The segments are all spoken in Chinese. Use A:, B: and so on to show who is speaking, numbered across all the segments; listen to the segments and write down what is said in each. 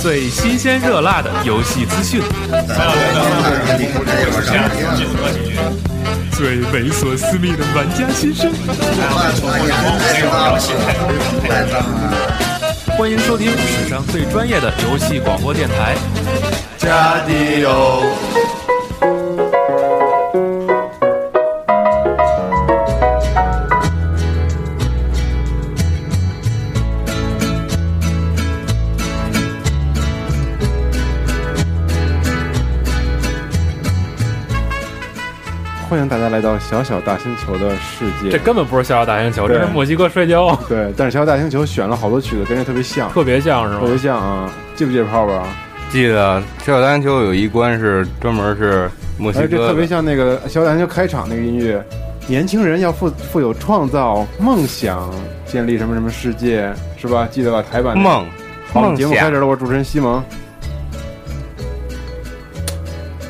A: 最新鲜热辣的游戏资讯，最猥琐私密的玩家心声。欢迎收听史上最专业的游戏广播电台。
B: 加迪欧，
C: 欢迎大家来到小小大星球的世
A: 这
C: 界。
A: 根本不是《逍遥大星球》，
C: 对
A: 这是墨西哥摔跤，
C: 对，但是小小大星球选了好多曲子，跟这特别像，
A: 特别像是
C: 特别
A: 吗？
C: 像啊！记不记得泡泡啊？
D: 记得《小单球》有一关是专门是墨西
C: 哎，这
D: 哥
C: 特别
D: 的，
C: 像那个小小大星球开场那个音乐。年轻人要富富有创造梦想，建立什么什么世界，是吧？记得吧？台版的。
D: 梦
C: 好，我们
D: 梦
C: 节目开
D: 想
C: 始了，我是主持人西蒙，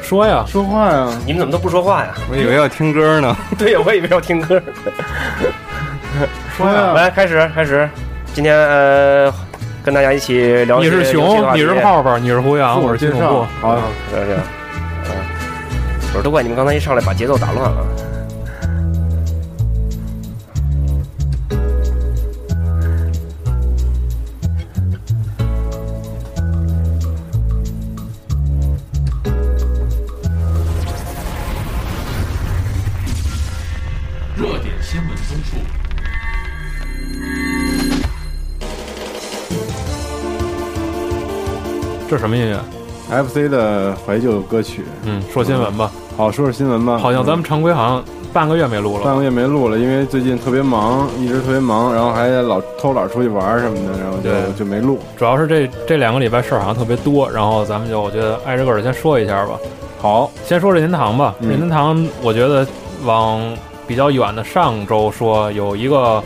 A: 说呀，
C: 说话呀、
E: 你们怎么都不说话呀？
D: 我以为要听歌呢。
E: 对呀，我以为要听歌。
C: 说呀、
E: 来，开始，开始。今天呃，跟大家一起聊一
A: 你
E: 些
A: 是
E: 游戏的
A: 熊，
E: 话
A: 你
E: 题
A: 是泡泡，你是胡杨，
C: 自
A: 哎我
C: 我
A: 是
C: 介
A: 金
C: 绍
A: 主
C: 好，
E: 对对。嗯，我都怪你们刚才一上来把节奏打乱了。啊
F: 热点新闻综述。
A: 这什么音乐？
C: ，FC 的怀旧歌曲。
A: 嗯，说新闻吧，
C: 好，说说新闻吧。
A: 好像咱们常规好像半个月没录
C: 半
A: 了，
C: 个月没录了，因为最近特别忙，一直特别忙，然后还老偷懒出去玩儿什么的，然后就
A: 对
C: 就没录。
A: 主要是这这两个礼拜事儿好像特别多，然后咱们就我觉得挨着个儿先说一下吧。
C: 好，
A: 先说任天堂吧，
C: 嗯
A: 任天堂，我觉得往比较远的上周说有一个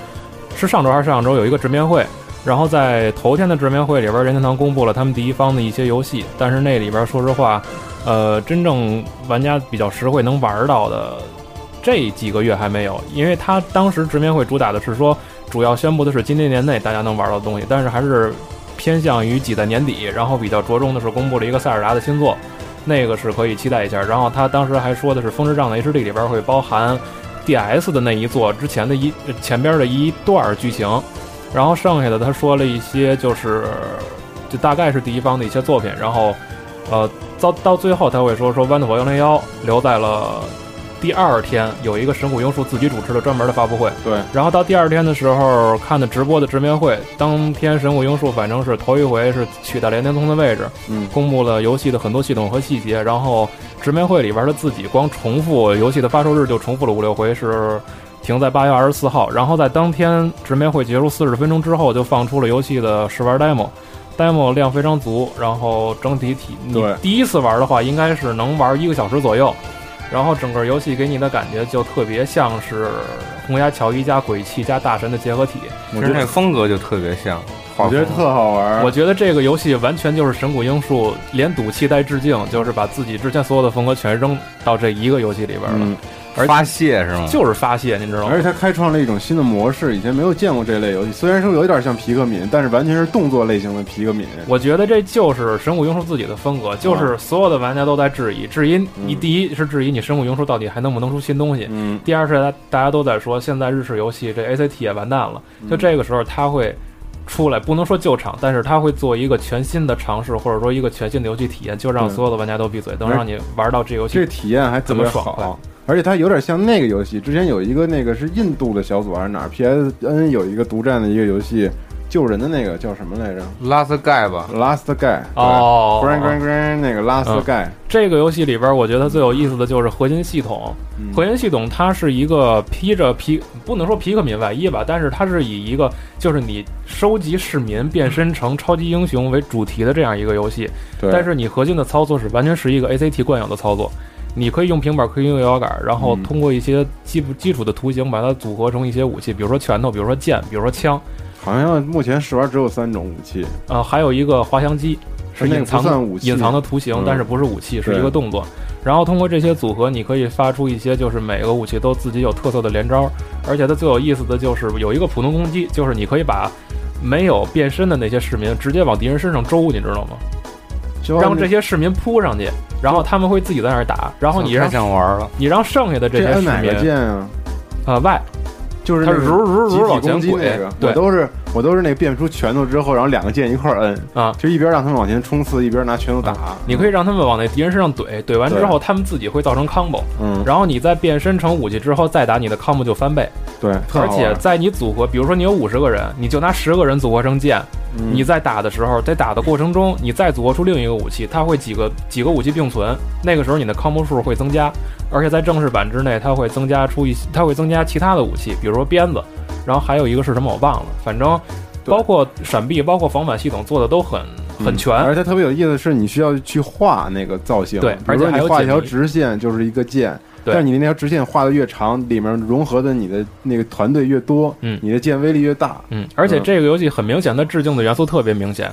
A: 是上周还是上上周有一个直面会，然后在头天的直面会里边，任天堂公布了他们第一方的一些游戏，但是那里边说实话，呃，真正玩家比较实惠能玩到的这几个月还没有，因为他当时直面会主打的是说主要宣布的是今年年内大家能玩到的东西，但是还是偏向于挤在年底，然后比较着重的是公布了一个塞尔达的新作。那个是可以期待一下。然后他当时还说的是《风之杖》的 HD 里边会包含 DS 的那一座之前的一呃前边的一段剧情，然后剩下的他说了一些就是呃就大概是第一方的一些作品，然后呃到到最后他会说说《弯的火幺零幺》留在了。第二天有一个神谷英树自己主持的专门的发布会，
C: 对，
A: 然后到第二天的时候看的直播的直面会，当天神谷英树反正是头一回是取代连天通的位置，
C: 嗯，
A: 公布了游戏的很多系统和细节，然后直面会里边他自己光重复游戏的发售日就重复了五六回，是停在八月二十四号，然后在当天直面会结束四十分钟之后就放出了游戏的试玩 demo。demo 量非常足，然后整体体你
C: 对
A: 第一次玩的话，应该是能玩一个小时左右，然后整个游戏给你的感觉就特别像是红牙乔伊加鬼泣加大神的结合体。
C: 我
D: 其
C: 觉
D: 实那
C: 得
D: 风格就特别像，
C: 我觉得特好玩儿。
A: 我觉得这个游戏完全就是神谷英树连赌气带致敬，就是把自己之前所有的风格全扔到这一个游戏里边了，
C: 嗯，
D: 而发泄是吗？
A: 就是发泄，你知道吗
C: 而？且它开创了一种新的模式，以前没有见过这类游戏。虽然说有点像皮克敏，但是完全是动作类型的皮克敏。
A: 我觉得这就是神谷英树自己的风格，就是所有的玩家都在质疑，质疑你
C: 嗯
A: 第一是质疑你神谷英树到底还能不能出新东西，
C: 嗯，
A: 第二是大大家都在说，现在日式游戏这 ACT 也完蛋了，
C: 嗯
A: 就这个时候他会出来，不能说救场，但是他会做一个全新的尝试，或者说一个全新的游戏体验，就让
C: 对
A: 所有的玩家都闭嘴，能让你玩到这游
C: 这
A: 戏。
C: 体验还特
A: 怎
C: 别
A: 么爽啊快
C: 好。而且它有点像那个游戏，之前有一个那个是印度的小组还是哪儿，PSN 有一个独占的一个游戏，救人的那个叫什么来着
D: 拉斯盖吧，
C: ？Last Guy 对。
A: 哦
C: g r a n g r a n g r a n 那个 Last
A: 嗯
C: Guy，
A: 这个游戏里边，我觉得最有意思的就是核心系统。
C: 嗯
A: 核心系统它是一个披着皮，不能说皮克敏外衣吧，但是它是以一个就是你收集市民变身成超级英雄为主题的这样一个游戏。
C: 对，
A: 但是你核心的操作是完全是一个 ACT 惯有的操作，你可以用平板，可以用摇杆，然后
C: 嗯
A: 通过一些基基础的图形把它组合成一些武器，比如说拳头，比如说剑，比如说枪，
C: 好像目前试玩只有三种武器。
A: 呃，还有一个滑翔机是
C: 那个
A: 隐藏
C: 不算武器
A: 隐藏的图形
C: 嗯，
A: 但是不是武器，是
C: 对
A: 一个动作。然后通过这些组合，你可以发出一些就是每个武器都自己有特色的连招，而且它最有意思的就是有一个普通攻击，就是你可以把。没有变身的那些市民直接往敌人身上周，你知道吗？
C: 九号
A: 让
C: 哦那
A: 这些市民扑上去，然后他们会自己在那儿打，然后你
D: 太
A: 让
D: 想玩了，
A: 你让剩下的这
C: 这
A: 些
C: 按
A: 市
C: 哪个
A: 民
C: 键啊？
A: 呃 Y，
C: 就是
A: 它
C: 那
A: 是如
C: 个
A: 如
C: 集
A: 如往
C: 体
A: 前
C: 攻击
A: 滚
C: 那个，，我
A: 对
C: 都是我都是那变出拳头之后，然后两个键一块儿摁
A: 啊
C: 就一边让他们往前冲刺，一边拿拳头打。
A: 你可以让他们往那敌人身上怼，怼完之后他们自己会造成 combo，
C: 嗯，
A: 然后你再变身成武器之后再打你的 combo 就翻倍，
C: 对，特
A: 而
C: 好玩
A: 且在你组合，比如说你有五十个人，你就拿十个人组合成剑，
C: 嗯
A: 你在打的时候，在打的过程中，你再组合出另一个武器，它会几个几个武器并存，那个时候你的 combo 数会增加，而且在正式版之内，它会增加出一些，它会增加其他的武器，比如说鞭子，然后还有一个是什么我忘了，反正
C: 对
A: 包括闪避，包括防反系统做的都很很全，
C: 嗯而且它特别有意思的是，你需要去画那个造型，
A: 对
C: 比
A: 而且
C: 如说
A: 还
C: 你
A: 有
C: 画
A: 解
C: 一条
A: 谜
C: 直线就是一个键，
A: 对
C: 但是你那条直线画的越长，里面融合的你的那个团队越多，
A: 嗯
C: 你的剑威力越大，
A: 嗯，而且
C: 嗯
A: 这个游戏很明显，它致敬的元素特别明显，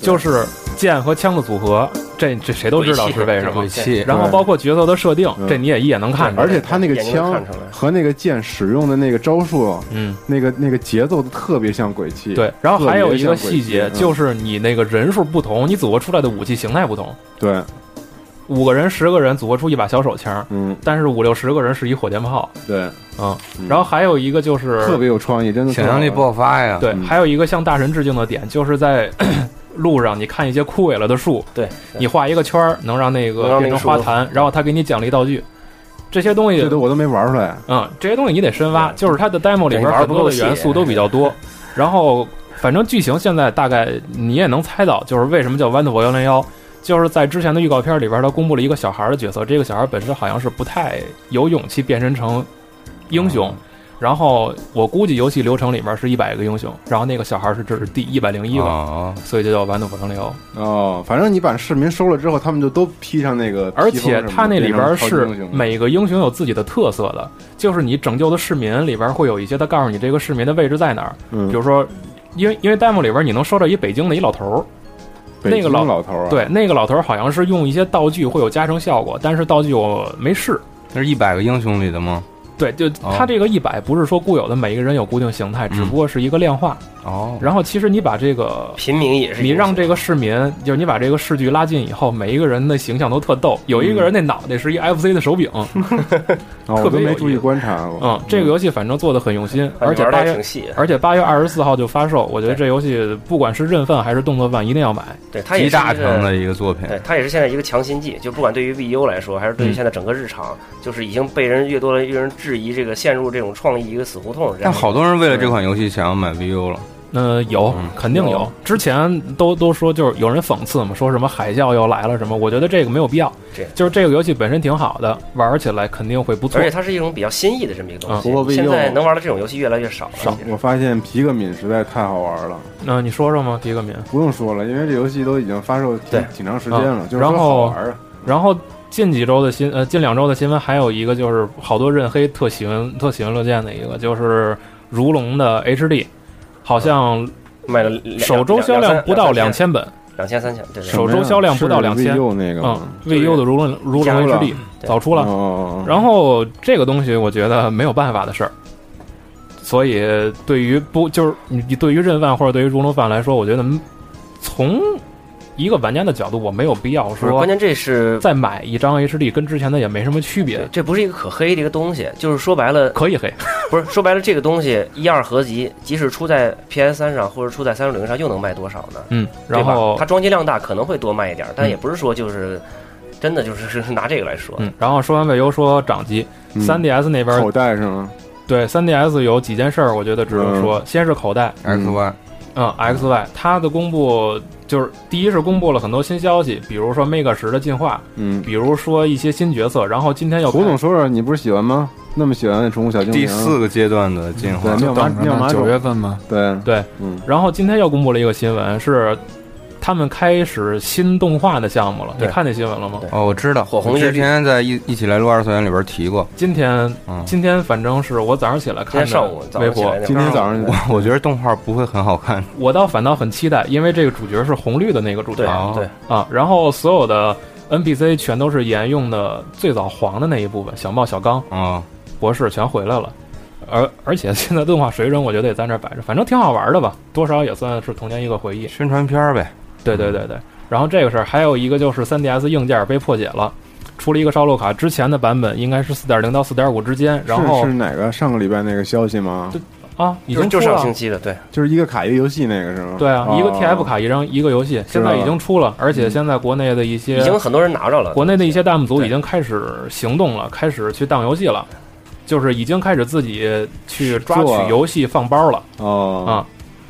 A: 就是剑和枪的组合，这这谁都知道是为什么
D: 武。器
A: 然后包括角色的设定，
C: 嗯
A: 这你也一眼能看出来。
C: 而且它那个
E: 眼睛能
C: 枪
E: 看出来
C: 和那个剑使用的那个招数，
A: 嗯，
C: 那个那个节奏都特别像鬼泣，
A: 对。然后还有一个
C: 特别像鬼
A: 细节，
C: 泣嗯
A: 就是你那个人数不同，你组合出来的武器形态不同。
C: 对，
A: 五个人、十个人组合出一把小手枪，
C: 嗯，
A: 但是五六十个人是一火箭炮。
C: 对，
A: 嗯，
C: 嗯
A: 然后还有一个就
C: 特
A: 是
C: 别有创意，真的
D: 想象力
C: 特好玩
D: 爆发
E: 啊
D: 呀！
A: 对，
C: 嗯
A: 还有一个向大神致敬的点，就是在 路上你看一些枯萎了的树，
E: 对，
A: 你画一个圈儿，能让那
E: 能
A: 个
E: 让那
A: 变
E: 个
A: 成花坛，然后他给你奖励道具，这些东
C: 这
A: 西
C: 都，我都没玩出来，
A: 嗯，这些东西你得深挖，
E: 对
A: 就是它的 demo 里
E: 对
A: 边
E: 你玩
A: 很
E: 得不
A: 多
E: 够
A: 的
E: 细
A: 元素都比较 多，然后反正剧情现在大概你也能猜到，就是为什么叫 Wonderful 幺零幺。就是在之前的预告片里边，他公布了一个小孩的角色，这个小孩本身好像是不太有勇气变身成英雄，
E: 嗯
A: 然后我估计游戏流程里面是一百个英雄，然后那个小孩是这是第一百零一个，
D: 啊，
A: 所以就叫《玩的火成流
C: 哦，反正你把市民收了之后，他们就都披上那个》，
A: 而
C: 披风什么
A: 且
C: 的，
A: 它那里边
C: 变成
A: 是
C: 超级英雄
A: 每个英雄有自己的特色的，就是你拯救的市民里边会有一些，他告诉你这个市民的位置在哪儿，
C: 嗯
A: 比如说。因为因为弹幕里边你能收到一北京的一老头儿，
C: 北
A: 那个
C: 京
A: 老
C: 老头儿啊，
A: 对，那个老头儿好像是用一些道具会有加成效果，但是道具我没试。
D: 那是一百个英雄里的吗？
A: 对，就
D: 哦
A: 他这个一百不是说固有的每一个人有固定形态，只
C: 嗯
A: 不过是一个量化。
D: 哦，
A: 然后其实你把这个
E: 平民也是
A: 你
E: 一种
A: 让这个市民，就是你把这个市局拉近以后，每一个人的形象都特逗。有一个
C: 嗯
A: 人那脑袋是一 FC 的手柄，
C: 哦，我
A: 特
C: 都
A: 别有
C: 没
A: 意
C: 注意
A: 思
C: 观察过。
A: 嗯，这个游戏反正做的很用心，
E: 啊
A: 而
E: 你
A: 且
E: 玩的
A: 八
E: 还
A: 月
E: 挺，细，
A: 而且八月二十四号就发售。我觉得这游戏不管是认饭还是动作饭，一定要买。
E: 对，它也
D: 集
E: 是
D: 大
E: 一
D: 成
E: 个。
D: 的一个作品，
E: 对，它也是现在一个强心剂，就不管对于 VU 来说，还是对于
A: 嗯
E: 现在整个日常，就是已经被人越多了，越人质疑这个陷入这种创意一个死胡同。这
D: 但
E: 样
D: 好多人为了这款游戏想要买 VU 了，
A: 嗯、有
D: 嗯
A: 肯定有
E: 有。
A: 之前都都说就是有人讽刺嘛，说什么海啸又来了什么。我觉得这个没有必要
E: 对，
A: 就是这个游戏本身挺好的，玩起来肯定会不错
E: 而。且它是一种比较新意的这么一个东西。
C: 啊不过 VU
E: 现在能玩的这种游戏越来越少了。
A: 少
E: 其实
C: 嗯我发现皮克敏实在太好玩了，
A: 那、你说说吗，迪克敏？
C: 不用说了，因为这游戏都已经发售挺
E: 对
C: 挺长时间了，
A: 嗯
C: 就是说好玩啊。
A: 然后近几周的新呃，近两周的新闻还有一个就是好多认黑特喜闻特喜闻乐见的一个，就是如龙的 HD，好像
E: 卖了两
A: 首周嗯销量不到两，千本，
E: 两千三千，对，对
A: 手周销量不到两千
C: 右那个
A: 嗯
C: 吗，
A: ，VU 的如龙如龙
E: 加
C: 入了
A: HD
E: 对嗯
A: 早出
C: 哦
A: 了，
C: 哦哦
A: 然后这个东西我觉得没有办法的事儿，所以对于不就是你你对于任饭或者对于如龙饭来说，我觉得嗯从一个玩家的角度，我没有必要
E: 不是关
A: 说
E: 键这是
A: 再买一张 HD 跟之前的也没什么区别，
E: 这不是一个可黑的一个东西，就是说白了，
A: 可以黑。
E: 不是说白了，这个东西一二合集，即使出在 PS 三上或者出在三六零上，又能卖多少呢？
A: 嗯，
E: 对
A: 然
E: 吧
A: 后
E: 它装机量大，可能会多卖一点，但
A: 嗯
E: 也不是说就是真的就是 是是拿这个来说，
A: 嗯，然后说完魏优说掌机，
C: 嗯
A: 三 DS 那边
C: 口袋上了，
A: 对三 DS 有几件事儿，我觉得值
E: 嗯
A: 得说。先是口袋，
D: X Y
A: 嗯，XY 它的公布就是第一是公布了很多新消息，比如说 Mega 十的进化，
C: 嗯，
A: 比如说一些新角色，然后今天又
C: 胡总
A: 看
C: 说说，你不是喜欢吗？那么喜欢那宠物小精灵，
D: 第四个阶段的进化
C: 对，
G: 啊就
C: 妙麻
G: 等着
C: 妙
G: 呢
C: 麻
G: 九
C: 种，
G: 月份嘛，
C: 对
A: 对，
C: 嗯，
A: 然后今天又公布了一个新闻是。他们开始新动画的项目了，你
E: 对
A: 看那新闻了吗？
E: 对
D: 哦，我知道，
E: 火红
D: 我
E: 日
D: 之
E: 历
D: 前在一一起来录二次元里边提过，
A: 今天，
D: 嗯，
A: 今天反正是我早上起来
E: 今
A: 看
E: 天
A: 的
E: 上午早
A: 微
E: 上起
A: 博
E: 来，那
C: 今天早上
D: 嗯 我我觉得动画不会很好看，
A: 我倒反倒很期待，因为这个主角是红绿的那个主角
E: 对
D: 哦
E: 对，
A: 啊，然后所有的 NPC 全都是沿用的最早黄的那一部分，小茂、小刚、
D: 啊，
A: 博士全回来了，而而且 现在动画水准我觉得也在那儿摆着，反正挺好玩的吧，多少也算是童年一个回忆。
D: 宣传片儿呗，
A: 对对对对，然后这个事儿还有一个就是 3DS 硬件被破解了，出了一个烧录卡，之前的版本应该是4.0到4.5之间，然后
C: 是是哪个上个礼拜那个消息吗？
A: 啊已
E: 就
A: 经
E: 就
A: 出
E: 上
A: 了
E: 星期的，对，
C: 就是一个卡一个游戏那个是吗？
A: 对啊，
C: 哦
A: 一个 TF 卡一张一个游戏，现在已经出了，而且现在国内的一些
E: 嗯已经很多人拿着了。
A: 国内的一些弹幕组
E: 对
A: 已经开始行动了，开始去当游戏了，就是已经开始自己去抓
C: 做啊
A: 取游戏放包了，
C: 哦
A: 啊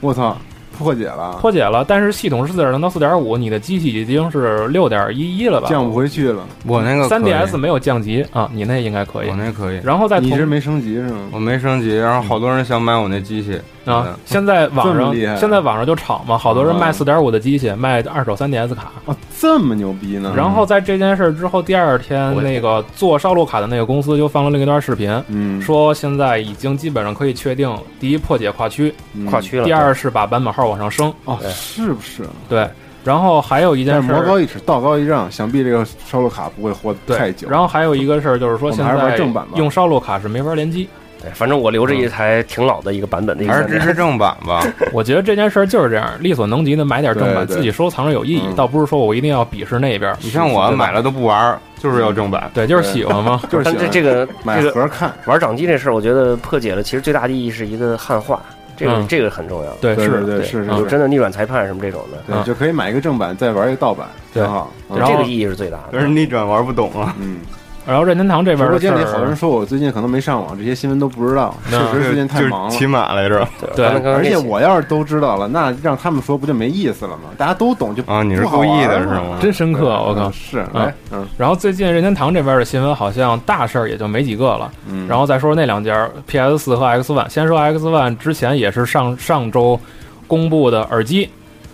C: 我操，破解了，
A: 破解了。但是系统是四点零到四点五，你的机器已经是六点一一了吧？
C: 降不回去了。
D: 我那个可以
A: 三 DS 没有降级啊，你那应该可以
D: 我。那可以，
A: 然后再
C: 哦你
A: 同
C: 是没升级是吗？
D: 我没升级，然后好多人想买我那机器
A: 啊，现在网
C: 嗯这么
A: 上
C: 厉害
A: 现在网上就炒嘛，好多人卖
C: 啊
A: 四点五的机器，卖二手三 DS 卡。
C: 啊，这么牛逼呢？
A: 然后在这件事儿之后，第二天
E: 我
A: 那个做烧录卡的那个公司就放了另一段视频，
C: 嗯，
A: 说现在已经基本上可以确定，第一破解跨区，
C: 嗯
E: 跨区了。
A: 第二是把版本号往上升，
C: 哦，
E: 对
C: 是不是？
A: 对。然后还有一
C: 但
A: 件
C: 是
A: 事
C: 魔
A: 儿，
C: 高一尺，道高一丈，想必这个烧录卡不会活得
A: 对
C: 太久。
A: 然后还有一个事儿就是说，
C: 我
A: 现
C: 们还是玩
A: 在
C: 正版吧
A: 用烧录卡是没法联机。
E: 对，反正我留着一台挺老的一个版本的一
D: 嗯
E: 个
D: 还是
E: 三
D: 支
E: D。
D: 持正版吧。
A: 我觉得这件事儿就是这样，力所能及的买点正版，
C: 对对
A: 自己收藏着有意义
C: 嗯，
A: 倒不是说我一定要鄙视那边儿。
D: 你像我
A: 对吧嗯
D: 买了都不玩儿，就是要正版。
A: 对，就是喜欢嘛。
C: 就是
E: 但
C: 喜
E: 这
C: 欢
E: 这个
C: 买
E: 这个
C: 盒看，
E: 玩掌机这事儿，我觉得破解了，其实最大的意义是一个汉化，这个
A: 嗯
E: 这个很重要。
A: 对，
C: 对
A: 是
C: 对对
E: 对
C: 是
A: 嗯
C: 是
E: 有
C: 是，
E: 真的逆转裁判什么这种的，
C: 对
A: 嗯
C: 就可以买一个正版，再玩一个盗版，
A: 对
C: 挺好。嗯
A: 然后
E: 这个意义是最大
D: 但
E: 的。
D: 是逆转玩不懂啊。
C: 嗯，
A: 然后任天堂这
C: 直
A: 边
C: 播
A: 的事
C: 间里好多人
A: 儿，
C: 说我最近可能没上网，这些新闻都不知道，确
A: 那呃
C: 实最近太忙
D: 就是骑
C: 了。
D: 马来着
E: 对
A: 对
E: 刚才刚才
C: 而且
E: 那
C: 我要是都知道了，那让他们说不就没意思了吗？大家都懂就
D: 啊！你是
C: 不好
D: 故意
C: 玩
D: 的是
C: 了
D: 吗？
A: 真深刻，啊我靠
C: 嗯！是来，嗯
A: 然后最近任天堂这边的新闻好像大事儿也就没几个了，
C: 嗯，
A: 然后再说说那两家 PS 四和 X One。先说 X One，之前也是上上周公布的耳机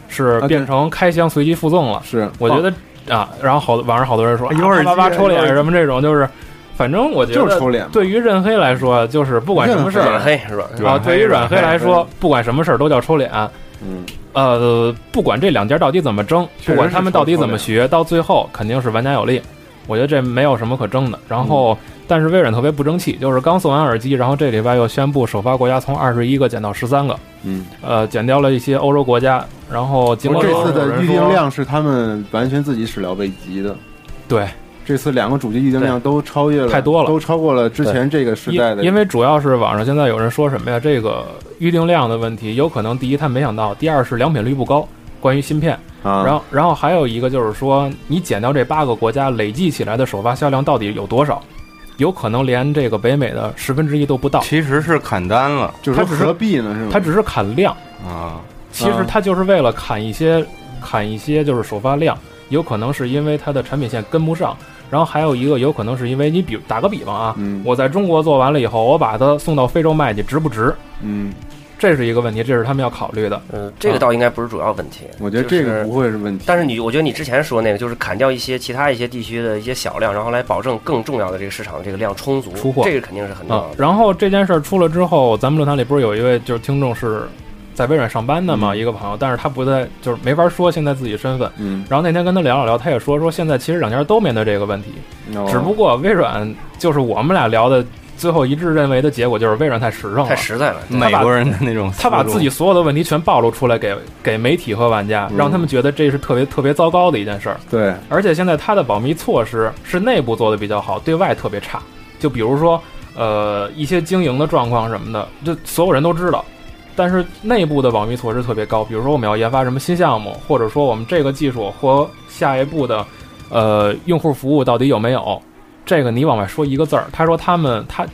A: 是
C: 啊对
A: 变成开箱随机附赠了，
C: 是哦
A: 我觉得啊，然后好网上好多人说啊
D: 哎有耳机
A: 叭叭叭抽
D: 有
A: 脸
D: 耳机
A: 什么这种，就是反正我觉
C: 就是抽
A: 得
C: 脸嘛，
A: 对于任黑来说，就是不管什么事
C: 任
A: 儿
E: 软黑是吧？
D: 对
A: 啊，
D: 软黑
A: 对于软黑
C: 软黑
A: 来说，不管什么事儿都叫抽脸。
C: 嗯，
A: 呃，不管这两家到底怎么争，
C: 确实
A: 不管他们到底怎么
C: 是
A: 学，到最后肯定是玩家有利。我觉得这没有什么可争的。然
C: 嗯
A: 后，但是微软特别不争气，就是刚送完耳机，然后这礼拜又宣布首发国家从二十一个减到十三个，
C: 嗯，
A: 呃，减掉了一些欧洲国家。然后尽
C: 我
A: 管
C: 这次
A: 有人
C: 的
A: 说
C: 预定量是他们完全自己始料未及的。
A: 对，
C: 这次两个主机预定量都超越了，
A: 太多了
C: 都超过了之前这个时代的。
A: 因因为主要是网上现在有人说什么呀？这个预定量的问题，有可能第一他没想到，第二是良品率不高，关于芯片。
C: 啊，
A: 然后，然后还有一个就是说，你减掉这八个国家累计起来的首发销量到底有多少？有可能连这个北美的十分之一都不到。
D: 其实是砍单了
C: 就是
A: 它
C: 说
A: 只是
C: 何必呢？是吗？
A: 它只是砍量，
D: 啊！
A: 其实
C: 嗯
A: 它就是为了砍一些砍一些就是首发量，有可能是因为它的产品线跟不上。然后还有一个有可能是因为你比打个比方啊，
C: 嗯
A: 我在中国做完了以后，我把它送到非洲卖去，值不值？
C: 嗯，
A: 这是一个问题，这是他们要考虑的。
E: 嗯，这个倒应该不是主要问题。
C: 我觉得这个
E: 就
C: 不
E: 是。
C: 会是问题。
E: 但是你，我觉得你之前说那个，就是砍掉一些其他一些地区的一些小量，然后来保证更重要的这个市场的这个量充足，
A: 出货
E: 这个肯定是很重
A: 啊
E: 要，的。
A: 然后这件事儿出了之后，咱们论坛里不是有一位就是听众是在微软上班的嘛，一个朋友，但是他不在，就是没法说现在自己身份。
C: 嗯，
A: 然后那天跟他聊了聊，他也说说现在其实两家都面对这个问题，
C: 哦
A: 只不过微软就是我们俩聊的最后一致认为的结果就是微软太实诚了
E: 太，实在了。
A: 嗯把
D: 美国人的那种思
A: 他把
D: 路
A: 自己所有的问题全暴露出来给给媒体和玩家，
C: 嗯
A: 让他们觉得这是特别特别糟糕的一件事儿。
C: 对，
A: 而且现在它的保密措施是内部做的比较好，对外特别差。就比如说，呃，一些经营的状况什么的，就所有人都知道。但是内部的保密措施特别高，比如说我们要研发什么新项目，或者说我们这个技术或下一步的，呃，用户服务到底有没有？这个你往外说一个字儿，他说他们他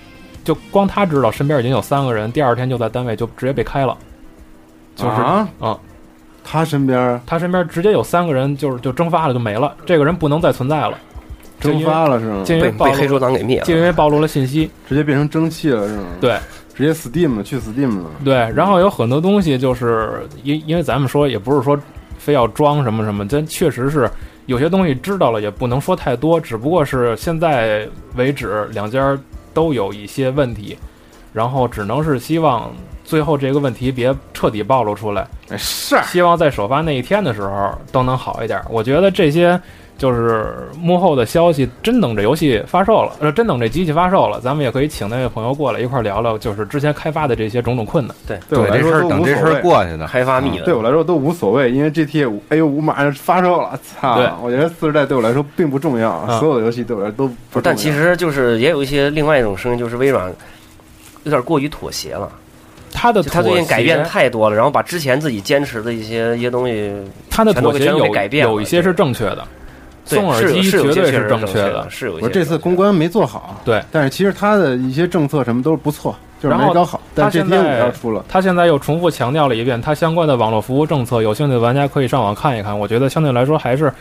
A: 就光他知道身边已经有三个人，第二天就在单位就直接被开了，就是
C: 啊
A: 嗯，
C: 他身边
A: 他身边直接有三个人就是就蒸发了就没了，这个人不能再存在了，就因
C: 蒸
A: 为
C: 发了是吗？
A: 就嗯因为
E: 被
A: 暴
E: 被黑
A: 露，
E: 手党给灭了
A: 就。因为暴露了信息，
C: 直接变成蒸汽了是吗？
A: 对，
C: 直接 Steam 了，去 Steam 了。
A: 对。然后有很多东西就是因因为咱们说也不是说非要装什么什么，真确实是有些东西知道了也不能说太多，只不过是现在为止两家都有一些问题，然后只能是希望最后这个问题别彻底暴露出来。
C: 哎，是啊，
A: 希望在首发那一天的时候都能好一点。我觉得这些就是幕后的消息，真等这游戏发售了，呃，真等这机器发售了，咱们也可以请那位朋友过来一块儿聊聊，就是之前开发的这些种种困难。
C: 对我来
D: 这事
C: 说
D: 儿
C: 都
D: 等
C: 无
D: 这事
C: 所
D: 儿
C: 谓。
D: 过去的，
E: 开发密
C: 对
E: 了，
C: 我来说都无所谓，因为 GTA 五 A 五马上发售了，操
A: 对！啊
C: 我觉得四十代对我来说并不重要，所有的游戏对我来说都不重要。
E: 但其实就是也有一些另外一种声音，就是微软有点过于妥协了，
A: 它的
E: 就他最近
A: 妥协
E: 改变太多了，然后把之前自己坚持的一些一些东西，
A: 它的妥协
E: 全都
A: 有
E: 给改变了
A: 有一些是正确的，
E: 对
A: 送耳
E: 是
A: 机
E: 有是有
A: 绝
E: 些
A: 对
E: 确实
A: 是
E: 是
A: 正
E: 确
A: 确的
E: 的，。是有一
C: 我
E: 些
C: 这次
E: 正确
C: 公关没做好，
A: 对，
C: 但是其实它的一些政策什么都是不错，就是
A: 然后
C: 没搞好。但是
A: 它现在
C: GTA 五要出了，
A: 他现在又重复强调了一遍，他相关的网络服务政策，有兴趣的玩家可以上网看一看。我觉得相对来说还是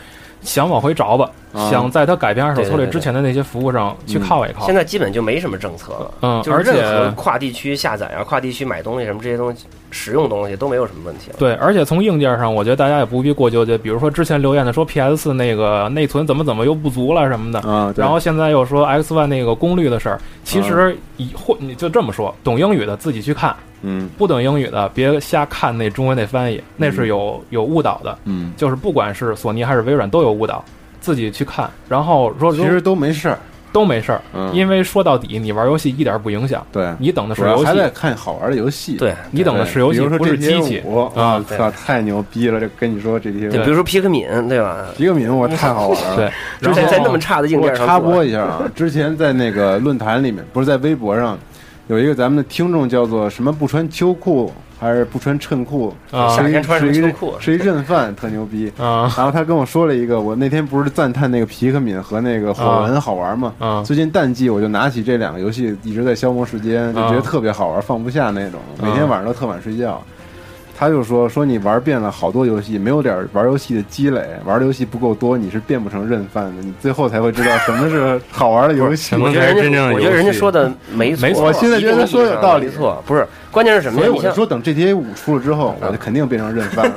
A: 想往回找吧，
C: 啊
A: 想在他改变二手策
E: 对对
A: 略
E: 对嗯
A: 之前的那些服务上去靠一靠
E: 现。在基本就没什么政策了，
A: 嗯，
E: 就是
A: 而且
E: 任何跨地区下载啊、跨地区买东西什么这些东西、使用东西都没有什么问题了。
A: 对，而且从硬件上，我觉得大家也不必过纠结。比如说之前留言的说 PS 四那个内存怎么怎么又不足了什么的，
C: 啊，对
A: 然后现在又说 X One 那个功率的事儿。其实以或你就这么说，懂英语的自己去看，
C: 嗯
A: 不懂英语的别瞎看那中文那翻译，那是有有误导的。
C: 嗯，
A: 就是不管是索尼还是微软都有误导，自己去看。然后说
C: 其
A: 如
C: 实都没事儿，
A: 都没事儿，
C: 嗯
A: 嗯因为说到底你玩游戏一点儿不影响，
C: 对，
A: 你等的是
C: 主要
A: 游
C: 还在
A: 戏，
C: 看好玩的游戏。
E: 对，
A: 你等的是游戏
C: 比如说
A: 不是机器
C: GTA 五
A: 啊
C: 啊，操，太牛逼了！这跟你说 GTA
E: 就
C: 五
E: 比如说皮克敏，对吧？
C: 一个名我太好玩了。
A: 对，
C: 然后
E: 在在那么差的硬
C: 我
E: 件上做
C: 插播一下啊，之前在那个论坛里面，不是在微博上，有一个咱们的听众叫做什么不穿秋裤还是不穿衬裤
A: 啊
C: 是
E: 夏
C: 一
E: 天穿什么
C: 是一
E: 秋裤
C: 是一认犯，特牛逼。
A: 啊
C: 然后他跟我说了一个，我那天不是赞叹那个皮克敏和那个火纹好玩吗？
A: 啊
C: 最近淡季，我就拿起这两个游戏一直在消磨时间，就觉得特别好玩，放不下那种，每天晚上都特晚睡觉。他就说说你玩遍了好多游戏，没有点玩游戏的积累，玩的游戏不够多，你是变不成认犯的，你最后才会知道什么是好玩的游戏
D: 什。
E: 我
D: 么
E: 觉得
D: 才是
E: 人
D: 真正
E: 家，
D: 的
E: 我觉得
D: 游
E: 人家
D: 戏
E: 说的没
A: 没错
E: 错，
A: 我
C: 现在觉得
E: 一定
C: 他说
E: 意义
C: 有
E: 上
C: 道理
E: 没错，不是关键是什么
C: 所以
E: 呀？
C: 我
E: 你
C: 就
E: 像
C: 说，等 GTA 五出了之后，我就肯定变成认犯了，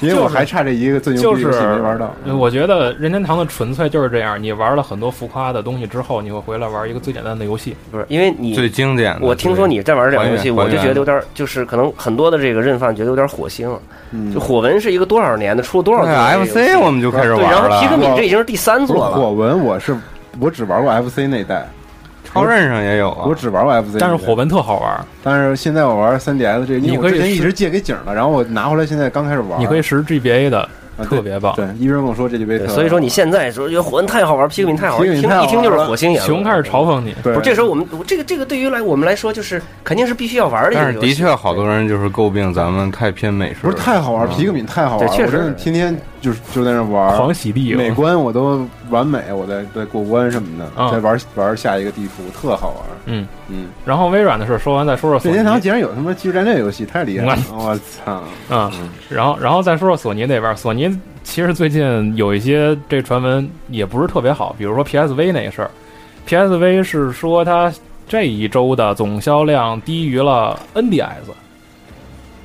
C: 因为我还差这一个最牛
A: 就
C: 逼的
A: 是
C: 游戏没玩到。
A: 呃我觉得任天堂的纯粹就是这样，你玩了很多浮夸的东西之后，你会回来玩一个最简单的游戏。
E: 不是因为你
D: 最，经典的。
E: 嗯我听说你在玩这两个游戏，
D: 还原
E: 我就
D: 还
E: 觉
D: 原
E: 得有点儿，就是可能很多的这个任范觉得有点火星了。
C: 嗯啊
E: 就火纹是一个多少年的，出了多少
D: 对
E: 座的这个游
D: FC
E: 戏
D: 我们就开始
E: 对，
D: 玩
E: 然后皮克
D: 了，
E: 敏这已经是第三
C: 不
E: 座
C: 是
E: 了
C: 火。纹，我是我只玩过 FC 那一代，
D: 超任上也有啊
C: 我。只玩过 FC，
A: 但是
C: 那一代
A: 火，纹特好玩，
C: 但是现在我玩 3DS 这个，因为
A: 你
C: 我
A: 可以
C: 之前一
A: 试
C: 直借给景儿了，然后我拿回来，现在刚开始玩，
A: 你可以实时 GBA 的，
C: 啊
A: 特别棒。
C: 对，一直跟我说这就被
E: 对，所以说你现在说觉得火纹太好玩，皮克敏太好玩，
C: 皮克敏
E: 一听
C: 太好
E: 一听就是
C: 玩了
E: 火星眼了。
A: 熊开始嘲讽你，
C: 对
E: 不是，这时候我们这个这个对于来我们来说，就是肯定是必须要玩的一
D: 但
E: 个
D: 是
E: 游
D: 的
E: 戏。
D: 确，好多人就是诟病咱们太偏美式
C: 不
D: 了，
C: 是太好玩，
D: 嗯
C: 皮克敏太好玩，
E: 对确
C: 我
E: 实
C: 真的天天就是就在那玩
A: 狂。洗地。
C: 每关我都完美，我在在过关什么的，
A: 嗯
C: 在玩玩下一个地图，特好玩。
A: 嗯
C: 嗯，
A: 然后微软的事说完，再说说索
C: 任天堂
A: 尼。
C: 竟然有他妈技术战略游戏，太厉害了！我 操！
A: 嗯，然后然后再说说索尼那边，索尼其实最近有一些这传闻也不是特别好，比如说 PSV 那个事儿，PSV 是说它这一周的总销量低于了 NDS，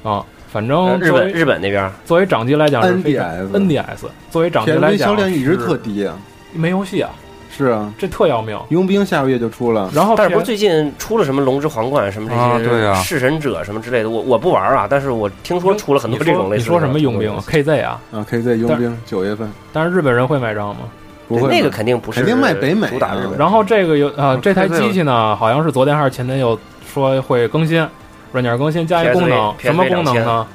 A: 啊，反正
E: 呃日
A: 作
E: 本
A: 为
E: 日本那边
A: 作为掌机来讲是非常
C: NDS
A: NDS 作为掌机
C: 田
A: 来
C: 微
A: 讲
C: 销量一直
A: 是
C: 特低啊，
A: 没游戏啊，
C: 是啊，
A: 这特要命。
C: 佣兵下个月就出了，
A: 然后
E: 但是不
A: PS
E: 是最近出了什么《龙之皇冠》什么
D: 啊
E: 这
D: 对
E: 些
D: 啊
E: 弑神者什么之类的？我我不玩啊，但是我听说出了很多这种类
A: 你
E: 似的
A: 说什么佣兵
E: 东西
A: KZ 啊？
C: 啊，可以在佣兵九月份，
A: 但是日本人会买账吗？
C: 不会
E: 那个肯定不是
C: 肯定卖北美啊
E: 主打日本。
A: 然后这个游啊，这台
D: KZ
A: 机器呢，好像是昨天还是前天又说会更新，软件更新加一功能，
E: PSV
A: 什么功能呢？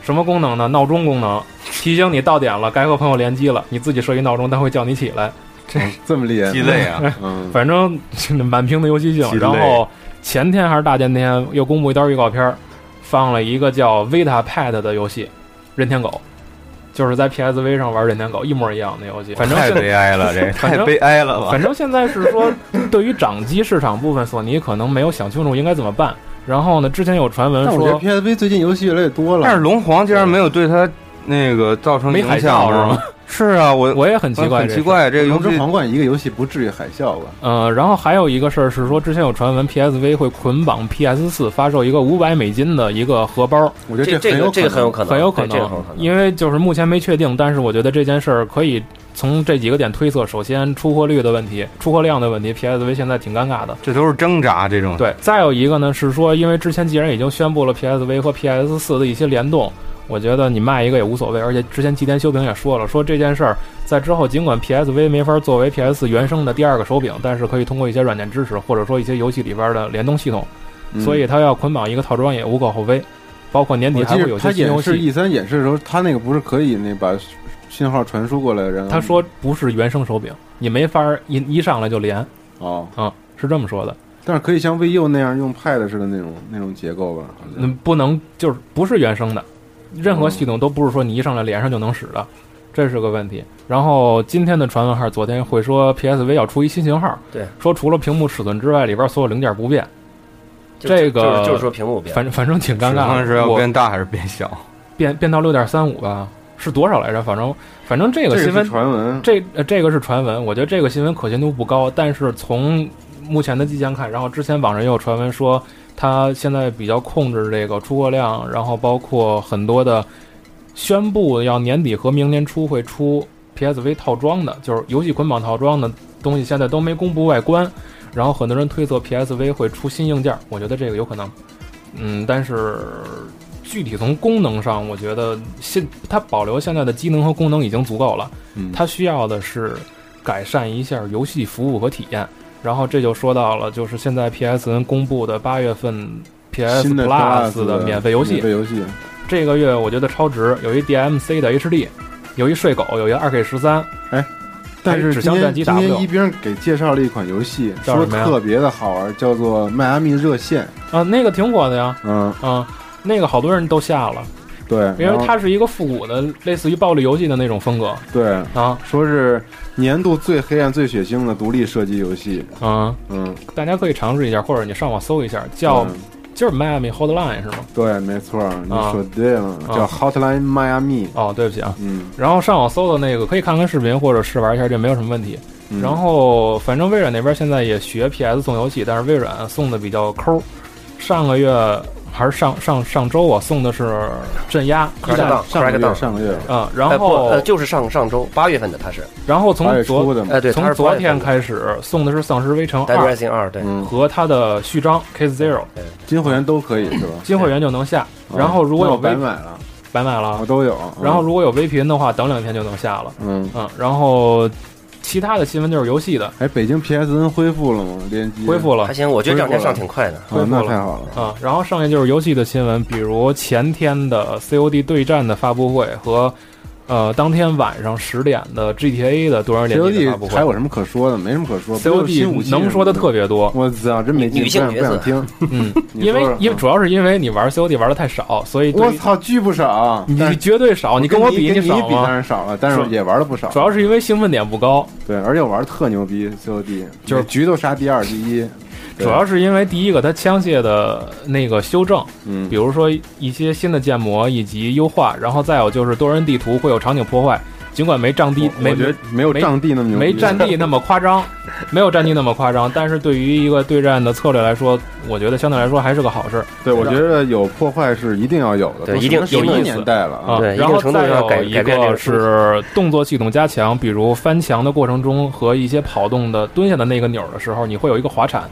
A: 什么功能呢？闹钟功能，提醒你到点了，该和朋友联机了，你自己设一闹钟，它会叫你起来。
C: 这么厉害，
D: 鸡肋啊！
C: 嗯，
A: 反正满屏的游戏性。
D: 鸡肋
A: 然后前天还是大前天又公布一段预告片儿，放了一个叫《Vita Pad》的游戏，任天狗，就是在 PSV 上玩任天狗一模一样的游戏。反正
D: 太
A: 现在
D: 悲哀了，这
A: 反
D: 太
A: 正
D: 悲哀了吧？
A: 反正现在是说， 对于掌机市场部分，索尼可能没有想清楚应该怎么办。然后呢，之前有传闻
C: 但我觉得
A: 说
C: PSV 最近游戏越来越多
D: 但是
C: 了，
D: 龙皇竟然没有对他那个造成
A: 没
D: 影
A: 海
D: 响
A: 啸是吗？？
D: 是啊，我
A: 我也很奇怪，
D: 很
A: 这
D: 奇
A: 事。
D: 怪，这
C: 《
D: 个游
C: 龙之
D: 戏
C: 皇冠》一个游戏不至于海啸吧？
A: 呃，然后还有一个事儿是说，之前有传闻 PSV 会捆绑 PS 四发售一个五百美金的一个荷包，
C: 我觉
E: 这
C: 得
E: 这个
C: 有
E: 这个很有可能，
A: 很有可
E: 对这个很有
A: 能
E: 可，能，
A: 因为就是目前没确定，但是我觉得这件事儿可以从这几个点推测：首先，出货率的问题，出货量的问题，PSV 现在挺尴尬的。
D: 这都是挣扎这种。
A: 对，再有一个呢是说，因为之前既然已经宣布了 PSV 和 PS 四的一些联动，我觉得你卖一个也无所谓。而且之前吉田修平也说了，说这件事儿在之后，尽管 PSV 没法作为 PS 原生的第二个手柄，但是可以通过一些软件支持，或者说一些游戏里边的联动系统，
C: 嗯
A: 所以它要捆绑一个套装也无可厚非。包括年底
C: 我
A: 还
C: 记
A: 会有
C: 得
A: 些
C: 他
A: 新游
C: 演示
A: 戏。
C: E 三演示的时候，他那个不是可以那把信号传输过来，然后
A: 他说不是原生手柄，你没法儿一一上来就连
C: 哦，
A: 啊，是这么说的。
C: 但是可以像 VU 那样用 Pad 似的那种那种结构吧？好像
A: 嗯，不能就是不是原生的，任何系统都不是说你一上来连上就能使的，这是个问题。然后今天的传闻还是昨天会说 PSV 要出一新型号，
E: 对，
A: 说除了屏幕尺寸之外，里边所有零件不变，
E: 就
A: 这个
E: 就是就是说屏幕变，
A: 反正反正挺尴
D: 始
A: 尬
D: 终
A: 的。
D: 是要
A: 我
D: 变大还是变小？
A: 变变到六点三五吧，是多少来着？反正反正这
C: 这
A: 个
C: 个
A: 新闻
C: 是传闻，
A: 这呃这个是传闻，我觉得这个新闻可信度不高，但是从目前的迹象看，然后之前网上也有传闻说，它现在比较控制这个出货量，然后包括很多的宣布要年底和明年初会出 PSV 套装的，就是游戏捆绑套装的东西，现在都没公布外观，然后很多人推测 PSV 会出新硬件，我觉得这个有可能，嗯，但是。具体从功能上，我觉得现它保留现在的机能和功能已经足够了。
C: 嗯
A: 它需要的是改善一下游戏服务和体验。然后这就说到了，就是现在 PSN 公布的八月份 PS
C: 新的
A: Plus 的免费游戏
C: 免，费游戏，
A: 这个月我觉得超值，有一 DMC 的 HD，有一睡狗，有一二 K 十三，
C: 但是
A: 指
C: 今
A: 向
C: 天
A: 战机
C: 今天
A: W
C: 一兵给介绍了一款游戏，
A: 叫
C: 说
A: 什么呀
C: 特别的好玩，叫做《迈阿密热线》。
A: 啊，那个挺火的呀，
C: 嗯，
A: 啊，那个好多人都下了，
C: 对，
A: 因
C: 然后
A: 为它是一个复古的，类似于暴力游戏的那种风格
C: 对
A: 啊，
C: 说是年度最黑暗、最血腥的独立射击游戏。
A: 嗯，
C: 嗯，
A: 大家可以尝试一下，或者你上网搜一下，叫
C: 嗯
A: 就是迈阿密 Hotline 是吗？
C: 对，没错，你
A: 啊
C: 说对了，叫
A: 啊
C: Hotline Miami。
A: 哦，对不起啊，
C: 嗯，
A: 然后上网搜的那个可以看看视频或者试玩一下，这没有什么问题。
C: 嗯
A: 然后反正微软那边现在也学 PS 送游戏，但是微软送的比较抠。上个月还是上上上周我送的是镇压一
E: Crackdown
A: 战啊、
C: 上个
E: Crackdown
C: 月上个月，
A: 然
E: 呃不
A: 后
E: 呃就是上上周八月份的它是，
A: 然后
C: 八
A: 从
C: 月初
A: 昨
C: 的嘛
E: 哎。对，它
A: 从
E: 是
A: 昨天开始送的是《丧尸围城
E: d e a d
A: 二
E: Rising 二对，
C: 嗯，
A: 和它的序章 Case Zero，
C: 金会员都可以是吧？
A: 金会员就能下。
C: 啊
A: 嗯然后如果
C: 那
A: 有
C: 我白
A: V
C: 买了，
A: 白买了
C: 我
A: 啊，
C: 都有。嗯
A: 然后如果有 VPN 的话，等两天就能下了。
C: 嗯，
A: 嗯，然后其他的新闻就是游戏的
C: 哎，北京 PSN 恢复了吗？联机
A: 恢复了
E: 还。行，我觉得这两天上挺快的，
A: 恢
C: 啊，
A: 复
C: 那
A: 了
C: 太好了。
A: 啊，然后剩下就是游戏的新闻，比如前天的 COD 对战的发布会和，呃，当天晚上十点的 GTA 的多人联机的发布
C: COD 还
A: 会。
C: 有什么可说的？没什么可说。不就是新武
A: COD
C: 器
A: 能说的特别多，
C: 我操，真没劲，
E: 女性
C: 不想不
E: 角色
C: 想听。
A: 嗯，
C: 你
A: 因
C: 说
A: 为
C: 说
A: 因为主要是因为你玩 COD 玩的太少，所以对
C: 我
A: 于
C: 操，巨不少。啊但
A: 你
C: 是
A: 绝对少，你
C: 跟
A: 我
C: 比，
A: 比
C: 跟你
A: 少
C: 比当
A: 吗？
C: 然少了，但是
A: 是
C: 也玩的不少。
A: 主要是因为兴奋点不高，
C: 对，而且我玩的特牛逼，COD
A: 就是
C: 每局都杀第二、第一。对
A: 主要是因为第一个它枪械的那个修正，
C: 嗯
A: 比，如说一些新的建模以及优化，然后再有就是多人地图会有场景破坏，尽管没占地
C: 我
A: 没
C: 我觉得没有
A: 没
C: 战地那么牛逼，
A: 没战地那么夸张，没有战地那么夸张，但是对于一个对战的策略来说，我觉得相对来说还是个好事儿
C: 对，我觉得有破坏是一定要有的，
E: 对
C: 都
E: 一定
C: 什么
A: 有意思
C: 年代了
A: 啊
C: 啊，。
E: 对
A: 然后
E: 一定程度
A: 再
E: 上
A: 有
E: 改
A: 一
E: 改变这
A: 个
E: 个顺
A: 是动作系统加强，比如翻墙的过程中和一些跑动的蹲下的那个钮儿的时候，你会有一个滑铲，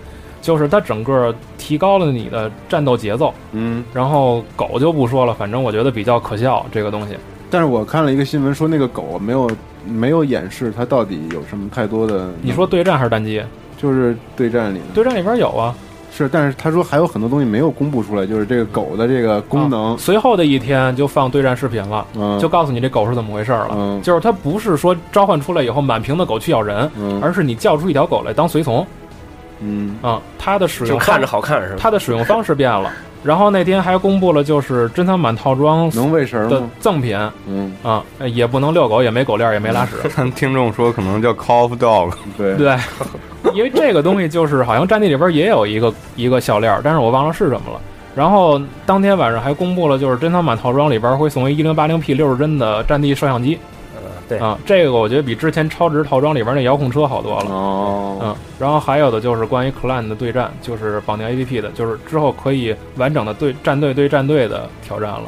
A: 就是它整个提高了你的战斗节奏。
C: 嗯，
A: 然后狗就不说了，反正我觉得比较可笑这个东西。
C: 但是我看了一个新闻说那个狗没有没有演示它到底有什么太多的，
A: 你说对战还是单机？
C: 就是对战里的
A: 对战里边有啊，
C: 是，但是他说还有很多东西没有公布出来，就是这个狗的这个功能
A: 啊，随后的一天就放对战视频了。
C: 嗯，
A: 就告诉你这狗是怎么回事儿了。
C: 嗯
A: 就是它不是说召唤出来以后满屏的狗去咬人，
C: 嗯
A: 而是你叫出一条狗来当随从
C: 嗯
A: 啊、它的使
E: 就
A: 用
E: 看着
A: 方
E: 好看是吧？
A: 它的使用方式变了。然后那天还公布了就是珍藏版套装
C: 能喂食
A: 的
C: 吗？
A: 赠品
C: 嗯，
A: 啊、呃也不能遛狗，也没狗链儿，也没拉 屎。
D: 看听众说可能叫 Call of Dog，
C: 对，
A: 对，因为这个东西就是好像战地里边也有一个一个项链儿，但是我忘了是什么了。然后当天晚上还公布了，就是珍藏版套装里边会送一一零八零 P 六十帧的战地摄像机
E: 嗯对，
A: 啊，这个我觉得比之前超值套装里边那遥控车好多了。
C: 哦，
A: 嗯，然后还有的就是关于 clan 的对战，就是绑定 APP 的，就是之后可以完整的对战队对战队的挑战了。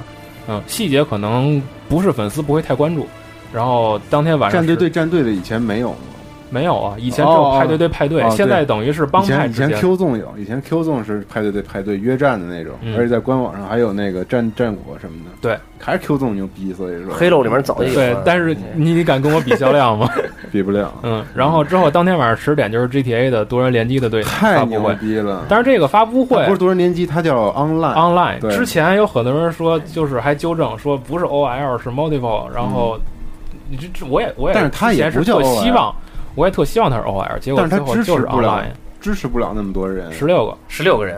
A: 嗯，细节可能不是粉丝不会太关注。然后当天晚上
C: 战队
A: 是
C: 对战队的以前没有吗？
A: 没有啊，以前只有
C: 哦哦
A: 派对对派对，
C: 哦对
A: 现在等于是帮
C: 以
A: 派
C: 前以
A: 之
C: 前
A: 间。
C: Q 纵有，以前 Q 纵是派对对派对约战的那种，
A: 嗯
C: 而且在官网上还有那个战战果什么的。
A: 对，
C: 还是 Q 纵牛逼，所以说
E: 黑漏里面早就有
A: 对
E: 了，，
A: 但是
C: 嗯
A: 你你敢跟我比销量 吗？
C: 比不了，
A: 嗯，然后之后当天晚上十点就是 GTA 的多人联机的对
C: 太
A: 发布
C: 牛
A: 会，
C: 逼了。啊
A: 但是这个发布会啊
C: 它不是多人联机，它叫 online。
A: online
C: 啊对
A: 之前有很多人说，就是还纠正说不是 OL 是 multiple，然后你这这我也我也，
C: 嗯但是它也
A: 之前是
C: 不叫
A: 特
C: OL
A: 希望，我也特希望它是 OL，结果
C: 但是它
A: 最后就
C: 支持
A: 是
C: 不了
A: online
C: 支持不了那么多人，
A: 十六个，
E: 十六个人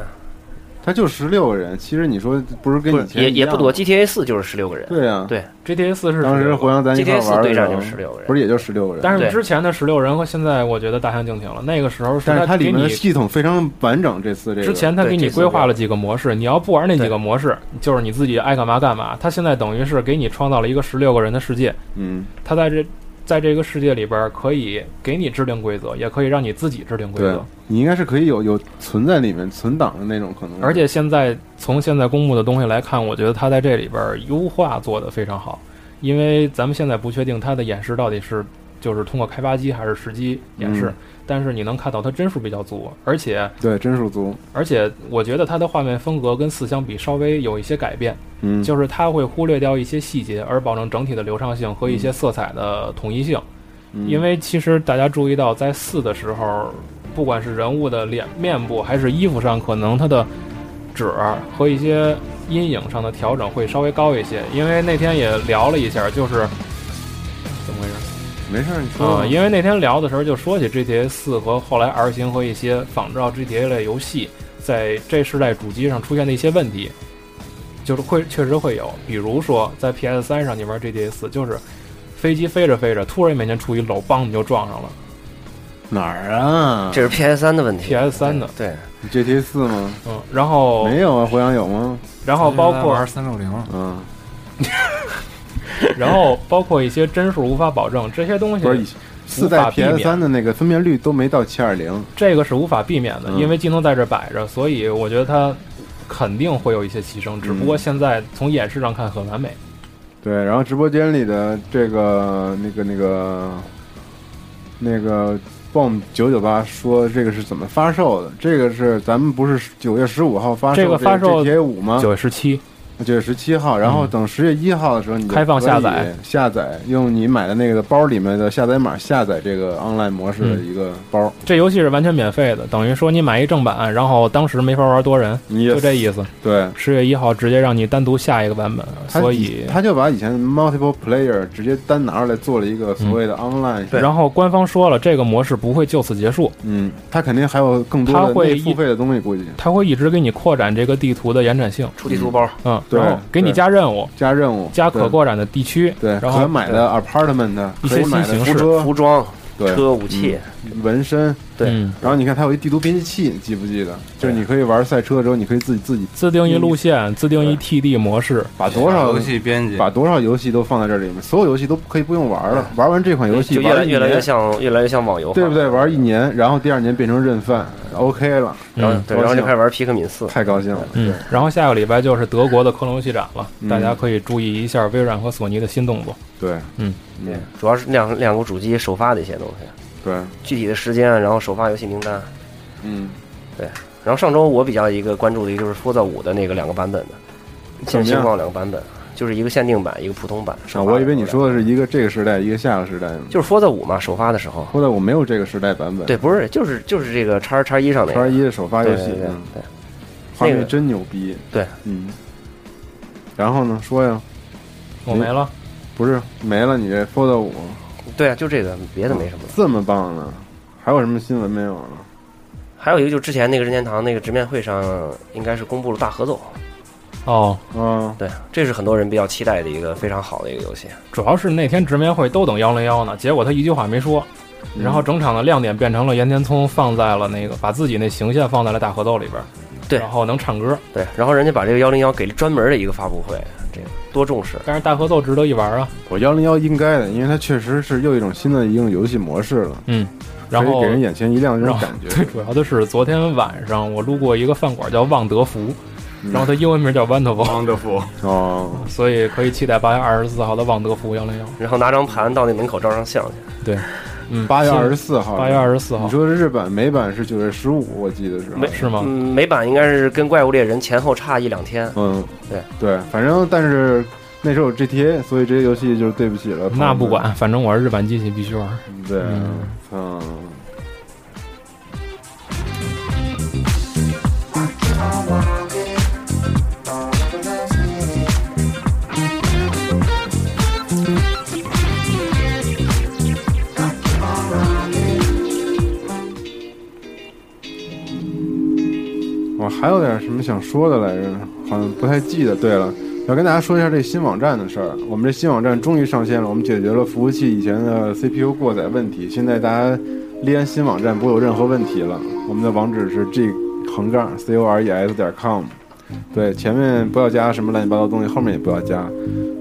C: 它就十六个人。其实你说不是跟嗯以前
E: 也也
C: 一样
E: 不多，GTA 四就是十六个人，
C: 对呀、
E: 对
A: GTA 四是
C: 当时
A: 16个
C: 胡杨咱一块儿
E: GTA 四
C: 玩的
E: 对
C: 时
E: 战
C: 候
E: 就16个人
C: 不是也就十六个人。
A: 但是
E: 对
A: 之前的十六人和现在我觉得大相径庭了。那个时候是
C: 但是
A: 它
C: 它里
A: 给
C: 面
A: 你
C: 的系统非常完整，这次这个
A: 之前他给
E: 对
A: 你
E: 这次
A: 规划
E: 是
A: 了几个模式，你要不玩那几个模式，就是你自己爱干嘛干嘛。他现在等于是给你创造了一个十六个人的世界，
C: 嗯，
A: 他在这在这个世界里边儿可以给你制定规则，也可以让你自己制定规
C: 对
A: 则。，
C: 你应该是可以有有存在里面存档的那种可能，
A: 而且现在从现在公布的东西来看，我觉得他在这里边儿优化做得非常好，因为咱们现在不确定它的演示到底是就是通过开发机还是实机演示，
C: 嗯
A: 但是你能看到它帧数比较足，而且
C: 对帧数足，
A: 而且我觉得它的画面风格跟四相比稍微有一些改变。
C: 嗯，
A: 就是它会忽略掉一些细节，而保证整体的流畅性和一些色彩的统一性。
C: 嗯
A: 因为其实大家注意到，在四的时候，不管是人物的脸面部还是衣服上，可能它的褶儿和一些阴影上的调整会稍微高一些。因为那天也聊了一下，就是怎么回事？
C: 没事儿，你说吧
A: 啊、因为那天聊的时候就说起 GTA 四和后来 R 型和一些仿照 GTA 类游戏在这世代主机上出现的一些问题，就是会确实会有，比如说在 PS 三上你玩 GTA 四，就是飞机飞着飞着，突然面前出一楼，梆你就撞上了
C: 哪儿啊？
E: 这是 PS 三的问题。
A: PS 三的，
E: 对，
C: GTA 四吗？
A: 嗯，然后
C: 没有啊，胡杨有吗？
A: 然后
D: 哎
A: 包括
G: 玩三六零，
C: 嗯，
A: 然后包括一些帧数无法保证这些东
C: 不是以
A: 西，
C: 前四代
A: 无法避免
C: PS 三的那个分辨率都没到七二零，
A: 这个是无法避免的，
C: 嗯
A: 因为技能在这摆着，所以我觉得它肯定会有一些提升，只不
C: 嗯
A: 过现在从演示上看很完美。
C: 对，然后直播间里的这个那个那个那个 bomb 九九八说这个是怎么发售的？这个是咱们不是九月十五号发售
A: 这个发售
C: GTA 五吗？
A: 九月十七，
C: 九月十七号，然后等十月一号的时候你
A: 嗯
C: 就
A: 开放下载
C: 可以下载，用你买的那个包里面的下载码下载这个 online 模式的一个包，
A: 这游戏是完全免费的，等于说你买一正版，然后当时没法玩多人，
C: 你
A: 就这
C: 一
A: 意思。
C: 对。
A: 十月一号直接让你单独下一个版本，
C: 他
A: 所以
C: 他就把以前 multiple player 直接单拿出来做了一个所
A: 嗯
C: 谓的 online，、
A: 然后官方说了，这个模式不会就此结束，
C: 嗯，他肯定还有更多
A: 他
C: 的
A: 会
C: 内付
A: 一
C: 费的东西，估计
A: 它会一直给你扩展这个地图的延展性，
E: 出地图包，
A: 嗯，
C: 对
A: 然后给你
C: 对
A: 加任务、
C: 加任务、
A: 加可
C: 对
A: 扩展的地区，
C: 对，
A: 然
C: 可
A: 后
C: 买的 apartment、
A: 一
C: 可
A: 些
C: 以买
A: 新形
C: 的服
A: 式
C: 装、
E: 服装、
C: 对
E: 车、武器，
C: 纹身，
E: 对
A: 嗯
C: 然后你看它有一地图编辑器，你记不记得？就是你可以玩赛车的时候，你可以自己自己
A: 自定义路线、自定义 TD 模式，
C: 把多少
D: 游戏编辑
C: 把多少游戏都放在这里面，所有游戏都可以不用玩了，玩完这款嗯游戏
E: 就越来
C: 玩一
E: 越来越
C: 年，
E: 像越来越像网游化，
C: 对不对？玩一年，然后第二年变成认贩，OK 了，
E: 然后
A: 嗯
E: 对，然后就开始玩皮克敏四，
C: 太高兴了。
A: 嗯，然后下个礼拜就是德国的科隆游戏展了，
C: 嗯
A: 大家可以注意一下微软和索尼的新动作。
C: 对，
A: 嗯
E: 对，主要是两两个主机首发的一些东西，
C: 对，
E: 具体的时间，啊然后首发游戏名单。
C: 嗯，
E: 然后上周我比较一个关注的，一个就是《Forza 五》的那个两个版本的，
C: 怎
E: 现
C: 么
E: 现
C: 样
E: 况两个版本，就是一个限定版，一个普通版。
C: 啊，
E: 首发
C: 我以为
E: 的
C: 你说的是一个这个时代，一个下个时代呢。
E: 就是《Forza 五》嘛，首发的时候，
C: 后来我没有这个时代版本，
E: 对，不是，就是就是这个叉叉一上那
C: 叉
E: 个，
C: 一的首发
E: 对
C: 游
E: 对
C: 戏，
E: 对
C: 嗯
E: 对，
C: 画
E: 那
C: 面
E: 个
C: 真牛逼。
E: 对，
C: 嗯。然后呢？说呀，
A: 我没了，
C: 不是没了你这 Fold 五
E: 对啊，就这个，别的没什么了。
C: 这么棒呢？还有什么新闻没有了？嗯
E: 还有一个就是之前那个任天堂那个直面会上，应该是公布了大合奏，
A: 哦，
C: 啊，
E: 对，这是很多人比较期待的一个非常好的一个游戏。
A: 主要是那天直面会都等幺零幺呢，结果他一句话没说，
C: 嗯
A: 然后整场的亮点变成了岩田聪放在了那个把自己那形象放在了大合奏里边，
E: 对
A: 然后能唱歌，
E: 对，然后人家把这个幺零幺给了专门的一个发布会，这个多重视。
A: 但是大合奏值得一玩啊，
C: 我幺零幺应该的，因为它确实是又一种新的一种游戏模式了，
A: 嗯，然
C: 可以
A: 后
C: 给人眼前一亮这
A: 然
C: 种
A: 后
C: 感觉。
A: 最主要的是昨天晚上我路过一个饭馆叫旺德福，
C: 嗯
A: 然后它英文名叫 Wonderful，
D: Wonderful，
C: 哦，
A: 所以可以期待八月二十四号的旺德福幺零幺。
E: 然后拿张盘到那门口照张相去。
A: 对，嗯，
C: 八月二十四 号，
A: 八月二十四号
C: 你说日版美版是九月十五，我记得是啊吧
E: 没
A: 是吗？
E: 嗯，美版应该是跟《怪物猎人》前后差一两天。
C: 嗯，
E: 对
C: 对，反正但是那时候有 GTA，所以这些游戏就是对不起了。
A: 那不管，反正我是日版机器，必须玩。
C: 朋友们，对，嗯。我还有点什么想说的来着，好像不太记得。对了，要跟大家说一下这新网站的事儿。我们这新网站终于上线了，我们解决了服务器以前的 CPU 过载问题，现在大家连 E 新网站不会有任何问题了。我们的网址是 g 横杠 c o r e s 点 com，对，前面不要加什么乱七八糟东西，后面也不要加，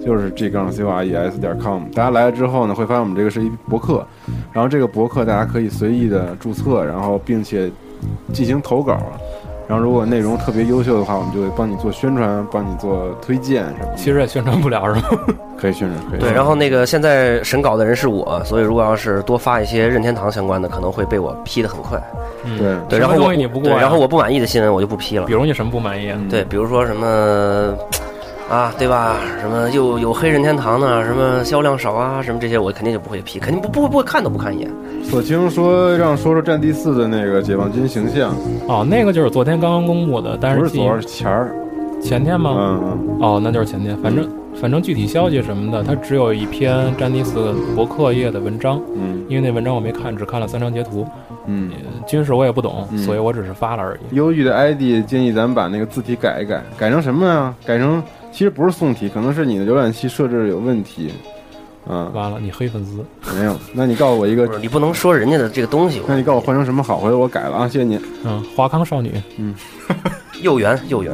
C: 就是 g 杠 c o r e s 点 com。大家来了之后呢，会发现我们这个是一博客，然后这个博客大家可以随意的注册，然后并且进行投稿。啊然后，如果内容特别优秀的话，我们就会帮你做宣传，帮你做推荐什么的。
A: 其实也宣传不了是吧？
C: 可以宣传，可以宣传。
E: 对，然后那个现在审稿的人是我，所以如果要是多发一些任天堂相关的，可能会被我批的很快。
C: 对
A: 什
E: 对，然
A: 么
E: 后
A: 东
E: 我
A: 西你不过
E: 对
A: 呀
E: 然后我不满意的新闻我就不批了
A: 比。如你什么不满意啊？
C: 嗯
E: 对，比如说什么啊，对吧？什么又有黑任天堂呢？什么销量少啊？什么这些我肯定就不会批，肯定不不会不会看都不看一眼。
C: 索清说让说说《战地四》的那个解放军形象，
A: 哦，那个就是昨天刚刚公布的，但
C: 不
A: 是
C: 是
A: 具
C: 昨儿前儿，
A: 前天吗？
C: 嗯，
A: 哦，那就是前天，反正反正具体消息什么的，它只有一篇《战地四》博客页的文章，
C: 嗯
A: 因为那文章我没看，只看了三张截图，
C: 嗯
A: 呃军事我也不懂，
C: 嗯
A: 所以我只是发了而已。
C: 忧郁的 ID 建议咱们把那个字体改一改，改成什么呀？改成其实不是宋体，可能是你的浏览器设置有问题。嗯，
A: 完了，你黑粉丝，
C: 没有，那你告诉我一个
E: 不，是，你不能说人家的这个东西。
C: 那你告诉我换成什么好，回头我改了啊，谢谢您。
A: 嗯，华康少女，
E: 幼园幼园，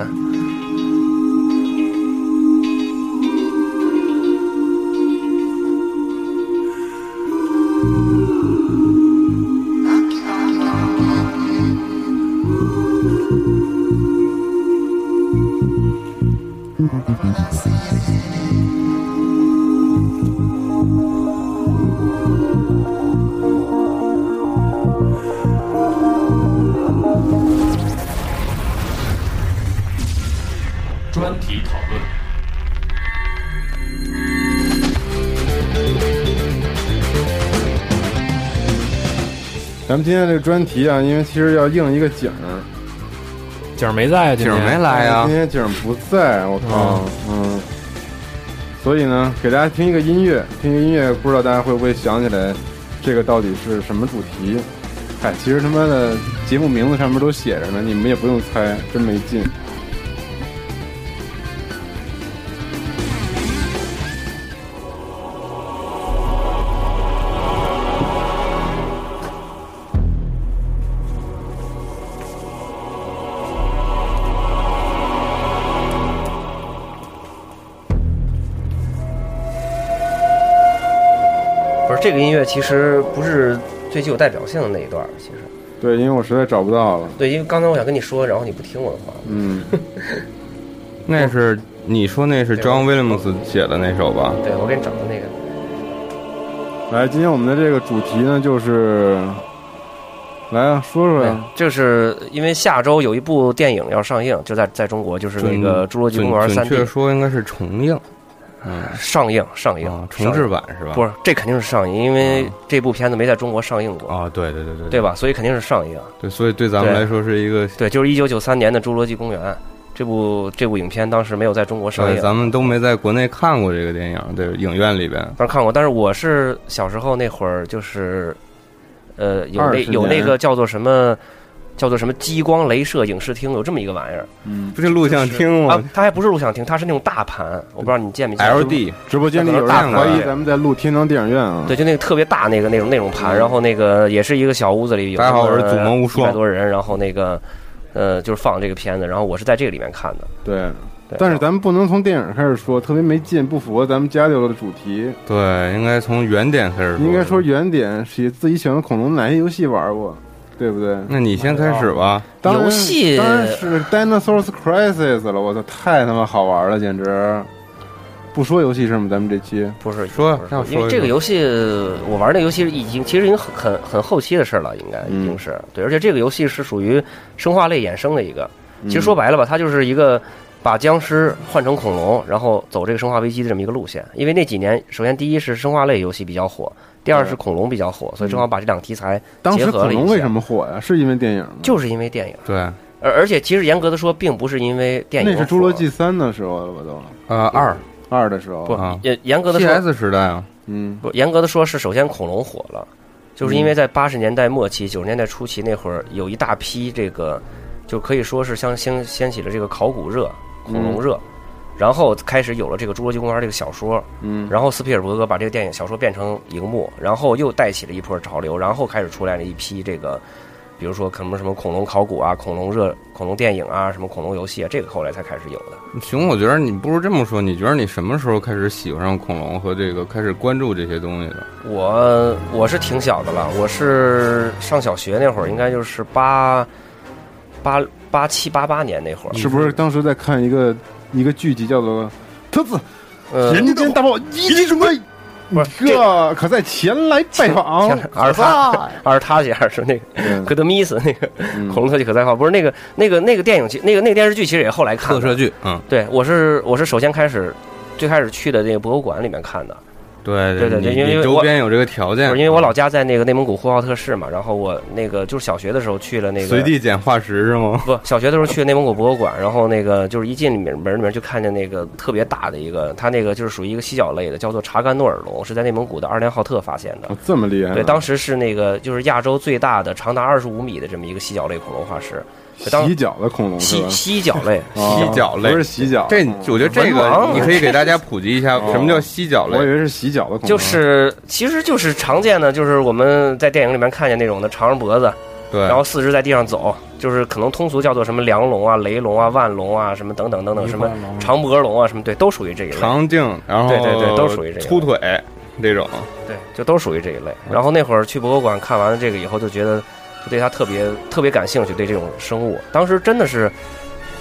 F: 专题讨论。
C: 咱们今天这个专题啊，因为其实要应一个景儿，
A: 景儿没在啊，今
D: 景
A: 天
D: 儿没来呀
C: 今，天景儿不在，我靠，哎嗯，所以呢，给大家听一个音乐，听一个音乐，不知道大家会不会想起来，这个到底是什么主题？哎，其实他妈的节目名字上面都写着呢，你们也不用猜，真没劲。
E: 不是这个音乐其实不是最具有代表性的那一段儿，其实
C: 对，因为我实在找不到了。
E: 对，因为刚才我想跟你说，然后你不听我的话。
C: 嗯，
D: 那是你说那是 John Williams 写的那首吧？
E: 对，我给你找的那个，
C: 来，今天我们的这个主题呢，就是来啊，说说呀、
E: 对，嗯就是因为下周有一部电影要上映，就在在中国，就是那个《侏罗纪
D: 准
E: 公园
D: 准
E: 三 D
D: 确》说应该是重映，嗯，
E: 上映上映
D: 啊，，重
E: 上
D: 制
E: 映
D: 版是吧？
E: 不是，这肯定是上映，因为
D: 嗯
E: 这部片子没在中国上映过，
D: 啊，对对对对
E: 对吧？所以肯定是上映。
D: 对，所以对咱们
E: 对
D: 来说是一个，
E: 对，就是一九九三年的《侏罗纪公园》这部这部影片，当时没有在中国上
D: 对，
E: 映。
D: 呃咱们都没在国内看过这个电影，对，影院里边，
E: 当时看过，但是我是小时候那会儿，就是，呃，有那
C: 20年
E: 有那个叫做什么，叫做什么激光镭射影视厅，有这么一个玩意儿
C: 嗯，
D: 不就录像厅
E: 啊
D: 吗，
E: 它还不是录像厅，它是那种大盘，我不知道你见没见过。
D: ？LD
C: 直播间里有人
D: 大
C: 怀
D: 款
C: 疑咱们在录天堂电影院啊。
E: 对，就那个特别大那个那种那种盘，然后那个也是一个小屋子里有
D: 大家好我是祖萌无双
E: 百多人，然后那个呃就是放这个片子，然后我是在这个里面看的。
C: 对，
E: 对啊
C: 但是咱们不能从电影开始说，特别没劲，不符合咱们家里头的主题。
D: 对，应该从原点开始说。
C: 应该说，原点是自己喜欢的恐龙哪些游戏玩过，对不对？
D: 那你先开始
E: 哦
D: 吧。
C: 当然
E: 游戏
C: 当然是 Dinosaurs Crisis 了，我操，太他妈好玩了，简直！不说游戏是吗？咱们这期
E: 不是
D: 说
E: 不是
D: 要说
E: 因为
D: 一
E: 这个
D: 说
E: 游戏我玩那游戏已经其实已经很很很后期的事儿了，应该已经是、对，而且这个游戏是属于生化类衍生的一个，
C: 嗯
E: 其实说白了吧，它就是一个把僵尸换成恐龙，然后走这个生化危机的这么一个路线。因为那几年，首先第一是生化类游戏比较火，第二是恐龙比较火，所以正好把这两个题材
C: 嗯当
E: 结
C: 时
E: 合
C: 恐
E: 了一
C: 龙为
E: 下
C: 什。么火呀？是因为电影吗？
E: 就是因为电影，
D: 对，
E: 而而且其实严格的说，并不是因为电影
C: 那
E: 火。
C: 是《侏罗纪三》的时候了吧？都
D: 呃，二
C: 二的时候
E: 不
D: 啊
E: 也严格的说，
D: PS 时代啊，
C: 嗯
E: 不，严格的说是首先恐龙火了，就是因为在八十年代末期、九十年代初期那会儿，有一大批这个，就可以说是像掀掀起了这个考古热、恐龙热，然后开始有了这个《侏罗纪公园》这个小说，
C: 嗯，
E: 然后斯皮尔伯格把这个电影小说变成荧幕，然后又带起了一波潮流，然后开始出来了一批这个，比如说可能什么恐龙考古啊、恐龙热、恐龙电影啊、什么恐龙游戏啊，这个后来才开始有的。
D: 行，我觉得你不如这么说，你觉得你什么时候开始喜欢上恐龙和这个开始关注这些东西的？
E: 我我是挺小的了，我是上小学那会儿，应该就是八八八七八八年那会儿，
C: 是不是当时在看一个一个剧集叫做《特子
E: 呃，
C: 人间大炮一级准备》？
E: 不是
C: 这可在前来拜访
E: 前前来而他阿尔塔姐还是那个
C: 嗯
E: 奎德米斯那个
C: 嗯
E: 恐龙特技可赛化，不是那个那个那个电影其，那个那个电视剧，其实也后来看
D: 特
E: 的。
D: 摄剧，嗯，
E: 对，我是我是首先开始最开始去的那个博物馆里面看的，
D: 对
E: 对对对因为
D: 你你周边有这个条件啊
E: 不，是因为我老家在那个内蒙古呼和浩特市嘛，然后我那个就是小学的时候去了那个
D: 随地捡化石是吗？
E: 不，小学的时候去内蒙古博物馆，然后那个就是一进门门里面就看见那个特别大的一个，它那个就是属于一个犀角类的，叫做查干诺尔龙，是在内蒙古的阿尔良浩特发现的
C: 哦。这么厉害啊？
E: 对，当时是那个就是亚洲最大的，长达二十五米的这么一个犀角类恐龙化石，当
C: 洗脚的恐龙是
E: 犀
C: 吧？
E: 犀角类。
C: 啊
D: 洗脚类
C: 不是洗脚，
D: 这
C: 嗯
D: 我觉得这
E: 文
D: 个
E: 盲
D: 你可以给大家普及一下，什么叫犀角
C: 我以
D: 类？
C: 为是洗脚的恐龙，
E: 就是， 其实就是常见的，就是我们在电影里面看见那种的长着脖子，
D: 对
E: 然，后四肢在地上走，就是可能通俗叫做什么梁龙啊、雷龙啊、腕龙啊，什么等等等等，什么长脖龙啊，什么对，都属于这一类。
D: 长颈，然后
E: 对对对都属于这个
D: 粗腿这种，
E: 对，就都属于这一类。然后那会儿去博物馆看完了这个以后，就觉得就对它特别特别感兴趣，对这种生物，当时真的是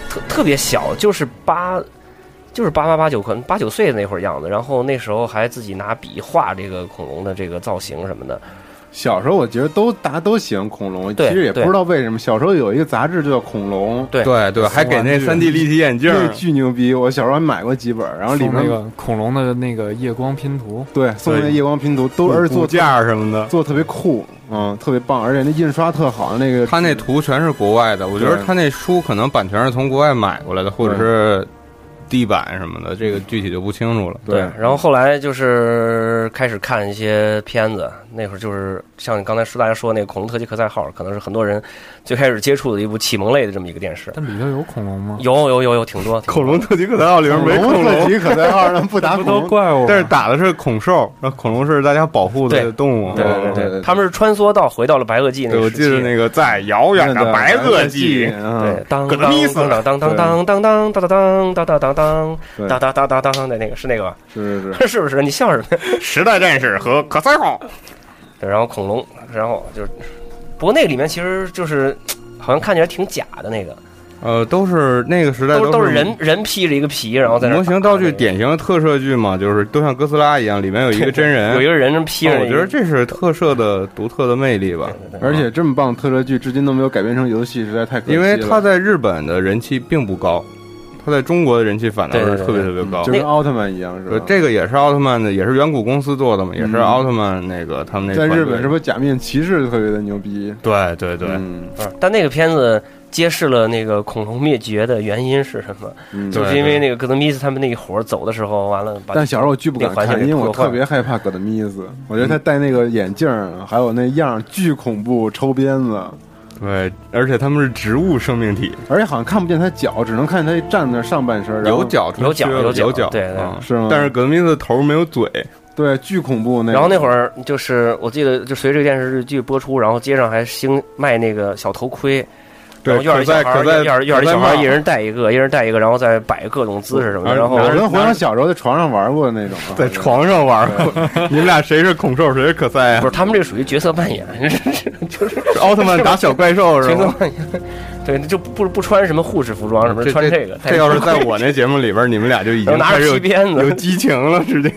E: 特特别小，就是八就是八八八九可能八九岁的那会儿样子。然后那时候还自己拿笔画这个恐龙的这个造型什么的。
C: 小时候我觉得都大家都喜欢恐龙，其
E: 对
C: 实也不
E: 对
C: 知道为什么。小时候有一个杂志就叫《恐龙》，
E: 对
D: 对对，还给那三 D 立体眼镜儿，
C: 那巨牛逼！我小时候还买过几本，然后里
G: 送那
C: 面
G: 个恐龙的那个夜光拼图，
C: 对送那
D: 对
C: 夜光拼图都
D: 骨
C: 是做
D: 骨架儿什么的。
C: 做特别酷，嗯，特别棒，而且那印刷特好，那个
D: 他那图全是国外的，我觉得
C: 对
D: 他那书可能版权是从国外买过来的，或者
C: 对
D: 是地板什么的，这个具体就不清楚了。
C: 对
E: 然后后来就是开始看一些片子，那会儿就是像你刚才说大家说那个《恐龙特技可赛号》，可能是很多人最开始接触的一部启蒙类的这么一个电视。
G: 但里头有恐龙吗？
E: 有有有有，挺多。挺多
D: 恐龙特级可赛号里面没恐
C: 恐
D: 龙
C: 特，级可赛号上 不打
A: 不
C: 恐
A: 都
C: 龙，
A: 怪物吗？
D: 但是打的是恐兽，然后恐龙是大家保护的
E: 对
D: 动物。
E: 对
C: 哦
E: 对对
C: 对对
E: 对，他们是穿梭到回到了白垩纪那
D: 对，
E: 个
D: 我
E: 时
D: 记得
E: 期
D: 那个在遥远的白垩纪，
C: 嗯
E: 对，当
D: 咯
E: 当
D: 噔咪死
E: 当当当当当当当当当当当当当
C: 对
E: 当当当当当当的那个是那个吧？
C: 是是是，
E: 是不是？你笑什么？
D: 时代战士和可赛号。
E: 对然后恐龙，然后就是，不过那个里面其实就是好像看起来挺假的那个，
D: 呃，都是那个时代
E: 都是都
D: 是
E: 是人人披着一个皮，然后在那
D: 模
E: 儿
D: 型
E: 打
D: 道具
E: 那个
D: 典型的特摄剧嘛，就是都像哥斯拉一样，里面有一个真人。
E: 有一个人披着
D: 啊
E: 一个，
D: 我觉得这是特摄的独特的魅力吧，
C: 而且这么棒的特摄剧至今都没有改编成游戏，实在太可惜了。
D: 因为它在日本的人气并不高，它在中国的人气反倒
E: 对
D: 是
E: 对对嗯
D: 特别特别高
C: 就。跟奥特曼一样，是
D: 呃
C: 吧？
D: 这个也是奥特曼的，也是远古公司做的嘛，也是
C: 嗯
D: 奥特曼那个他们那
C: 在
D: 团
C: 日
D: 队
C: 本是不是假面骑士特别的牛逼？
D: 对对对，
C: 嗯
E: 嗯但那个片子揭示了那个恐龙灭绝的原因是什么？
C: 嗯，
E: 就是因为那个格德米斯他们那一伙儿走的时候，完了把
C: 但小时候我巨不敢
E: 那环境
C: 看，
E: 给
C: 因为我
E: 破坏嗯
C: 特别害怕葛德米斯。我觉得他戴那个眼镜儿，还有那样儿巨恐怖，抽鞭子，
D: 对，而且他们是植物生命体，
C: 而且好像看不见他脚，只能看见他站那上半身。然后
D: 有，脚
E: 有脚
D: 有
E: 有脚
D: 脚，
E: 对对
D: 嗯
C: 是吗
D: 但是格明的头没有嘴，
C: 对，巨恐怖那。
E: 然后那会，儿就是我记得，就随着这个电视剧播出，然后街上还兴卖那个小头盔，
D: 对，
E: 然后院
D: 可
E: 里小
D: 在
E: 孩
D: 可
E: 儿，
D: 在
E: 院儿院
D: 可
E: 儿里
D: 在
E: 小孩儿
D: 骂
E: 一人戴一个，一人戴一个，然后再摆各种姿势什么的，
D: 而
E: 然后
C: 哦我能回想小时候在床上玩过那种，啊
D: 在
E: 嗯
D: 床上玩过， 你们俩谁是恐兽，谁是可赛
E: 不
D: 啊？
E: 是他们这属于角色扮演，
D: 是奥特曼打小怪兽是
E: 角色
D: 吗？
E: 扮演，对，就不不穿什么护士服装什么，穿
D: 这
E: 个。
D: 这要是在我那节目里边，你们俩就已
E: 然
D: 经
E: 后拿
D: 开
E: 着
D: 始有
E: 皮鞭
D: 有
E: 子，
D: 激情了， 直接。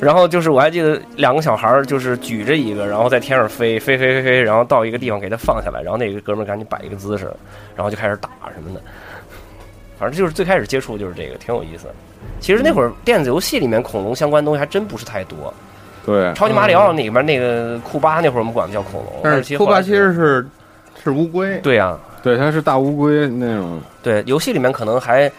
E: 然后就是我还记得两个小孩儿就是举着一个，然后在天上飞飞飞飞飞，然后到一个地方给他放下来，然后那个哥们儿赶紧摆一个姿势，然后就开始打什么的。反正就是最开始接触就是这个，挺有意思。其实那会儿电子游戏里面恐龙相关东西还真不是太多，
C: 对，
E: 超级马里奥里面那个库巴那会儿我们管它叫恐龙，
D: 嗯但
E: 其
D: 是
E: 实
D: 库
E: 后来
D: 巴其实是是乌龟，
E: 对呀、啊
C: 对，它是大乌龟那种，
E: 对，游戏里面可能还，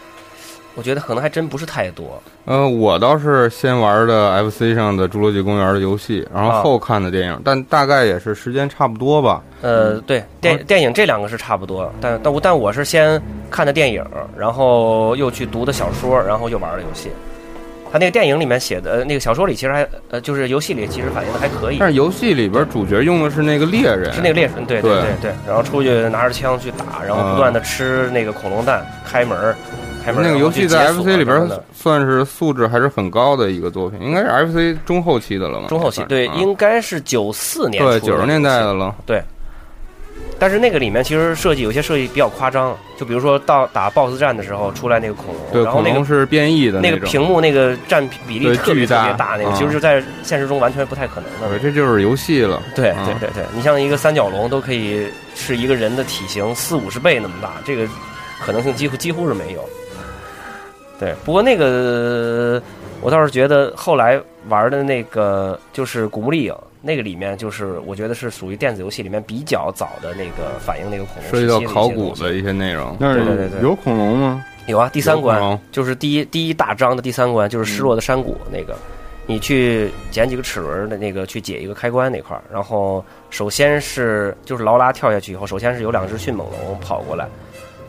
E: 我觉得可能还真不是太多。
D: 呃，我倒是先玩的 FC 上的《侏罗纪公园》的游戏，然
E: 啊
D: 后后看的电影，但大概也是时间差不多吧。
E: 呃，对，电电影这两个是差不多，但但我但我是先看的电影，然后又去读的小说，然后又玩的游戏。他那个电影里面写的，呃那个小说里其实还，呃，就是游戏里其实反映的还可以，
D: 但是游戏里边主角用的是那个猎人，
E: 是那个猎人，对对
D: 对嗯
E: 对对，然后出去拿着枪去打，然后不断的吃那个恐龙蛋，开门儿，开门儿。
D: 那个
E: 然后
D: 游
E: 去
D: 戏
E: 解
D: 在
E: 锁
D: FC 里
E: 什么
D: 边
E: 的
D: 算是素质还是很高的一个作品，应该是 FC 中后期的了吧？
E: 中后期，
D: 反正
E: 对，
D: 啊
E: 应该是九四年
D: 对
E: 出的
D: 九十年代的了。
E: 但是那个里面其实设计有些设计比较夸张，就比如说到打 BOSS 战的时候出来那个恐龙，
D: 对，
E: 然后
D: 恐
E: 那
D: 龙
E: 个
D: 是变异的
E: 那
D: 种。
E: 个屏幕那个占比例
D: 对
E: 特
D: 巨
E: 别特
D: 大
E: 别大，嗯那个
D: 啊
E: 其实就在现实中完全不太可能
D: 对，
E: 的。嗯
D: 这就是游戏了。
E: 对
D: 啊
E: 对对对，你像一个三角龙都可以是一个人的体型四五十倍那么大，这个可能性几乎几乎是没有。对，不过那个我倒是觉得后来玩的那个就是《古墓丽影》，那个里面就是我觉得是属于电子游戏里面比较早的那个反映那个恐龙
D: 涉及
E: 时期
D: 到
E: 的一些
D: 考古
E: 东西
D: 的一些内容。
C: 那
E: 对对对
C: 是有恐龙吗？
E: 有啊，第三
D: 有恐
E: 关
D: 龙
E: 就是第一第一大章的第三关，就是失落的山谷那个，你去捡几个齿轮的那个去解一个开关那块儿，然后首先是就是劳拉跳下去以后，首先是有两只迅猛龙跑过来，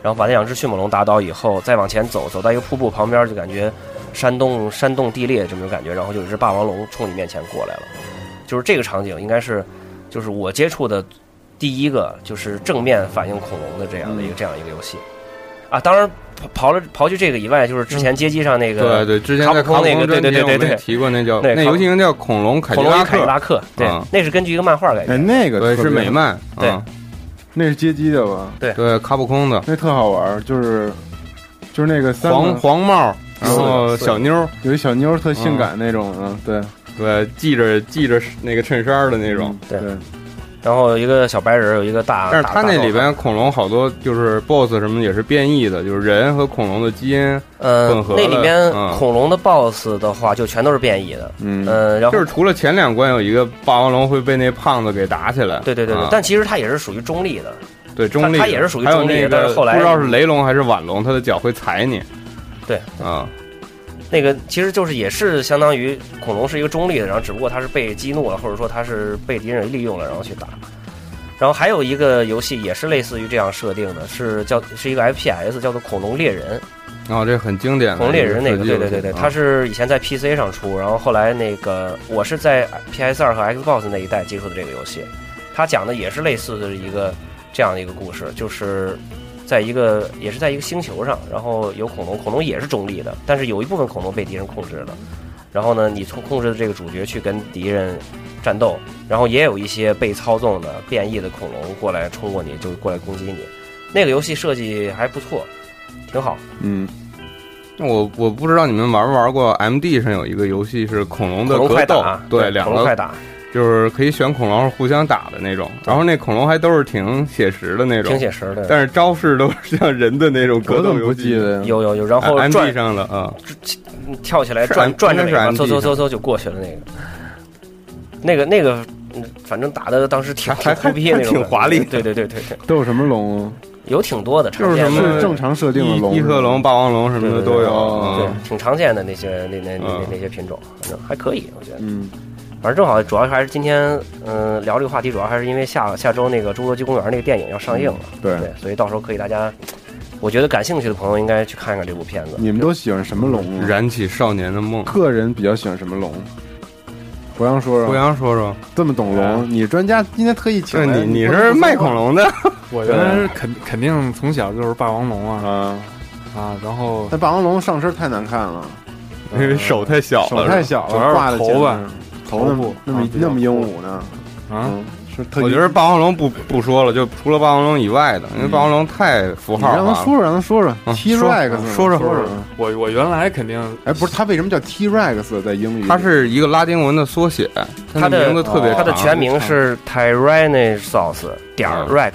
E: 然后把那两只迅猛龙打倒以后，再往前走，走到一个瀑布旁边就感觉山洞山洞地裂这么种感觉，然后就有一只霸王龙冲你面前过来了，就是这个场景应该是就是我接触的第一个就是正面反映恐龙的这样的一个、这样一个游戏啊，当然刨刨了刨去这个以外，就是之前街机上那
D: 对
E: 个
D: 对，之前在
E: 考古
D: 考古
E: 那个
D: 专
E: 对对
D: 题
E: 对
D: 我们
E: 对
D: 也
E: 对
D: 提过，那叫
E: 那
D: 那
E: 考
D: 游戏名叫《恐龙凯迪
E: 恐龙与
D: 拉
E: 凯
D: 克
E: 迪》，拉克，对
D: 嗯，
E: 那是根据一个漫画改
C: 哎，
E: 编，
C: 那个
D: 对，
C: 特
D: 是
C: 别
D: 美，漫，
E: 对
D: 嗯
C: 那是街机的吧？
D: 对，卡普空的
C: 那特好玩儿，就是就是那个三个
D: 黄黄帽，然
E: 四个
D: 后
E: 四个
D: 小妞儿，
C: 有一小妞儿特性感那种，嗯，对嗯
D: 对，系着系着那个衬衫的那种。
E: 对
C: 对，
E: 然后有一个小白人，有一个大，
D: 但是
E: 大
D: 它
E: 大
D: 那
E: 壮
D: 里边恐龙好多就是 BOSS 什么也是变异的，就是人和恐龙的基因，
E: 呃
D: 混合，
E: 那里
D: 了
E: 面
D: 嗯
E: 恐龙的 BOSS 的话，就全都是变异的。
C: 嗯，
E: 呃，然后
D: 就是除了前两关有一个霸王龙会被那胖子给打起来，
E: 对对对对
D: 啊，
E: 但其实它也是属于中立的。
D: 对中立的，
E: 它它也是属于
D: 还有
E: 中立的
D: 那
E: 但
D: 个
E: 是后来
D: 不知道是雷龙还是腕龙，它的脚会踩你。
E: 对
D: 啊，
E: 那个其实就是也是相当于恐龙是一个中立的，然后只不过它是被激怒了，或者说它是被敌人利用了，然后去打。然后还有一个游戏也是类似于这样设定的，是叫是一个 FPS 叫做《恐龙猎人》。
D: 然后这很经典的
E: 恐龙猎人那
D: 一
E: 个，
D: 设计
E: 对对对对，
D: 啊
E: 它是以前在 PC 上出，然后后来那个我是在 PS 二和 Xbox 那一代接触的这个游戏，它讲的也是类似的一个这样的一个故事，就是在一个也是在一个星球上，然后有恐龙，恐龙也是中立的，但是有一部分恐龙被敌人控制了，然后呢，你从控制的这个主角去跟敌人战斗，然后也有一些被操纵的变异的恐龙过来冲过你，就过来攻击你，那个游戏设计还不错，挺好。
C: 嗯，
D: 我我不知道你们玩没玩过，MD 上有一个游戏是恐龙的
E: 恐龙
D: 格
E: 快
D: 斗
E: 打，，
D: 对，两
E: 恐龙快
D: 个
E: 打，
D: 就是可以选恐龙互相打的那种，然后那恐龙还都是挺写实的那种
E: 挺，写实的。
D: 但是招式都是像人的那种
C: 我
D: 格
C: 怎
D: 斗
C: 么不
D: 游戏
C: 记。得呀？
E: 有有有，然后
D: MD
E: 转
D: 上的啊，
E: 跳起来
D: 是
E: 转
D: M-
E: 转着尾
D: 应该
E: 巴，
D: 是
E: 嗖
D: MD
E: 嗖嗖嗖就过去了那个。那个那个，嗯反正打的当时挺
D: 还
E: 挺
D: 还
E: 酷毙那种，
D: 挺华丽的
E: 对对对对对，
C: 都有什么龙啊？
E: 有挺多的常
D: 就是
E: 见
D: 什
E: 的，
D: 么
C: 是正常设定的龙，
D: 异异特龙、霸王龙什么的都
E: 对对对哦
D: 有。
C: 对
D: 啊
E: 对，挺常见的那些那那那那
D: 嗯
E: 那些品种，反正还可以，我觉得。
C: 嗯，
E: 反正正好，主要还是今天嗯聊这个话题，主要还是因为下下周那个《侏罗纪公园》那个电影要上映了，
C: 对，
E: 对，所以到时候可以大家，我觉得感兴趣的朋友应该去看看这部片子。
C: 你们都喜欢什么龙啊？
D: 燃起少年的梦。
C: 个人比较喜欢什么龙？胡杨说
D: 胡
C: 说，
D: 杨说说，
C: 这么懂龙，你专家今天特意请
D: 对
C: 来
D: 你你
C: 不能
D: 是
C: 不说
D: 卖恐龙的，
G: 我原来是肯肯定从小就是霸王龙啊
C: 啊？
G: 啊，然后
C: 那霸王龙上身太难看了，
D: 因为手太小了，
C: 手太小
G: 主要
C: 了，
G: 是
C: 挂在
G: 头
C: 前面
G: 吧，
C: 头那
G: 头
C: 么
G: 部
C: 那么
G: 啊比较
C: 那么鹦鹉呢？
G: 啊
C: 嗯，是特
D: 我觉得霸王龙不不说了，就除了霸王龙以外的，因为霸王龙太符
C: 你
D: 号
C: 让他
D: 化
C: 说
D: 了。
C: 说，让他说说
D: 嗯
C: T Rex，
D: 说说
C: 说
D: 说
C: 说。
G: 我我原来肯定
C: 哎，不是，它为什么叫 T Rex 在英语？
D: 它是一个拉丁文的缩写，它
E: 它的
D: 名字特别长。
E: 它的全名是 Tyrannosaurus 点儿
D: 嗯
E: Rex，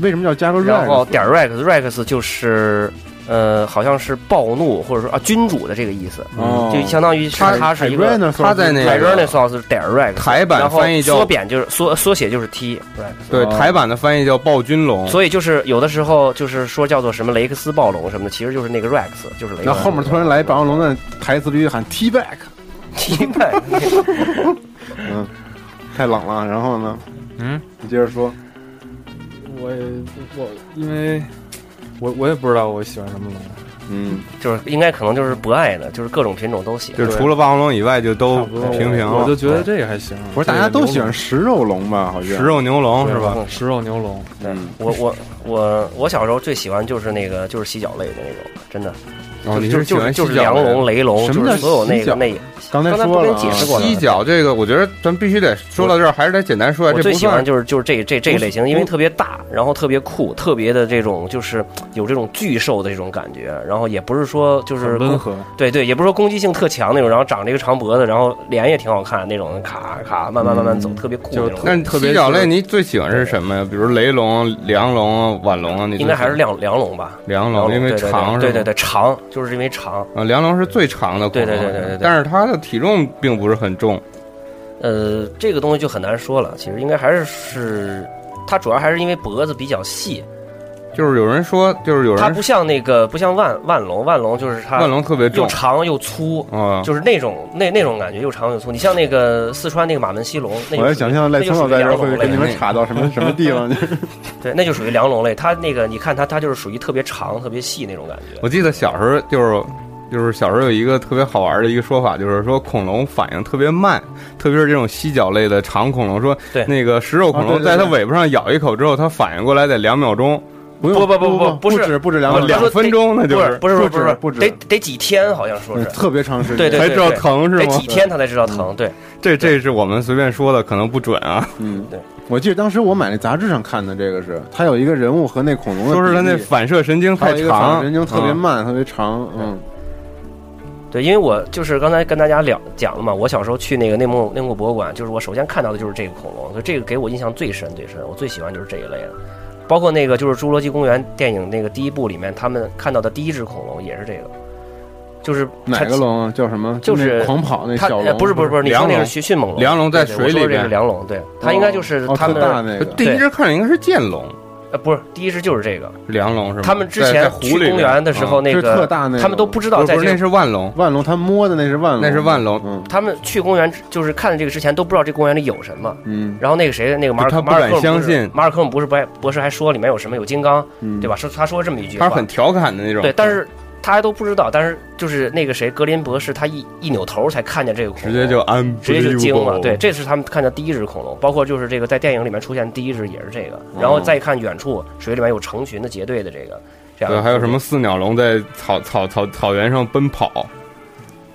C: 为什么叫加个哦 Rex？
E: 然后点儿 Rex，Rex 就是呃，好像是暴怒或者说啊君主的这个意思，
C: 哦
E: 就相当于是它是一个
C: Tyrannosaurus
D: 它在那个
E: Tyrannosaurus 点儿 Rex，
D: 台版
E: 然后
D: 翻译
E: 缩
D: 叫
E: 扁就是缩缩写就是 T Rex，
D: 对
C: 哦
D: 台版的翻译叫暴君龙，
E: 所以就是有的时候就是说叫做什么雷克斯暴龙什么的，其实就是那个 Rex，就是雷克斯。
C: 那后面 突然来霸王龙的台词里喊 T back，
E: T Rex，
C: 嗯，太冷了。然后呢？
G: 嗯，
C: 你接着说。
G: 我我因为我我也不知道我喜欢什么龙，
C: 嗯，
E: 就是应该可能就是博爱的，就是各种品种都喜欢。
D: 就是除了霸王龙以外就都
G: 差不多
D: 哦平平
G: 我
D: 了
G: 就。觉得这个还行。
C: 不是，大家都喜欢食肉龙吧？好像
D: 食肉牛龙
G: 对
D: 是吧？
E: 嗯
G: 食肉牛龙，
C: 嗯，
E: 我我我我小时候最喜欢就是那个就是洗脚类的那种，真的。
D: 哦，你
E: 就是
D: 喜
E: 就是
D: 欢
E: 就是
D: 犀角
E: 梁
D: 的
E: 龙、雷龙，
C: 什
E: 就
C: 么
E: 是
C: 叫
E: 所有那
C: 犀
E: 个
C: 角
E: 那个。
C: 刚才
E: 刚才
C: 说
E: 不
C: 了
E: 跟
C: 啊
E: 解释过
D: 犀角这个，我觉得咱必须得说到这儿，还是得简单说一下。
E: 我
D: 这
E: 最
D: 不
E: 喜欢
D: 算
E: 就是就是这这这一类型，
D: 不
E: 因为特别大，然后特别酷，特别的这种就是有这种巨兽的这种感觉，然后也不是说就是
G: 很温和，
E: 对对，也不是说攻击性特强那种，然后长着一个长脖子，然后脸也挺好看那种，咔咔慢慢慢慢走，
D: 嗯
E: 特别酷
G: 就
E: 那
G: 特
E: 种。
D: 那犀角类，你最喜欢是什么呀？比如雷龙、梁龙、腕龙啊，你最
E: 应该
D: 喜欢
E: 还是梁梁龙吧，
D: 梁
E: 梁
D: 龙，哦因为
E: 对对
D: 长
E: 对
D: 是吧
E: 对对对长，就是因为长。
D: 啊，梁龙是最长的恐龙，
E: 对对对对对对
D: 但是它的体重并不是很重，
E: 呃，这个东西就很难说了，其实应该还是是它主要还是因为脖子比较细，
D: 就是有人说，就是有
E: 它
D: 人
E: 不像那个不像万万龙，万龙就是它
D: 万龙特别
E: 又
D: 重
E: 长又粗，
D: 啊，
E: 就是那种那那种感觉又长又粗。你像那个四川那个马门溪龙，那就
C: 我在
E: 属于
C: 想象赖聪老在这儿会跟你们
D: 那
C: 查到什么什么地 方去。
E: 对，那就属于梁龙类。它那个你看它，它就是属于特别长、特别细那种感觉。
D: 我记得小时候就是。就是小时候有一个特别好玩的一个说法，就是说恐龙反应特别慢，特别是这种犀角类的长恐龙，说
E: 对
D: 那个食肉恐
C: 啊
D: 龙
C: 对对
D: 在它
C: 对
D: 尾巴上咬一口之后，它反应过来得两秒钟，
C: 不用
E: 不不不
C: 不
E: 不不是啊
C: 止不止两
E: 我
C: 秒
E: 他
D: 两
E: 说
D: 分
E: 这
D: 钟那就
E: 不是
C: 不
E: 不是不
C: 止
E: 是不是
C: 不止
E: 得得几天好像说
C: 嗯
E: 是，
C: 特别长时间。
E: 对对
D: 才知道疼
E: 得
D: 是吗
E: 几？天他才知道疼。对，
D: 这这是我们随便说的，可能不准啊。
C: 嗯，
E: 对。
C: 我记得当时我买那杂志上看的这个是，它有一个人物和那恐龙的比例，
D: 说是它那反射神经太
C: 还有一个反
D: 长，
C: 射神经
E: 啊
C: 特别
D: 嗯
C: 慢，特别长。嗯，
E: 对，因为我就是刚才跟大家聊讲了嘛，我小时候去那个内蒙内蒙古博物馆，就是我首先看到的就是这个恐龙，所以这个给我印象最深最深，我最喜欢就是这一类的。包括那个就是《侏罗纪公园》电影那个第一部里面，他们看到的第一只恐龙也是这个，就是
C: 哪
E: 它
C: 个龙啊叫什么？
E: 就是
C: 那狂跑那
E: 它
C: 小
E: 呃
C: 龙，
E: 不是不是不是，你说
D: 梁
E: 那
D: 龙
E: 是迅迅猛龙，
D: 梁龙在
E: 对
D: 水
E: 我说
D: 里
E: 这
D: 边
E: 是梁龙，对，它应该就是
C: 哦
E: 他们
C: 特大那个
D: 第一只看着应该是剑龙，
E: 呃不是第一只就是这个，
D: 梁龙是吗？
E: 他们之
D: 在在
E: 前
D: 湖
E: 去
D: 里边
E: 公园的时候
D: 嗯
E: 那
C: 是特
E: 个
C: 大那个，
E: 他们都不知
D: 不
E: 道
D: 是
E: 在
D: 不
E: 这
D: 是那是万龙，
C: 万龙，他摸的那是万龙，
D: 那是万龙
C: 嗯
E: 他们去公园之就是看的这个之前都不知道这公园里有什么。
C: 嗯
E: 然后那个谁，那个马尔
D: 就他不
E: 马尔
D: 敢
E: 科姆
D: 相
E: 不是
D: 信
E: 马尔科姆不是博博士还说里面有什么有金刚，
C: 嗯，
E: 对吧？？说他说这么一句
D: 他
E: 话，
D: 是很调侃的那种。
E: 对，但是大家都不知道，但是就是那个谁格林博士，他一一扭头才看见这个恐
D: 直
E: 龙，
D: 接就安，
E: 直接就惊了。对，，这是他们看到第一只恐龙，包括就是这个在电影里面出现第一只也是这个，然后再看远处水里面有成群的结队的这个，这样
D: 对，还有什么四鸟龙在草草草草原上奔跑，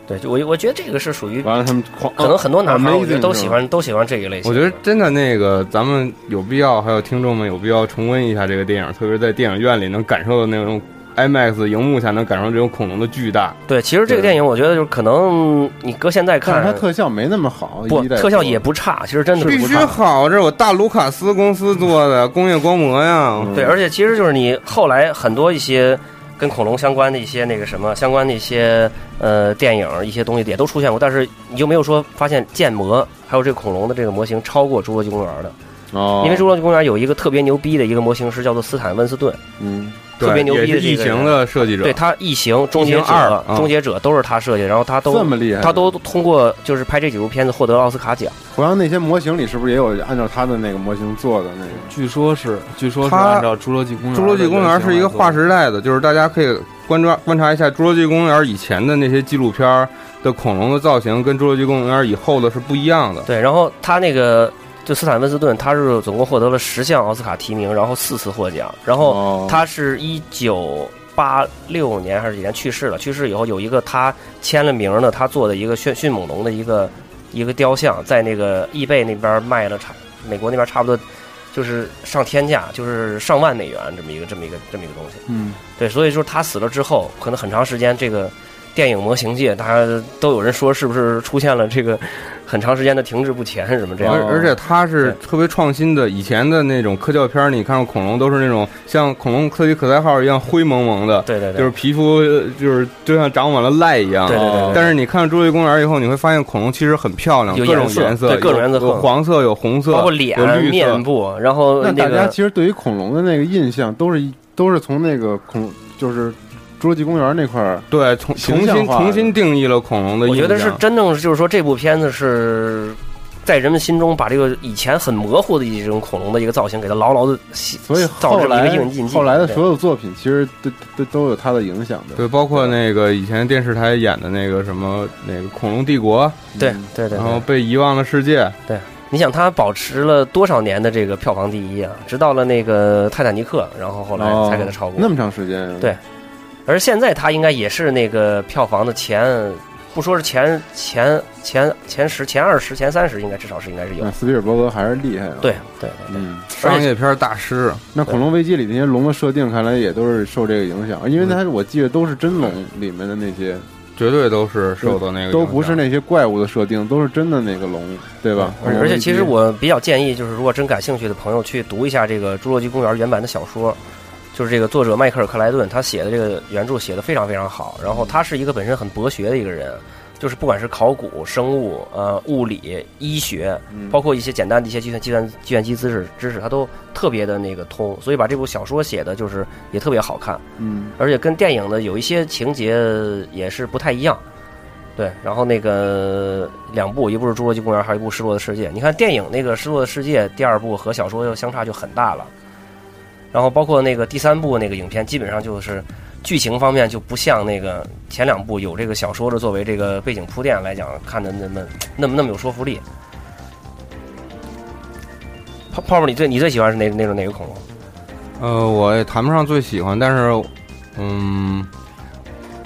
E: 对，就我我觉得这个是属于
C: 完了，他们狂哦
E: 可能很多男孩
C: Amazing
E: 我觉得都喜
C: 是吧
E: 欢都喜欢这一类型
D: 我
E: 的。
D: 觉得真的那个咱们有必要，还有听众们有必要重温一下这个电影，特别是在电影院里能感受到那种 IMAX 荧幕下能感受这种恐龙的巨大。
E: 对，其实这个电影我觉得就是可能你搁现在
C: 但
E: 看
C: 是它特效没那么好，
E: 不
C: 一代
E: 特效
C: 做
E: 也不差，其实真的
D: 必
E: 不
D: 须
E: 差。
D: 好，这是我大卢卡斯公司做的工业光魔呀。
E: 对，而且其实就是你后来很多一些跟恐龙相关的一些那个什么相关的一些呃电影一些东西也都出现过，但是你就没有说发现建模还有这个恐龙的这个模型超过侏罗纪公园的，
C: 哦，
E: 因为侏罗纪公园有一个特别牛逼的一个模型师叫做斯坦温斯顿，
C: 嗯
D: 对
E: 特别牛
D: 也
E: 逼的
D: 是
E: 这
D: 异
E: 个人
D: 形的设计者，
E: 对他异形、终结
D: 异形二
E: 者、
D: 嗯
E: 终结者都是他设计的，然后他
C: 这
E: 都
C: 么厉害，
E: 他都通过就是拍这几部片子获得了奥斯卡奖。
C: 好像那些模型里是不是也有按照他的那个模型做的那个？
G: 据说是据说是
D: 它
G: 按照《侏罗纪公
E: 嗯
G: 园》
D: 侏罗纪公园是一个划
G: 画
D: 时代的，就是大家可以观察观察一下侏罗纪公园以前的那些纪录片儿的恐龙的造型，跟侏罗纪公园以后的是不一样的。
E: 对，然后他那个就斯坦温斯顿，他是总共获得了十项奥斯卡提名，然后四次获奖，然后
C: 哦，
E: 他是一九八六年还是几年去世了？去世以后有一个他签了名的，他做的一个迅迅猛龙的一个一个雕像，在那个易贝那边卖了差美国那边差不多就是上天价，就是上万美元这么一个这么一个这么一个东西。
C: 嗯，
E: 对，所以说他死了之后，可能很长时间这个电影模型界，大家都有人说是不是出现了这个很长时间的停滞不前什么这样
D: 而
E: 的。
D: 而且它是
E: 哦对
D: 特别创新的，以前的那种科教片儿，你看过恐龙都是那种像恐龙科技可赛号一样灰蒙蒙的，
E: 对对对，
D: 就是皮肤呃就是就像长满了癞一样。
E: 对对
C: 啊
E: 对对
D: 但是你看《侏罗纪公园》以后，你会发现恐龙其实很漂亮，
E: 有
D: 各种
E: 颜色
D: 颜
E: 对各种颜色
D: 有黄色，有红色，
E: 包括脸
D: 有、绿色
E: 面部，然后
C: 那大家
E: 呃个
C: 其实对于恐龙的那个印象都是一都是从那个恐就是侏罗纪公园那块儿，
D: 对，重重
C: 形象
D: 新
C: 化
D: 重新定义了恐龙的印
E: 我
D: 象。
E: 觉得是真正就是说这部片子是。在人们心中，把这个以前很模糊的一种恐龙的一个造型，给它牢牢的
C: 所以
E: 造
C: 后
E: 成了
C: 来
E: 一个印印记。
C: 后来的
E: 对
C: 所有作品其实都都都有它的影响的。
D: 对，包括那个以前电视台演的那个什么那个《恐龙帝国》，
C: 嗯
E: 对对对
D: 然后
E: 对，
D: 被遗忘的世界，
E: 你想它保持了多少年的这个票房第一啊？直到了那个《泰坦尼克》，然后后来才给它超过。
C: 哦那么长时间啊，
E: 对而现在它应该也是那个票房的前，不说是前前前前十、前二十、前三十，应该至少是应该是有
C: 那。斯皮尔伯格还是厉害啊。，
E: 对对
C: 嗯，
D: 商业片大师。
C: 那《恐龙危机》里那些龙的设定，看来也都是受这个影响，因为它我记得都是真龙里面的那些，
D: 绝对都是受到那个
C: 都不是
D: 影响
C: 那些怪物的设定，都是真的那个龙，对吧？
E: 而而且其实嗯我比较建议，就是如果真感兴趣的朋友去读一下这个《侏罗纪公园》原版的小说，就是这个作者迈克尔·克莱顿他写的这个原著写的非常非常好。然后他是一个本身很博学的一个人，就是不管是考古、生物、呃物理、医学，
C: 嗯
E: 包括一些简单的一些计算、计算、计算机知识知识，他都特别的那个通，所以把这部小说写的就是也特别好看。
C: 嗯，
E: 而且跟电影的有一些情节也是不太一样。对，然后那个两部，一部是《侏罗纪公园》，还有一部《失落的世界》。你看电影那个《失落的世界》第二部和小说又相差就很大了，然后包括那个第三部那个影片，基本上就是剧情方面就不像那个前两部有这个小说的作为这个背景铺垫来讲，看的那么那么那么有说服力。泡泡泡，你最你最喜欢是哪哪种哪个恐龙？
D: 呃，我也谈不上最喜欢，但是，嗯，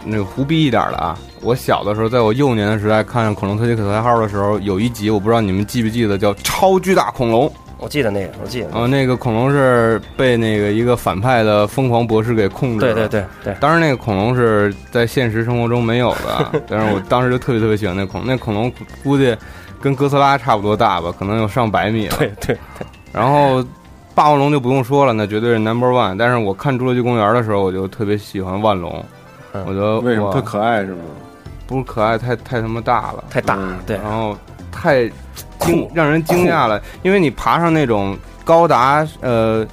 D: 那个胡逼一点的啊。我小的时候，在我幼年的时代看《恐龙特技可赛号》的时候，有一集我不知道你们记不记得，叫《超巨大恐龙》。
E: 我记得那个，我记得那个，
D: 呃，那个恐龙是被那个一个反派的疯狂博士给控制
E: 对
D: 了。
E: 对。对对。
D: 当然，那个恐龙是在现实生活中没有 的，但是我当时就特别特别喜欢那恐龙。那恐龙估计跟哥斯拉差不多大吧，可能有上百米了。
E: 对对，
D: 然后霸王龙就不用说了，那绝对是 number one。但是我看《侏罗纪公园》的时候，我就特别喜欢万龙，
E: 嗯
D: 我觉得
C: 为什么
D: 哇
C: 特可爱是吗？
D: 不是可爱，太太他妈大了，
E: 太大
C: 嗯，
E: 对
D: 然后太惊
E: 酷
D: 让人惊讶了，因为你爬上那种高达呃。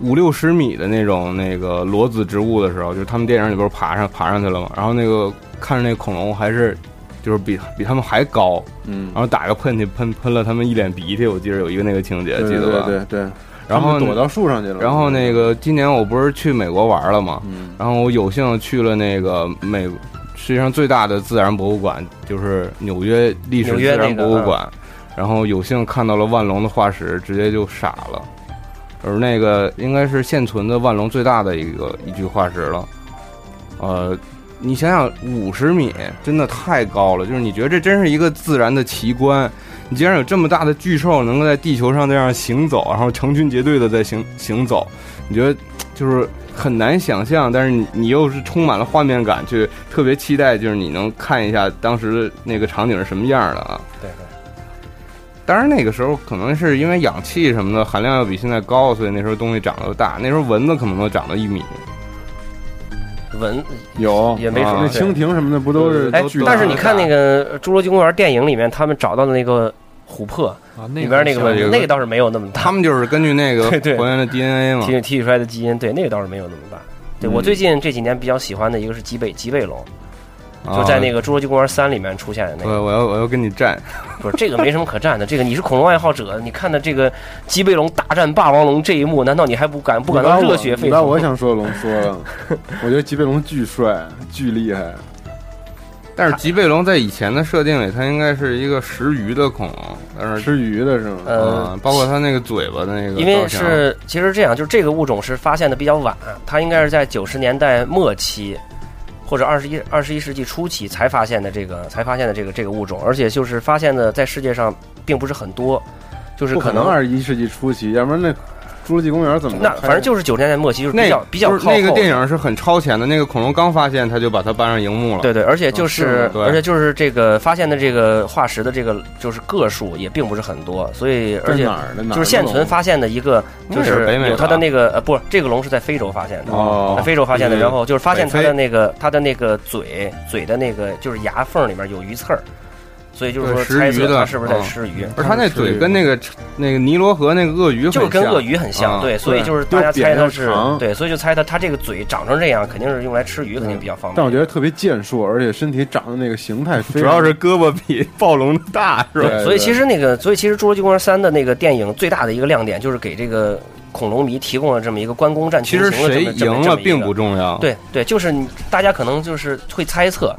D: 五六十米的那种那个裸子植物的时候，就是他们电影里边爬上爬上去了嘛，然后那个看着那恐龙还是就是比比他们还高，
C: 嗯
D: 然，后打个喷嚏喷喷了他们一脸鼻涕，我记得有一个那个情节，
C: 对
D: 记
C: 对
D: 得吧？
C: 对对对，
D: 然
C: 他
D: 后
C: 们
D: 那
C: 躲到树上去了。
D: 然后那个今年我不是去美国玩了嘛，
C: 嗯，
D: 然后我有幸去了那个美世界上最大的自然博物馆，就是纽约历史
E: 纽
D: 自
E: 约那
D: 然
E: 个嗯
D: 博物馆，然后有幸看到了万隆的化石，直接就傻了。而那个应该是现存的万隆最大的一个一具化石了，呃，你想想五十米真的太高了，就是你觉得这真是一个自然的奇观，你竟然有这么大的巨兽能够在地球上这样行走，然后成群结队的在行行走，你觉得就是很难想象，但是你你又是充满了画面感，去特别期待，就是你能看一下当时那个场景是什么样的啊。
E: 对对。
D: 当然，那个时候可能是因为氧气什么的含量要比现在高，所以那时候东西长得大。那时候蚊子可能都长到一米，
E: 文
C: 有啊
E: 也没什么
C: 那
E: 对
C: 蜻蜓什么的不都是
D: 对
E: 哎
D: 都巨，
E: 但是
D: 大
E: 你看那个《侏罗纪公园》电影里面，他们找到的那个琥珀
G: 啊，那
E: 里边那个
D: 小
E: 蚊
D: 有一
E: 子，
D: 个
E: 那个倒是没有那么大，
D: 他们就是根据那个
E: 对对
D: 还原的 DNA 嘛。
E: 提提取出来的基因，对，那个倒是没有那么大。对我最近这几年比较喜欢的一个是极北极背龙，就在那
D: 个。
E: 个《侏罗纪公园三》里面出现的那
D: 我
E: 个。
D: 啊我要我要跟你战，
E: 不是这个没什么可战的，这个你是恐龙爱好者，你看到这个极背龙大战霸王龙这一幕，难道你还不感不感到
C: 你把我
E: 热血沸
C: 你把
E: 腾？
C: 我想说的龙说了，我觉得吉贝龙巨帅，巨厉害。
D: 但是吉贝龙在以前的设定里，它应该是一个食鱼的恐龙，但是
C: 吃鱼的是吗？
E: 呃，
D: 嗯，包括它那个嘴巴的那个造型，啊
E: 因为是其实这样，就是这个物种是发现的比较晚，它应该是在九十年代末期或者二十一二十一世纪初期才发现的这个才发现的这个这个物种，而且就是发现的在世界上并不是很多。就是
C: 不可能
E: 能
C: 二十一世纪初期，要不然那《侏罗纪公园》怎么能
E: 那
C: 拍
E: 反正就是九十年代末期，就是比
D: 那
E: 较
D: 个
E: 比较
D: 不
E: 靠
D: 是
E: 后
D: 那个电影是很超前的，那个恐龙刚发现他就把它搬上荧幕了。
E: 对对，而且就
D: 嗯是
E: 是
D: 对
E: 而且就是这个发现的这个化石的这个就是个数也并不是很多，所以而
C: 在
E: 且
C: 哪儿的哪儿的
E: 就是现存发现的一个就
D: 那是北美
E: 有它
D: 吧
E: 的那个呃不，这个龙是在非洲发现的。在
C: 哦，
E: 非洲发现的，
D: 嗯
E: 然后就是发现它
D: 北非
E: 的那个它的那个嘴嘴的那个就是牙缝里面有鱼刺儿，所以就是
D: 对
E: 说
D: 食
E: 猜测
D: 鱼的
E: 它是不是在
D: 嗯
E: 吃鱼，
D: 而他那嘴跟那个那个尼罗河那个鳄鱼很
E: 就是跟
D: 像
E: 鳄鱼很像，
D: 啊
E: 对，所以
C: 对
E: 就是大家
C: 又扁
E: 猜它
C: 又
E: 是
C: 长
E: 对，所以就猜它它这个嘴长成这样，肯定是用来吃鱼，
D: 嗯
E: 肯定比较方便。
C: 但我觉得特别健硕，而且身体长得那个形态非
D: 主
C: 常，
D: 要是胳膊比暴龙的大是吧？
C: 对
E: 所以其实那个，所以其实《侏罗纪公园三》的那个电影最大的一个亮点，就是给这个恐龙迷提供了这么一个关公战
D: 其
E: 群
D: 实
E: 雄的这
D: 谁
E: 么这么
D: 赢
E: 这
D: 了
E: 么一个
D: 并不重要，，
E: 对对，就是你大家可能就是会猜测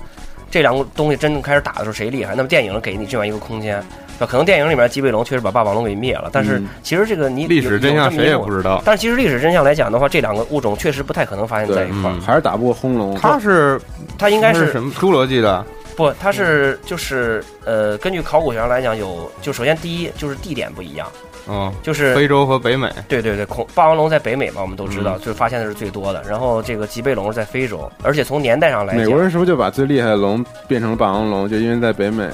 E: 这两个东西真正开始打的时候谁厉害。那么电影给你这样一个空间，是吧可能电影里面击背龙确实把霸王龙给灭了，但是
C: 嗯
E: 其实这个你
D: 历史真相谁也不
E: 知
D: 知道。
E: 但是其实历史真相来讲的话，这两个物种确实不太可能发现在
C: 对
E: 一块儿
D: 嗯。
C: 还是打不过轰龙。
D: 他是
E: 它应该
D: 是嗯
E: 是
D: 什么侏罗纪的？
E: 不，它是就是呃，根据考古学上来讲，有就首先第一就是地点不一样，
D: 嗯，
E: 就是
D: 非嗯洲和北美。
E: 对对对，恐霸王龙在北美嘛，我们都知道，就是发现的是最多的。然后这个棘背龙是在非洲，而且从年代上来
C: 美
E: 讲，
C: 国人是不是就把最厉害的龙变成了霸王龙？就因为在北美啊，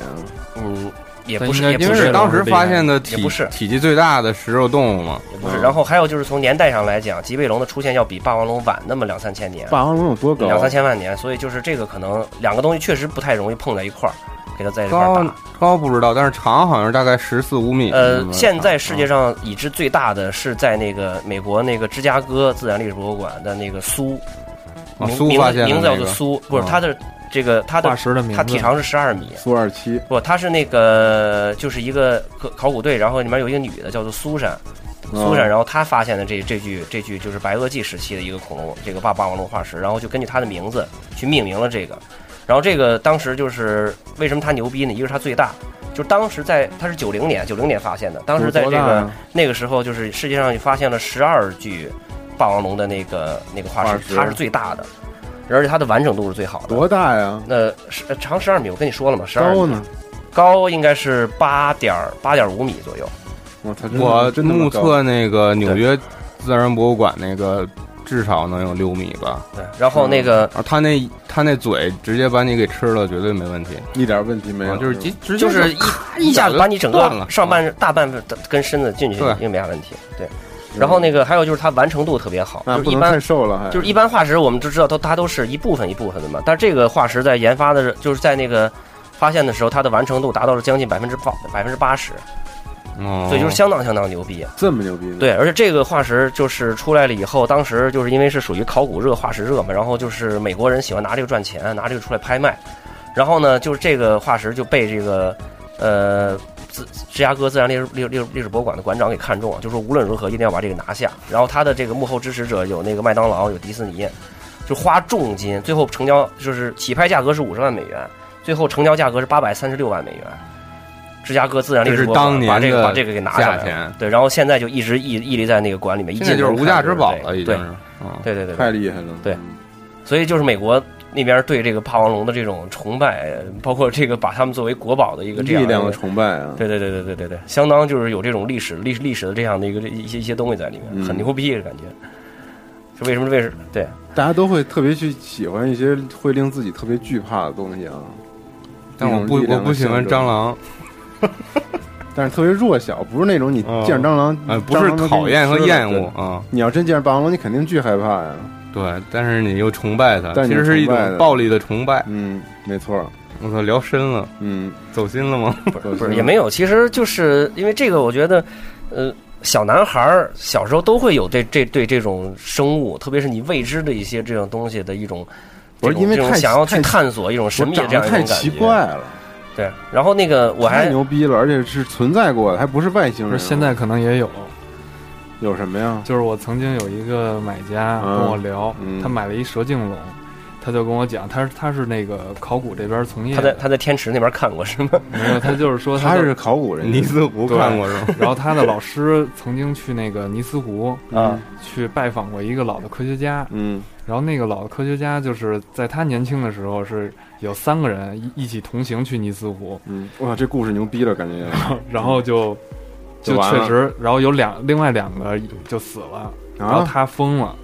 E: 嗯，也
A: 但
E: 不是，
A: 应该
E: 也
A: 因
E: 不
A: 为
E: 是，
A: 是
D: 当时发现的
E: 也
D: 体
E: 不是
D: 体积最大的食肉动物嘛，
E: 也不是。然后还有就是从年代上来讲，棘背龙的出现要比霸王龙晚那么两三千年，
C: 霸王龙有多高？啊
E: 两三千万年，所以就是这个可能两个东西确实不太容易碰在一块儿，给它在一块儿
D: 高
E: 打。
D: 高不知道，但是长好像是大概十四五米。
E: 呃
D: 那，么
E: 现在
D: 长
E: 世界上已知最大的是在那个美国那个芝加哥自然历史博物馆的那个苏，
D: 啊
E: 名
D: 苏
E: 名
D: 发
E: 字
D: 现的
E: 名字叫做
D: 那个
E: 苏，不是
D: 啊
E: 它的这个它
A: 化
E: 的
A: 石的名字，
E: 它体长是十二米，
C: 苏二七，
E: 不，他是那个就是一个考考古队，然后里面有一个女的叫做苏珊，苏
C: 嗯啊
E: 珊，然后她发现的这这具这具就是白垩纪时期的一个恐龙，这个霸霸王龙化石，然后就根据它的名字去命名了这个。然后这个当时就是为什么它牛逼呢？一个是它最大，就是当时在它是九零年九零年发现的，当时在这
C: 多大
E: 个
C: 啊
E: 那个时候就是世界上发现了十二具霸王龙的那个那个化
C: 化
E: 石，
C: 石
E: 它是最大的，而且它的完整度是最好的。
C: 多大呀？
E: 呃，十呃长十二米，我跟你说了嘛，十二
C: 高
E: 米。
C: 呢？
E: 高应该是八点八点五米左右。
C: 我操，
D: 嗯我
C: 真的
D: 目
C: 真的高
D: 测那个纽约自然博物馆那个至少能有六米吧，
E: 对，然后那个、
D: 而他那他那嘴直接把你给吃了，绝对没问题。
C: 一点问题没有，
D: 啊就是直直接
E: 就是一一下子把你整
D: 断了啊
E: 个上半大半跟身子进去
D: 对，嗯
E: 应没啥问题。对，然后那个还有就是它完成度特别好，
D: 啊
C: 那
E: 就是
C: 不
E: 一
C: 能
E: 般
C: 太瘦了，还
E: 就是一般化石我们都知道都它都是一部分一部分的嘛，但这个化石在研发的就是在那个。发现的时候，它的完成度达到了将近百分之八百分之八十，
D: 哦，
E: 所以就是相当相当牛逼。啊
C: 这么牛逼呢？
E: 对，而且这个化石就是出来了以后，当时就是因为是属于考古热、化石热嘛，然后就是美国人喜欢拿这个赚钱，拿这个出来拍卖，然后呢，就是这个化石就被这个呃自芝加哥自然历史历历历史博物馆的馆长给看中了，就说无论如何一定要把这个拿下。然后他的这个幕后支持者有那个麦当劳，有迪士尼，就花重金，最后成交就是起拍价格是五十万美元，最后成交价格是八百三十六万美元。芝加哥自然历
D: 这
E: 史
D: 是
E: 博物馆
D: 当
E: 把
D: 年
E: 这个把
D: 的
E: 这个给拿下
D: 价
E: 来了。
D: 钱，
E: 对，然后现在就一直屹屹立在那个馆里面，一
D: 现
E: 进
D: 在就是
E: 门
D: 无
E: 看
D: 价之宝
E: 这个
D: 了，已经
E: 对
D: 是。嗯，
E: 对对对
C: 太
E: 对，
C: 厉害了。嗯
E: 对所以就是美国那边对这个霸王龙的这种崇拜，包括这个把他们作为国宝的一个这样
C: 力量
E: 一
C: 的
E: 个
C: 崇拜啊！
E: 对对对对对对对，相当就是有这种历史历史历史的这样的一个一些一些东西在里面，
C: 嗯
E: 很牛逼的感觉。是为什么？为什么？对，
C: 大家都会特别去喜欢一些会令自己特别惧怕的东西啊。
D: 但我不
C: 这种力量
D: 我
C: 的
D: 不喜欢
C: 象征
D: 蟑，螂，
C: 但是特别弱小，不是那种你
D: 哦
C: 见着蟑螂，
D: 呃，不
C: 蟑
D: 是
C: 螂都给你
D: 讨厌和
C: 吃了
D: 厌恶。
C: 对
D: 啊，
C: 你要真见着霸王龙，你肯定巨害怕呀。
D: 对，但是你又崇拜它，
C: 但
D: 其
C: 你
D: 实是一
C: 崇拜
D: 种
C: 它
D: 暴力的崇拜。
C: 嗯，没错，
D: 我操，聊深了，
C: 嗯，
D: 走心了吗？
C: 不
E: 不是也没有，其实就是因为这个，我觉得，呃，小男孩儿小时候都会有对这对这种生物，特别是你未知的一些这种东西的一种，
C: 不是
E: 这种
C: 因为
E: 这种
C: 太
E: 想要去
C: 太
E: 探索一种神
C: 我
E: 秘的
C: 长
E: 这样
C: 得
E: 一种
C: 太
E: 感
C: 奇
E: 觉。
C: 怪了，
E: 对，然后那个我
C: 太
E: 还
C: 牛逼了，而且是存在过的，还不是外星
G: 不
C: 人。
G: 是现在可能也有，
C: 有什么呀？
G: 就是我曾经有一个买家跟我聊，
C: 嗯嗯
G: 他买了一蛇颈龙，他就跟我讲，他是他是那个考古这边从业
E: 他在
G: 的，
E: 他在天池那边看过是吗？
G: 没 有，他就是说
C: 他
G: 的
C: 是考古人，
D: 尼斯湖
G: 对
D: 看过是吗？
G: 然后他的老师曾经去那个尼斯湖
C: 啊，
G: 去拜访过一个老的科学家，
C: 嗯
G: 然后那个老的科学家就是在他年轻的时候是有三个 人一一起同行去尼斯湖，
C: 嗯，哇，这故事牛逼了，感觉。
G: 然后就就
C: 完
G: 确
C: 了
G: 实，然后有两另外两个就死了，然后
C: 啊，
G: 他疯了，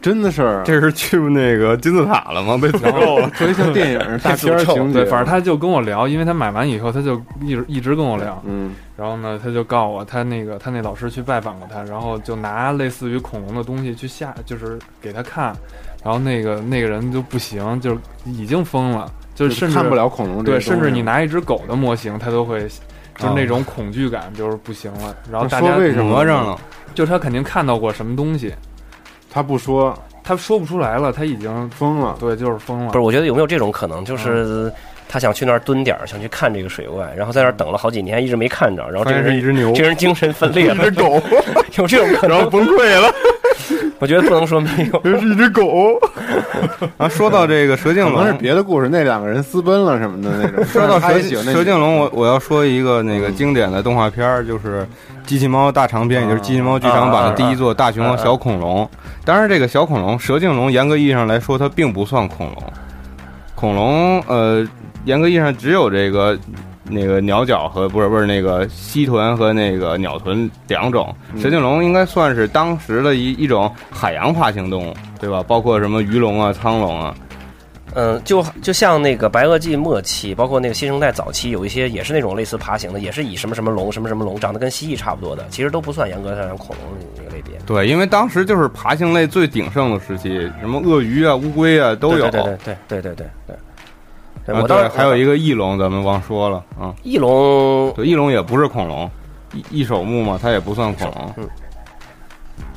C: 真的啊是
D: 这是去那个金字塔了吗？被诅 咒了。
C: 特别 像电影大片儿
D: 诅咒
C: 情节，
G: 对，反正他就跟我聊，因为他买完以后，他就一直一直跟我聊，
C: 嗯
G: 然后呢，他就告我，他那个他那老师去拜访过他，然后就拿类似于恐龙的东西去吓，就是给他看，然后那个那个人就不行，就是已经疯了，就
C: 就是
G: 甚至
C: 看不了恐龙这
G: 对，
C: 些
G: 甚
C: 东西哦
G: 至你拿一只狗的模型，他都会就是那
D: 啊
G: 种恐惧感，就是不行了。然后
C: 那
G: 大
C: 说
G: 家嗯
C: 为什么
D: 魔上了，
G: 就是他肯定看到过什么东西，
C: 他不说
G: 他说不出来了，他已经
C: 疯了，
G: 对就是疯了
E: 不是，。我觉得有没有这种可能，
C: 啊
E: 就是他想去那儿蹲点儿，想去看这个水怪，然后在那儿等了好几年，一直没看着，然后
D: 发
E: 这个
D: 现是一
E: 人
D: 只牛，
E: 这人精神分裂了，
D: 狗，
E: 有这种可
D: 然后
E: 能？
D: 崩溃了，
E: 我觉得不能说没 有。
D: 这是一只狗。 啊，说到这个蛇颈
C: 可能是
D: 龙，
C: 别的故事，那两个人私奔了什么的那种。
D: 说到
C: 他
D: 蛇
C: 也喜欢那嗯
D: 蛇颈龙，我我要说一个那个经典的动画片儿，就是《机器猫大长篇》，
C: 啊
D: 也就是《机器猫剧场版》的第一作《大熊猫小恐龙》。当然，这个小恐龙蛇颈龙严格意义上来说，它并不算恐龙。恐龙，呃，严格意义上只有这个那个鸟角和不是不是那个蜥豚和那个鸟豚两种。
C: 嗯
D: 蛇颈龙应该算是当时的一一种海洋化行动物，对吧？包括什么鱼龙啊、苍龙啊，
E: 嗯，就就像那个白垩纪末期，包括那个新生代早期，有一些也是那种类似爬行的，也是以什么什么龙、什么什么龙，长得跟蜥蜴差不多的，其实都不算严格上恐龙那个类别。
D: 对，因为当时就是爬行类最鼎盛的时期，什么鳄鱼啊、乌龟啊都有。
E: 对对对对对对对对。
D: 啊
E: 我当
D: 对，
E: 时
D: 还有一个翼龙，咱们忘说了啊、嗯。
E: 翼龙，
D: 对，翼龙也不是恐龙，翼翼首目嘛，它也不算恐龙。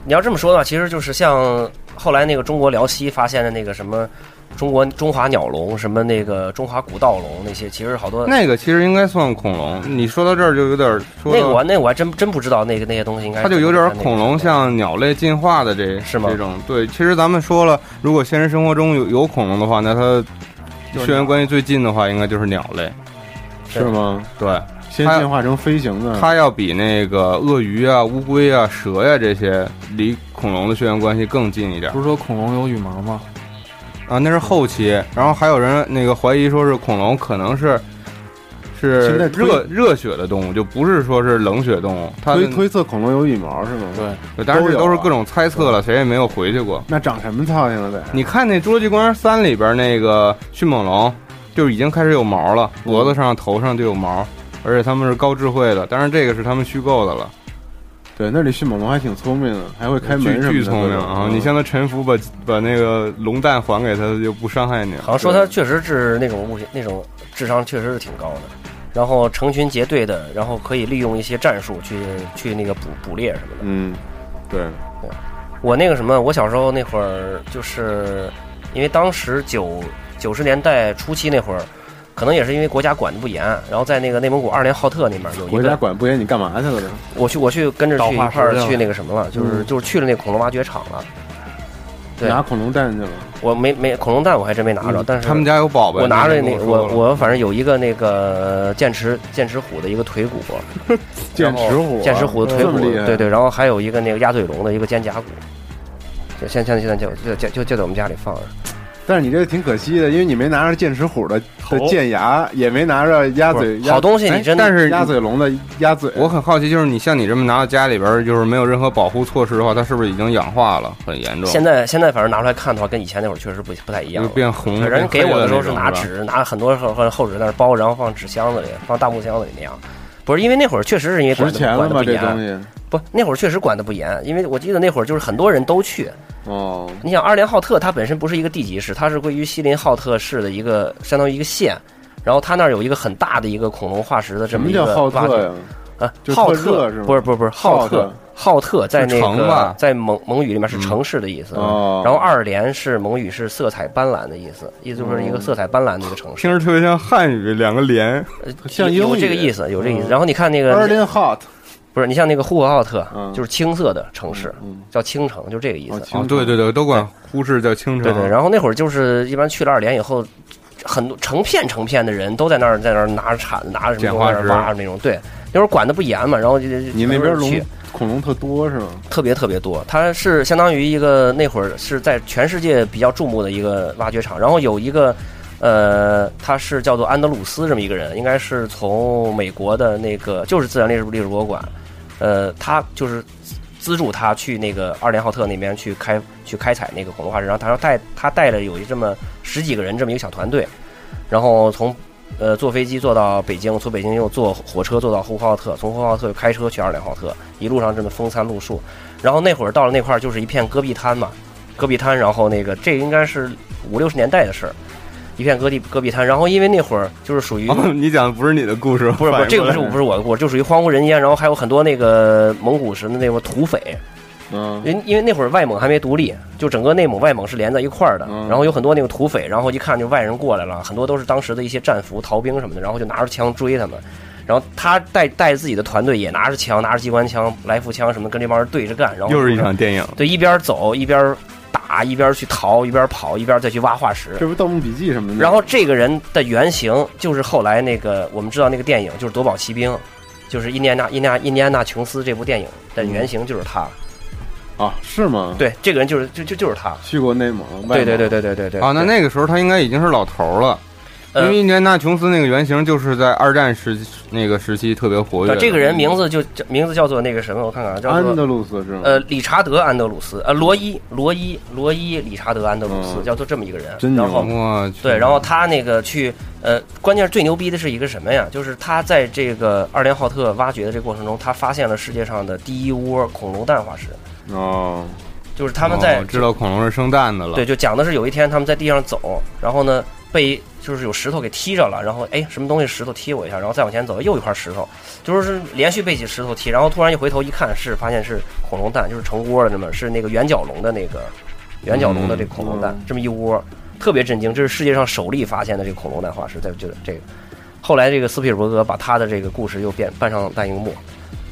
E: 你要这么说的话，其实就是像后来那个中国辽西发现的那个什么中国中华鸟龙、什么那个中华古道龙那些，其实好多
D: 那个其实应该算恐龙。你说到这儿就有点儿说
E: 那个我
D: 到，
E: 那个我还真真不知道那个那些东西应该
D: 它就有点儿
E: 怎么
D: 恐龙
E: 看那个
D: 向鸟类进化的这
E: 是吗
D: 这种对，其实咱们说了，如果现实生活中有有恐龙的话，那它血缘关系最近的话，应该就是鸟类。
C: 是吗？
D: 对，
C: 先
D: 他
C: 进化成飞行的，
D: 它要比那个鳄鱼啊、乌龟啊、蛇呀、这些离恐龙的血缘关系更近一点
G: 不是说恐龙有羽毛吗？
D: 啊。那是后期，然后还有人那个怀疑说是恐龙可能是是
C: 现在推
D: 热热血的动物，就不是说是冷血动物。它
C: 推推测恐龙有羽毛是吗？
G: 对，
D: 但
C: 都
D: 是
C: 有
D: 都是
C: 啊
D: 各种猜测了，谁也没有回去过。
C: 那长什么操性了得？
D: 你看那《侏罗纪公园三》里边那个迅猛龙，就已经开始有毛了，脖子上、头上就有毛，而且它们是高智慧的，当然这个是他们虚构的了。
C: 对，那里迅猛龙还挺聪明的，还会开门
D: 巨
C: 什么的。
D: 巨聪明啊！
C: 嗯
D: 你像他臣服把把那个龙蛋还给他，就不伤害你了。
E: 好像说他确实是那种物品，那种智商确实是挺高的，然后成群结队的，然后可以利用一些战术去去那个捕捕猎什么的。
C: 嗯，对，
E: 我那个什么，我小时候那会儿就是因为当时九九十年代初期那会儿，可能也是因为国家管的不严，然后在那个内蒙古二连浩特那边有一
C: 国家
E: 个，
C: 管不严，你干嘛去了都？
E: 我去我去跟着
G: 倒
E: 去一
G: 化
E: 块儿
G: 石去了
E: 去那个什么了，就是
C: 嗯
E: 就是去了那恐龙挖掘场了。对
C: 拿恐龙蛋去了，
E: 我没没恐龙蛋我还真没拿着，但是
D: 嗯他们家有宝贝，
E: 我拿着
D: 你
E: 那
D: 跟
E: 我
D: 说了
E: 我反正有一个那个剑齿剑齿虎的一个腿骨，
C: 剑齿虎啊，
E: 剑齿虎的腿
C: 这么
E: 骨
C: 厉害，，
E: 对对，然后还有一个那个鸭嘴龙的一个肩胛骨，就现现在现在就就就就就在我们家里放着。
C: 但是你这挺可惜的，因为你没拿着剑齿虎的
A: 头
C: 的剑牙，也没拿着鸭嘴鸭
E: 好东西
D: 哎
E: 你真
D: 但
E: 的
D: 是
C: 鸭嘴龙的鸭嘴。
D: 我很好奇，就是你像你这么拿到家里边儿，就是没有任何保护措施的话，它是不是已经氧化了，很严重？
E: 现在现在反正拿出来看的话，跟以前那会儿确实不不太一样
D: 就
E: 了。
D: 变红了。
E: 人给我的时候是
D: 变黑了那
E: 拿
D: 种吧，
E: 纸，拿很多厚厚厚纸在那儿包，然后放纸箱子里，放大木箱子里那样。不是因为那会儿确实是因为管
C: 值钱了
E: 的管的
C: 吗？
E: 不
C: 这东
E: 严，
C: 西？
E: 不那会儿确实管的不严，因为我记得那会儿就是很多人都去，
C: 哦，
E: 你想，二连浩特它本身不是一个地级市，它是归于锡林浩特市的一个相当于一个县，然后它那儿有一个很大的一个恐龙化石的这
C: 什
E: 么
C: 么
E: 一
C: 叫
E: 个
C: 浩
E: 挖
C: 特
E: 掘
C: 呀？
E: 啊
C: 就，
E: 浩
C: 特热是吗
E: 特不是不是不是
C: 浩
E: 浩
C: 特
E: 特，浩特在那
D: 是城嗯吧
E: 个在蒙蒙语里面是城市的意思，
C: 哦
E: 然后二连是蒙语是色彩斑斓的意思，意思就是
C: 哦
E: 一个色彩斑斓的一个城市，
D: 听着特别像汉语两个
E: 哦
D: 连，
C: 像英
E: 有
C: 语
E: 这个意思，有这个意思。
C: 嗯
E: 然后你看那
C: e r l
E: 个
C: i n hot，
E: 不是你像那个呼和浩特
C: 嗯，
E: 就是青色的城市，
C: 嗯，
E: 叫青城，就这个意思
C: 哦。
D: 哦，对对对，都管忽视叫清
E: 对
D: 城。
E: 对，然后那会儿就是一般去了二连以后，很多成片成片的人都在那儿在那儿拿着铲子拿着什
D: 捡
E: 么
D: 化
E: 在那儿
D: 石
E: 挖那种。对，那会儿管的不严嘛，然后就
C: 你那边龙
E: 去
C: 恐龙特多是吗？
E: 特别特别多，它是相当于一个那会儿是在全世界比较注目的一个挖掘场，然后有一个。呃，他是叫做安德鲁斯这么一个人，应该是从美国的那个就是自然历史历史博物馆，呃，他就是资助他去那个二连浩特那边去开去开采那个恐龙化石，然后他说带他带了有一这么十几个人这么一个小团队，然后从呃坐飞机坐到北京，从北京又坐火车坐到呼和浩特，从呼和浩特又开车去二连浩特，一路上这么风餐露宿，然后那会儿到了那块儿就是一片戈壁滩嘛，戈壁滩，然后那个这应该是五六十年代的事儿。一片戈壁戈壁滩，然后因为那会儿就是属于
D: 哦，你讲的不是你的故事，
E: 不是不是，这个不是
D: 我
E: 不是我的故事，就属于荒无人烟，然后还有很多那个蒙古什么那种土匪，
C: 嗯
E: 因因为那会儿外蒙还没独立，就整个内蒙外蒙是连在一块儿的
C: 嗯，
E: 然后有很多那个土匪，然后一看就外人过来了，很多都是当时的一些战俘、逃兵什么的，然后就拿着枪追他们，然后他带带着自己的团队也拿着枪、拿着机关枪、来福枪什么的，跟这帮人对着干，然后
D: 又是一场电影，
E: 对一边走一边打，一边去逃，一边跑，一边再去挖化石，
C: 这不是《盗墓笔记》什么的？
E: 然后这个人的原型就是后来那个我们知道那个电影就是《夺宝奇兵》，就是印第安纳印第安印第安纳琼斯这部电影的原型就是他。
C: 啊，是吗？，
E: 对，这个人就是就就就是他。
C: 去过内蒙，外蒙
E: 对对对对对对对。
C: 哦
D: 啊，那
E: 对
D: 那个时候他应该已经是老头儿了，因
E: 呃
D: 为印第安纳琼斯那个原型就是在二战时期那个时期特别活跃
E: 对
D: 的。
E: 这个人名字就叫名字叫做那个什么，我看看啊，叫
C: 安
E: 做
C: 德鲁斯是吗？
E: 呃理查德·安德鲁斯，呃罗伊罗伊罗伊理查德·安德鲁斯，
C: 嗯
E: 叫做这么一个人。
C: 真牛
E: 然后
D: 我去，
E: 对，然后他那个去，呃，关键是最牛逼的是一个什么呀？就是他在这个二连浩特挖掘的这个过程中，他发现了世界上的第一窝恐龙蛋化石，
C: 哦，
E: 就是他们在、
D: 哦知道恐龙是生蛋的了，
E: 对，就讲的是有一天他们在地上走，然后呢被就是有石头给踢着了，然后哎什么东西石头踢我一下，然后再往前走又一块石头，就是连续被几石头踢，然后突然一回头一看是发现是恐龙蛋，就是成窝了这么是那个圆角龙的那个圆角龙的这个恐龙蛋、
C: 嗯
E: 这么一窝，特别震惊，这是世界上首例发现的这个恐龙蛋化石，在这个这个。后来这个斯皮尔伯格把他的这个故事又变搬上了大荧幕，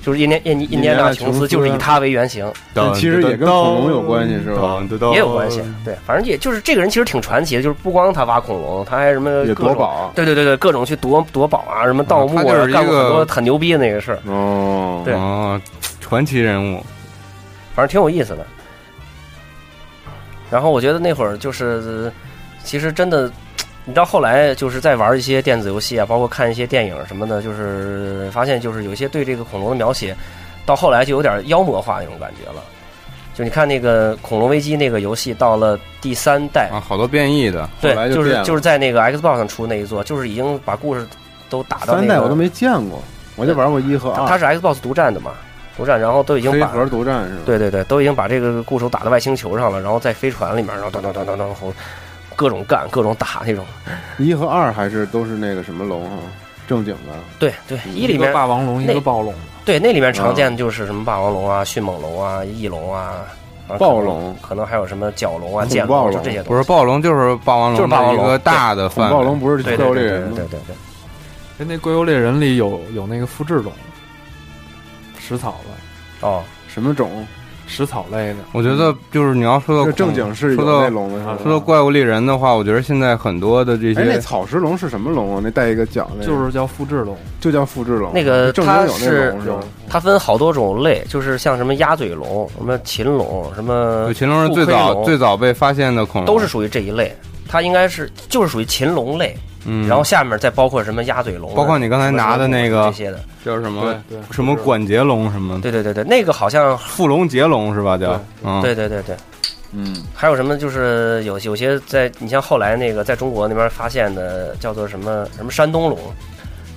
E: 就是印第印印第安纳琼斯就是以他为原型。
D: 噔，
C: 但其实也跟恐龙有关系是吧
D: 噔？噔
E: 也有关系。对，反正也就是这个人其实挺传奇的，就是不光他挖恐龙，他还什么
C: 也
E: 各
C: 夺
E: 种，
C: 宝
E: 对对对对，各种去夺夺宝啊，什么盗墓
D: 啊他就是一个
E: 干过很多很牛逼的那个事儿，
C: 哦，
E: 对
D: 哦，传奇人物，
E: 反正挺有意思的。然后我觉得那会儿就是，其实真的，你知道后来就是在玩一些电子游戏啊，包括看一些电影什么的，就是发现就是有一些对这个恐龙的描写，到后来就有点妖魔化那种感觉了。就你看那个《恐龙危机》那个游戏，到了第三代
D: 啊，好多变异的，
E: 对
C: 后来，就
E: 就是
C: 变
E: 就是在那个 Xbox 上出那一座，就是已经把故事都打到
C: 三
E: 那
C: 代我都
E: 个，
C: 没见过，我就玩过一和
E: 它它
C: 二，
E: 是 Xbox 独占的嘛，独占，然后都已经
C: 黑
E: 把
C: 盒独占是吧？
E: 对对对，都已经把这个故事都打到外星球上了，然后在飞船里面，然后当当当当当，吼各种干，各种打那种。
C: 一和二还是都是那个什么龙啊，正经的。
E: 对对，一里
G: 嗯一个
E: 面
G: 霸王龙，一
E: 那
G: 个暴龙，
E: 对那里面
C: 嗯
E: 常见的就是什么霸王龙啊、迅猛龙啊、翼龙啊、啊
C: 暴龙，
E: 可能可能还有什么角龙啊、
C: 恐
E: 剑
C: 暴
E: 龙，就
C: 龙
E: 这些东
D: 不
E: 西。
D: 是暴龙就是霸王龙，
E: 就是霸王龙
D: 一个大的
C: 恐
D: 范围
C: 暴龙不是
E: 对
C: 怪
E: 对
C: 物
E: 对
C: 猎
E: 对
C: 人吗
E: 对？对对，
G: 哎，那《怪物猎人》里有有那个复制龙，食草的，
E: 哦，
C: 什么种？
G: 食草类的，
D: 我觉得就是你要说到
C: 这
D: 恐
C: 正经是有
D: 说
C: 那
D: 到
C: 龙的是吧
D: 说到怪物猎人的话，我觉得现在很多的这
C: 哎，那
D: 些
C: 草食龙是什么龙啊？那带一个角那个，
G: 就是叫复制龙。
C: 就叫复制龙。
E: 那个
C: 正
E: 它
C: 经有那
E: 是
C: 龙是吧？
E: 它分好多种类，就是像什么鸭嘴龙、什么禽龙、什么
D: 有禽龙是最
E: 腹
D: 早
E: 黑龙
D: 最早被发现的恐龙，
E: 都是属于这一类，它应该是就是属于禽龙类，
D: 嗯，
E: 然后下面再包括什么鸭嘴龙，啊
D: 包括你刚才
E: 什么
D: 拿的那
E: 这
D: 个
E: 些的，
D: 叫什么
G: 对对，
D: 啊什么管节龙什么的，
E: 对对对对，那个好像，
D: 富龙节龙是吧？叫
G: 对
D: 嗯，
E: 对对对对，
C: 嗯，
E: 还有什么就是有有些在你像后来那个在中国那边发现的叫做什么什么山东龙，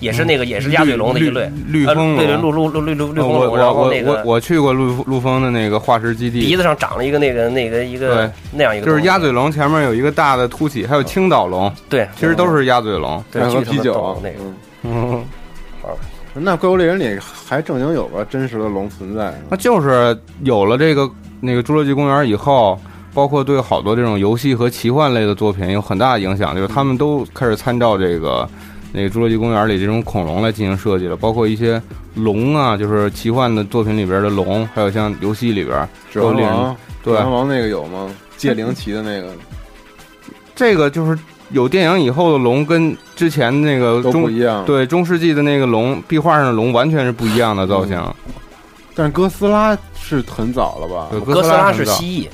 E: 也是那个也是鸭嘴龙的一类，
D: 绿绿
E: 呃
D: 风
E: 对对
D: 龙。
E: 绿绿绿绿绿绿
D: 呃
E: 风
D: 我
E: 龙，然
D: 我
E: 后
D: 我
E: 那
D: 我
E: 个
D: 我去过陆陆丰的那个化石基
E: 鼻
D: 地，
E: 子上长了一个那个那个一个
D: 对
E: 那样一个
D: 就
E: 东西，
D: 是鸭嘴龙前面有一个大的凸起，还有青岛龙，
E: 对，
D: 其实都是鸭嘴龙。
E: 对
C: 爱喝
E: 巨他妈
C: 啤酒
E: 逗
C: 啊
E: 那个。
C: 嗯
D: 嗯，
C: 那怪物猎人里还正经有个真实的龙存在，
D: 那就是有了这个那个侏罗纪公园以后，包括对好多这种游戏和奇幻类的作品有很大的影响，就是他们都开始参照这个那个侏罗纪公园里这种恐龙来进行设计了，包括一些龙啊，就是奇幻的作品里边的龙，还有像游戏里边，
C: 指环
D: 猎人
C: 王，指
D: 对
C: 环王那个有吗？借灵骑的那个
D: 这个就是有电影以后的龙跟之前那个
C: 都不
D: 中
C: 一样。，
D: 对中世纪的那个龙壁画上的龙完全是不一样的造
C: 嗯
D: 型。
C: 啊但是哥斯拉是很早了吧？
D: 对，
E: 哥斯拉是
D: 很早
E: 蜥蜴，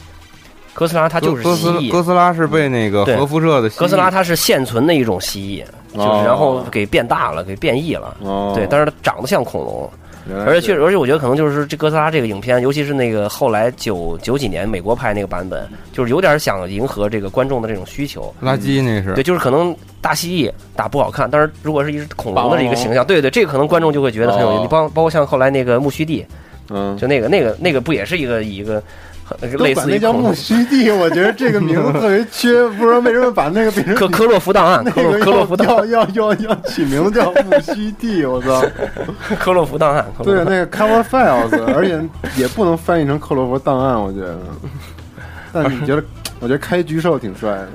E: 哥斯拉它就是
D: 哥
E: 蜥
D: 斯拉
E: 蜴，
D: 哥斯拉是被那个
E: 对
D: 核辐射的蜥蜴
E: 哥斯拉它是现存的一种蜥蜴，就是
C: 哦
E: 然后给变大了，给变异了，
C: 哦，
E: 对，但是它长得像恐龙，
C: 原来
E: 而且
C: 是
E: 确实，而且我觉得可能就是这哥斯拉这个影片，尤其是那个后来九九几年美国拍那个版本，就是有点想迎合这个观众的这种需求。
D: 垃圾那是
E: 对，就是可能大蜥蜴打不好看，但是如果是一只恐龙的一个形象，对对，这个可能观众就会觉得很有意
C: 哦
E: 思。你包包括像后来那个木须地，
C: 嗯，
E: 就那个那个那个不也是一个以一个很
C: 都
E: 类
C: 管
E: 似
C: 那
E: 于
C: 叫
E: 恐
C: 木
E: 龙？
C: 须地，我觉得这个名字特别缺，不知道为什么把那个变成
E: 科科洛弗档案，
C: 那
E: 科洛
C: 个
E: 科洛弗档
C: 要要要要起名字叫木须地，我 操！
E: 科洛弗档案，科洛
C: 对，啊
E: 弗
C: 那个 cover files，而且也不能翻译成克罗佛档案，我觉得。但你觉得？我觉得开局兽挺帅的，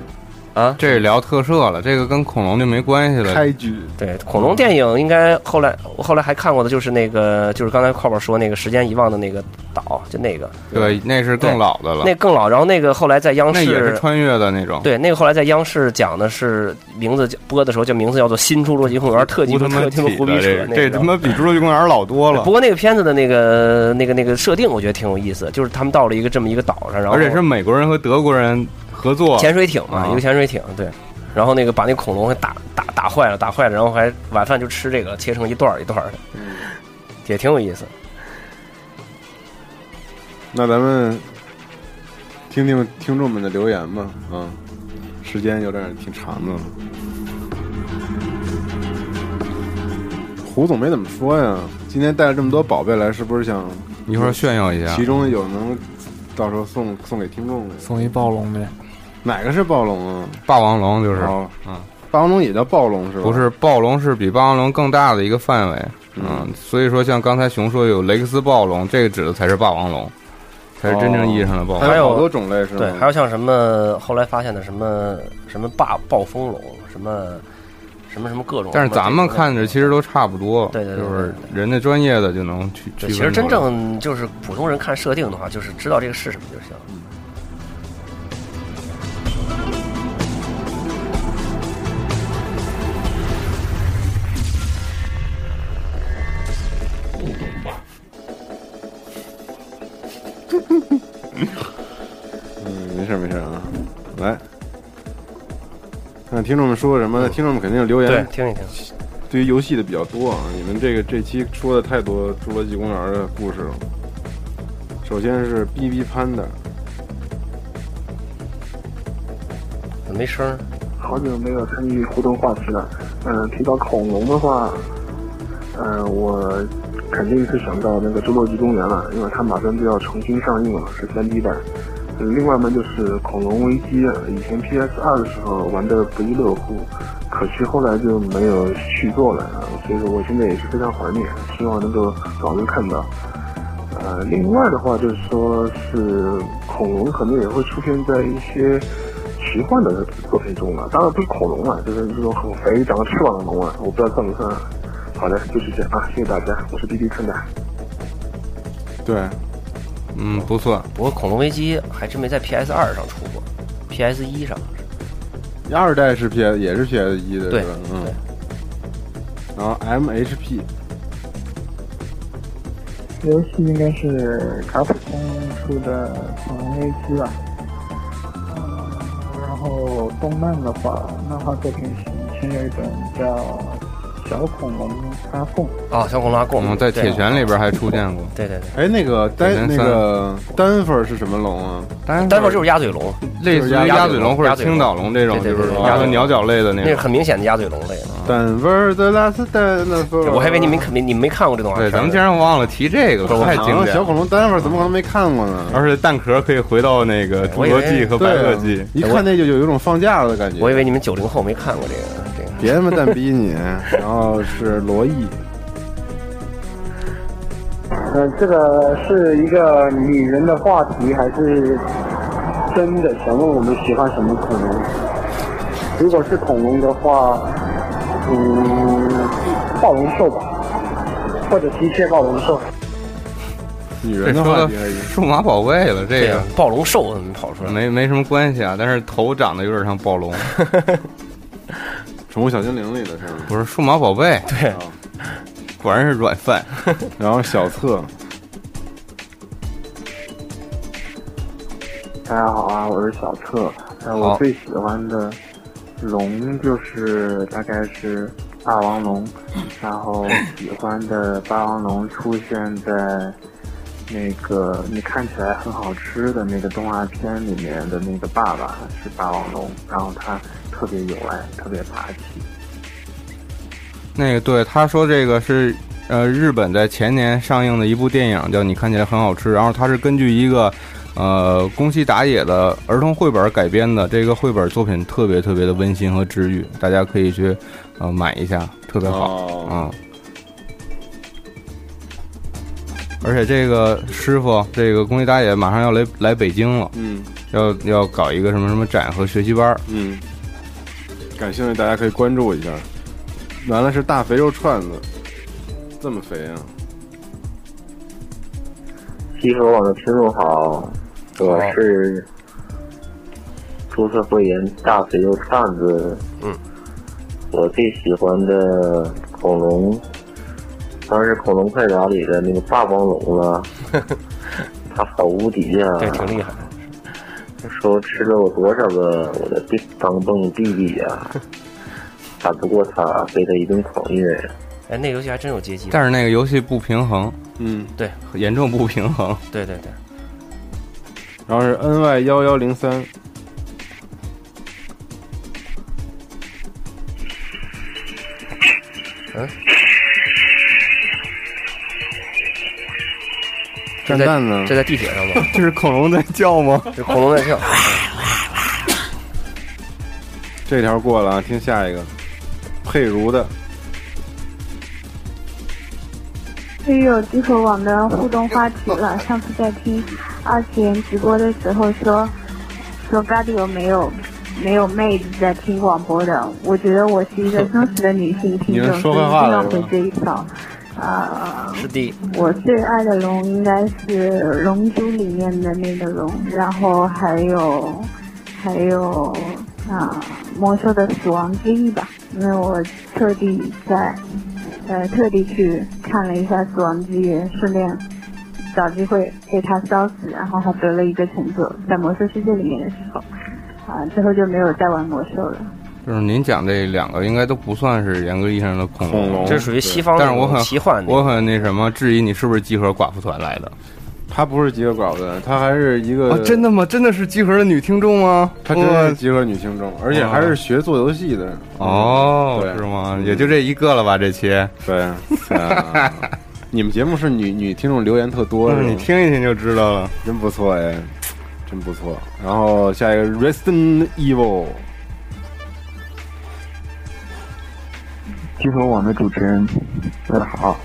E: 啊，
D: 这是聊特摄了，这个跟恐龙就没关系了。
C: 开局
E: 对，恐龙电影应该后来我后来还看过的就是那个，就是刚才块宝说那个时间遗忘的那个岛，就那个
D: 对，那是更老的了，
E: 那更老，然后那个后来在央
D: 那
E: 视
D: 也是穿越的那种。
E: 对，那个后来在央视讲的是名字叫播的时候叫名字叫做《新侏罗纪公园特级
D: 胡他妈
E: 特级
D: 起的
E: 胡逼扯
D: 这》
E: 那
D: 这
E: 个
D: 他。妈比《侏罗纪公园》老多了
E: 不，过那个片子的那个那个那个设定，我觉得挺有意思，就是他们到了一个这么一个岛上，然后
D: 而且是美国人和德国人合作。
E: 潜水艇嘛，
D: 啊
E: 一个潜水艇，对。然后那个把那恐龙还打打打坏了，打坏了，然后还晚饭就吃这个，切成一段儿一段儿的，
D: 嗯
E: 也挺有意思。
C: 那咱们听听听众们的留言吧，啊，时间有点挺长的了。胡总没怎么说呀，今天带了这么多宝贝来，是不是想
D: 一会儿炫耀
E: 哎
D: 一下
C: 其，中有能到时候送送给听众的？
G: 送一暴龙呗，
C: 哪个是暴龙啊？
D: 霸王龙就是，
C: 哦，
E: 啊
D: 嗯，
C: 霸王龙也叫暴龙是吧？
D: 不，是暴龙是比霸王龙更大的一个范围。嗯，所以说像刚才熊说有雷克斯暴龙，这个指的才是霸王龙，才是真正意义上的暴龙。
C: 还
E: 还有
C: 好多种类是吗？
E: 对，还有像什么后来发现的什么什么霸暴风龙，什么什么什么各种。
D: 但是咱们看着
E: 实。
D: 其实都差不多，
E: 哎对对对
D: 就是人家专业的就能去
E: 对，
D: 去。
E: 其实真正就是普通人看设定的话，就是知道这个是什么就行。
C: 嗯，没事儿没事儿啊，来，看听众们说什么呢？听众们肯定留
E: 嗯对
C: 言，
E: 听一听。
C: 对于游戏的比较多啊。你们这个这期说的太多《侏罗纪公园》的故事了。首先是 B B Panda，
E: 怎么没声儿？
H: 好久没有参与互动话题了。嗯、提到恐龙的话，嗯、我肯定是想到那个《侏罗纪公园》了，因为它马上就要重新上映了，是 3D 版。嗯另外嘛，就是《恐龙危机》，以前 PS 二的时候玩的不亦乐乎，可惜后来就没有续作了，所以说我现在也是非常怀念，希望能够早日看到。呃，另外的话就是说是恐龙可能也会出现在一些奇幻的作品中了，当然不是恐龙了，就是这种很肥长了翅膀的龙啊，我不知道算不算。好的，就是这样啊，谢谢大家，我是滴滴看的。
C: 对，
D: 嗯不算，
E: 不过《恐龙危机》还真没在 PS 二上出过，PS 一上。
C: 二代是 P S 也是 P S 一的，
E: 对
C: 是吧？嗯
E: 对。
C: 然后 M H P
I: 游戏应该是卡普空出的《恐龙危机》吧。嗯，然后动漫的话，漫画作品是以前有一本叫《小恐龙阿贡》，
E: 啊，小恐龙阿
D: 我
E: 贡
D: 们哦在铁拳里。边还出现过。
E: 对对对对
C: 哎，那个
D: 零
C: 丹那
D: 零三
C: 个丹佛是什么龙啊？
D: 单
E: 单说就是是鸭嘴龙，
D: 类似于鸭嘴龙或者
E: 鸭嘴龙
D: 青岛龙这种，
E: 对
D: 就
E: 对对
D: 是
E: 对
D: 鸭嘴鸟脚类的那
E: 那是
D: 种。
E: 很明显的鸭嘴龙类的。
C: 丹佛的 last 丹佛，
E: 啊我还以为你们没你们没看过这动画
D: 对，
E: 片呢。
D: 咱们竟然忘了提这个了，太经典
C: 啊小
D: 了。
C: 恐龙丹佛怎么可能没看过
E: 啊
C: 呢？
D: 而且蛋壳可以回到那个侏
E: 我以
D: 罗
E: 为
D: 纪和白
C: 对
D: 垩
C: 啊
D: 纪，
C: 一看那就有一种放假了的感觉。
E: 哎我以为你们九零后没看过这个这
D: 啊
E: 个。
C: 别他妈蛋逼你，然后是罗毅，
I: 嗯、这个是一个拟人的话题，还是真的？想问我们喜欢什么恐龙？如果是恐龙的话，嗯，暴龙兽吧，或者机械暴龙兽。
C: 女
D: 这
E: 啊
C: 人的
D: 说
C: 话
D: 到
C: 题而已。
D: 数码宝贝了，这
E: 这
D: 个
E: 个啊暴龙兽怎么跑出来？
D: 没没什么关系啊。但是头长得有点像暴龙，
C: 宠物小精灵里的是吗？
D: 不是数码宝贝，
E: 对，
D: 果然是软饭。
C: 然后小策，
H: 大家好啊，我是小策。呃，
D: 好
H: 我最喜欢的龙就是大概是阿霸王龙，然后喜欢的霸王龙出现在那个你看起来很好吃的那个动画片里面的那个爸爸是霸王龙，然后他特别有爱，特别霸气。
D: 那个对他说这个是呃日本在前年上映的一部电影叫《你看起来很好吃》，然后它是根据一个呃宫西达也的儿童绘本改编的，这个绘本作品特别特别的温馨和治愈，大家可以去呃买一下，特别好
C: 哦
D: 嗯。而且这个师傅，这个宫西达也马上要来来北京了，
C: 嗯
D: 要要搞一个什么什么展和学习班儿，
C: 嗯，感兴趣大家可以关注一下。原来是大肥肉串子，这么肥啊！
H: 集合网的听众好，我是注册会员大肥肉串子。
E: 嗯，
H: 我最喜欢的恐龙，当然是《恐龙快打》里的那个霸王 龙了，他好无敌呀、
E: 这挺厉害。
H: 说吃了我多少个我的弟当蹦弟弟呀、 打不过他，被他一顿狂虐。
E: 哎，那游戏还真有街机。
D: 但是那个游戏不平衡，
C: 嗯，
D: 严重不平 衡。
E: 对对对，
C: 然后是 N Y 幺幺零三，
E: 这
C: 蛋
E: 在
C: 蛋呢？
E: 这在地铁上吗？
C: 这是恐龙在叫吗？
E: 这恐龙在跳。
C: 这条过了啊，听下一个，佩如的，
J: 这有集合网的互动话题了。上次在听二次元直播的时候说，说 Gadio 没有没有妹子在听广播的。我觉得我是一个忠实的女性听
C: 你
J: 众，
C: 能
J: 所
C: 说
J: 以
C: 坏话来
J: 一定要
C: 了
J: 回这一条。啊、
E: 是的，
D: 哦
J: 我最爱的龙应该是《龙珠》里面的那个龙，然后还有还有啊，魔兽的死亡之翼吧，因为我特地在呃特地去看了一下死亡之翼，顺便找机会被它烧死，然后还得了一个成就，在魔兽世界里面的时候。啊，之后就没有再玩魔兽了。
D: 就是您讲这两个应该都不算是严格意义上的恐龙，
C: 恐龙
E: 这属于西方
D: 但是我很
E: 奇幻的。
D: 我很那什么质疑你是不是集合寡妇团来的
C: 她不是集合寡妇的，她还是一个、
D: 啊真
C: 啊的，
D: 的吗？真的是集合的女听众吗？
C: 她真是集合女听众，而且还是学做游戏的。
D: 哦，
C: 对嗯
D: 是吗？也就这一个了吧？这期
C: 对，啊你们节目是女女听众留言特多，是吗
D: 你听一听就知道了。
C: 真不错哎，真不错。然后下一个 Resident Evil，
I: 集合网的主持人，大家好，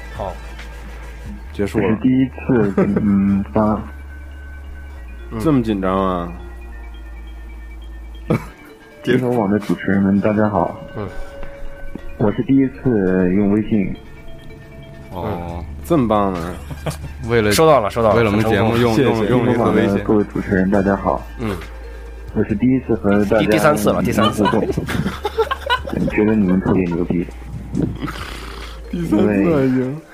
C: 结束
I: 这是
C: 了，
I: 第一次跟你们发
C: 这么紧张啊？
I: 集合网的主持人们，大家好。
E: 嗯，
I: 我是第一次用微信，
D: 哦，
C: 这么棒呢？
D: 为了
E: 收到了，收到了。
D: 为了我们
E: 很
D: 节
E: 成
D: 目
E: 功
D: 用
C: 谢谢
D: 用用了一
I: 集
D: 次
I: 合网
D: 微
I: 的
D: 信，
I: 各位主持人，大家好。
E: 嗯，
I: 我是第一次和大
E: 第
I: 家
E: 第三次了第三次
I: 互动，觉得你们特别牛逼。
C: 第三次已经。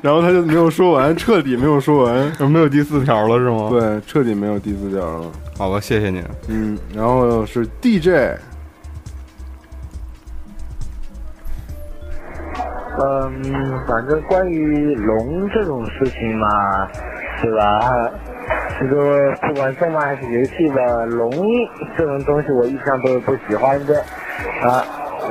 C: 然后他就没有说完，彻底没有说完。
D: 没有第四条了是吗？
C: 对，彻底没有第四条了。
D: 好吧，谢谢您。
C: 嗯，然后是 DJ，
I: 嗯，反正关于龙这种事情嘛，对吧？这个不管动漫还是游戏吧，龙这种东西我一向都是不喜欢的。啊，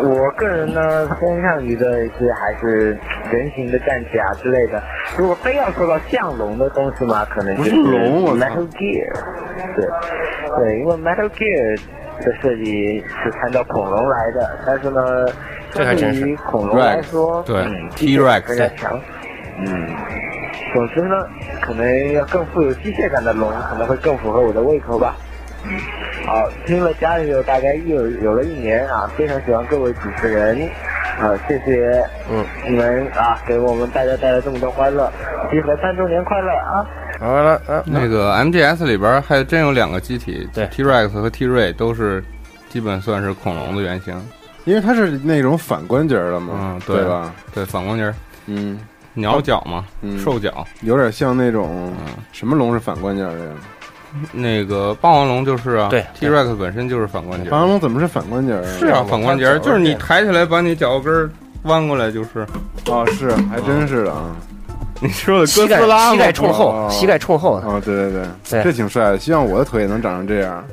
I: 我个人呢偏向于的是还是人形的战甲之类的。如果非要说到像龙的东西嘛，可能就是
C: 不是龙我操
I: Metal Gear，对对，因为 Metal Gear 的设计是参照恐龙来的，但是呢，
E: 这还真
I: 相
E: 是
I: 对于恐龙来
D: Rex，
I: 说，
D: 对
I: 嗯
D: T-Rex
I: 非常强。嗯，总之呢，可能要更富有机械感的龙，可能会更符合我的胃口吧。嗯好，听了家里有大概有有了一年啊，非常喜欢各位主持人，啊，谢谢，
E: 嗯，
I: 你们啊给我们大家带来这么多欢乐，集合三周年快乐啊！
E: 好了，啊，
D: 那个 MGS 里边还真有两个机体，
E: 对
D: T-Rex 和 T-Ray 都是基本算是恐龙的原型。
C: 因为他是那种反关节的嘛，
D: 嗯，
C: 对吧？？
D: 对，反光节儿，
C: 嗯，
D: 鸟角嘛，
C: 嗯
D: 兽角，
C: 有点像那种
D: 嗯
C: 什么龙是反关节的呀？
D: 那个霸王龙就是啊，
E: 对
D: ，T Rex 本身就是反关节。
C: 霸王龙怎么是反关节儿？
D: 是啊，反关节儿就是你抬起来把你脚后跟儿弯过来就是。
C: 哦，是，还
D: 嗯
C: 真是的啊。
D: 你说的
E: 膝
D: 哥
E: 盖
D: 斯拉吗
E: 膝盖冲后
C: 哦，
E: 膝盖冲
D: 嗯
E: 后，
C: 哦，对对对，
E: 对
C: 这挺帅的。希望我的腿也能长成这样。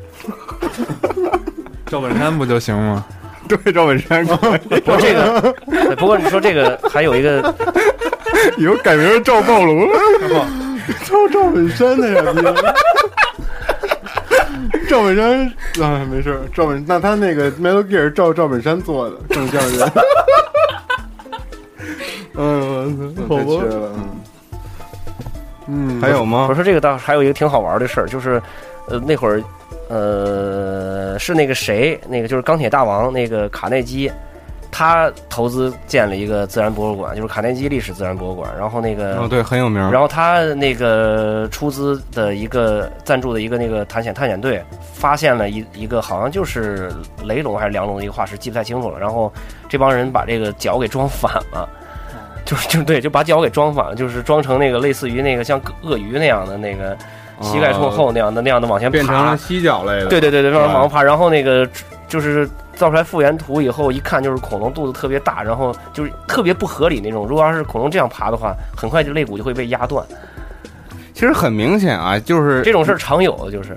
G: 赵本山不就行吗？
D: 对赵本山，
E: 不过这个， 对不过你说这个还有一个，
D: 以后改名儿赵暴龙。
C: 超 赵本山的傻逼。 赵本山啊，没事儿。赵本，那他那个 Metal Gear 是照赵本山做的，更像人。 嗯，我操，太缺了。嗯，嗯
D: 还有吗
E: 我？说这个倒是还有一个挺好玩的事儿，就是，呃，那会儿，呃，是那个谁，那个就是钢铁大王那个卡耐基，他投资建了一个自然博物馆，就是卡耐基历史自然博物馆，然后那个。
D: 哦，对，很有名儿。
E: 然后他那个出资的一个赞助的一个那个探险探险队，发现了一一个好像就是雷龙还是梁龙的一个化石，记不太清楚了。然后这帮人把这个脚给装反了， 就是 就是对，就把脚给装反了，就是装成那个类似于那个像鳄鱼那样的那个膝盖冲后那样的那样的往前 爬，
D: 变成了嗯犀角类的。
E: 对对对对，让人
D: 是吧
E: 往上爬。然后那个就是造出来复原图以后，一看就是恐龙肚子特别大，然后就是特别不合理那种。如果要是恐龙这样爬的话，很快就肋骨就会被压断。
D: 其实很明显啊，就是
E: 这种事儿常有，就是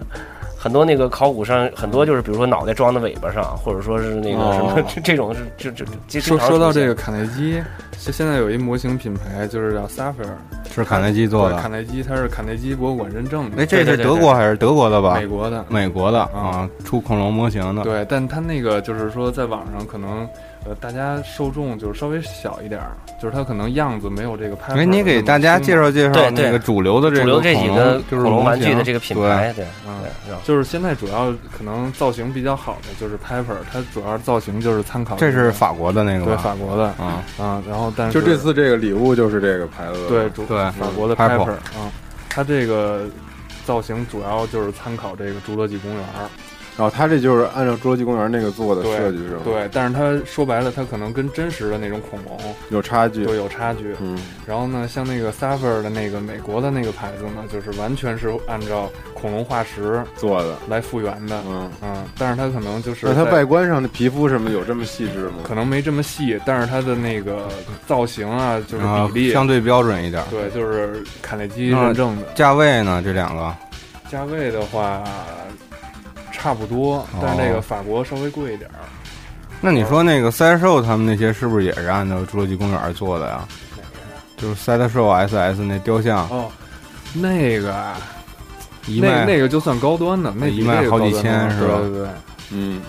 E: 很多那个考古上很多就是，比如说脑袋装在尾巴上，或者说是那个什么、
G: 哦
E: 这种是就就就
G: 说说到这个，卡耐基，现现在有一模型品牌就是叫 Sapphire，
D: 是卡耐基做
G: 对卡
D: 的。
G: 耐基它是卡耐基博物馆认证的
D: 哎，，这
E: 对
D: 是
E: 对对
D: 德国还是德国的吧
G: 美？国的。
D: 美国的啊，出恐龙模型的。
G: 对，但它那个就是说，在网上可能，呃，大家受众就是稍微小一点儿，就是它可能样子没有这个拍。
D: 哎，你给大家介，绍介绍
E: 对对
D: 那个主流的这
E: 主
D: 个
E: 流这几
D: 恐
E: 个
D: 龙就是
E: 恐龙玩具
D: 模
E: 的
D: 型
E: 这个品牌，对
G: 嗯
E: 对，然后
G: 就是现在主要可能造型比较好的就是 Piper，它主要造型就是参考
D: 对。这
G: 那
D: 是
G: 个
D: 法国的那个
G: 对
D: 吧
G: 法国的
D: 啊，
G: 啊，然后但是
C: 就这次这个礼物就是这个牌子。
G: 对，主
D: 对
G: 法国的
D: Piper
G: Piper 啊，它这个造型主要就是参考这个《侏罗纪公园》。
C: 然后他这就是按照侏罗纪公园那个做的
G: 对
C: 设计是吗？，
G: 对，但是它说白了，它可能跟真实的那种恐龙
C: 有差距
G: 就。有差距。
C: 嗯，
G: 然后呢，像那个 s a f e r 的那个美国的那个牌子呢，就是完全是按照恐龙化石
C: 做的。
G: 来复原的。
C: 嗯，
G: 嗯，但是它可能就是
C: 那它
G: 在
C: 外观上的皮肤什么有这么细致吗？
G: 可能没这么细，但是它的那个造型啊，啊就是
D: 啊
G: 比例，
D: 相对标准一点。
G: 对，就是卡耐基
D: 嗯
G: 认证的。
D: 价位呢？这两个
G: 价位的话差不多，但是那个法国稍微贵一点儿。
D: 那你说那个赛兽他们那些是不是也是按照《侏罗纪公园》做的呀？就是赛特兽 SS 那雕像
G: 哦，那个啊，
D: 一
G: 那
D: 卖
G: 那个就算高端的，那比
D: 一卖
G: 这个
D: 好几
G: 高端的
D: 千是吧
G: 对对对，
C: 嗯，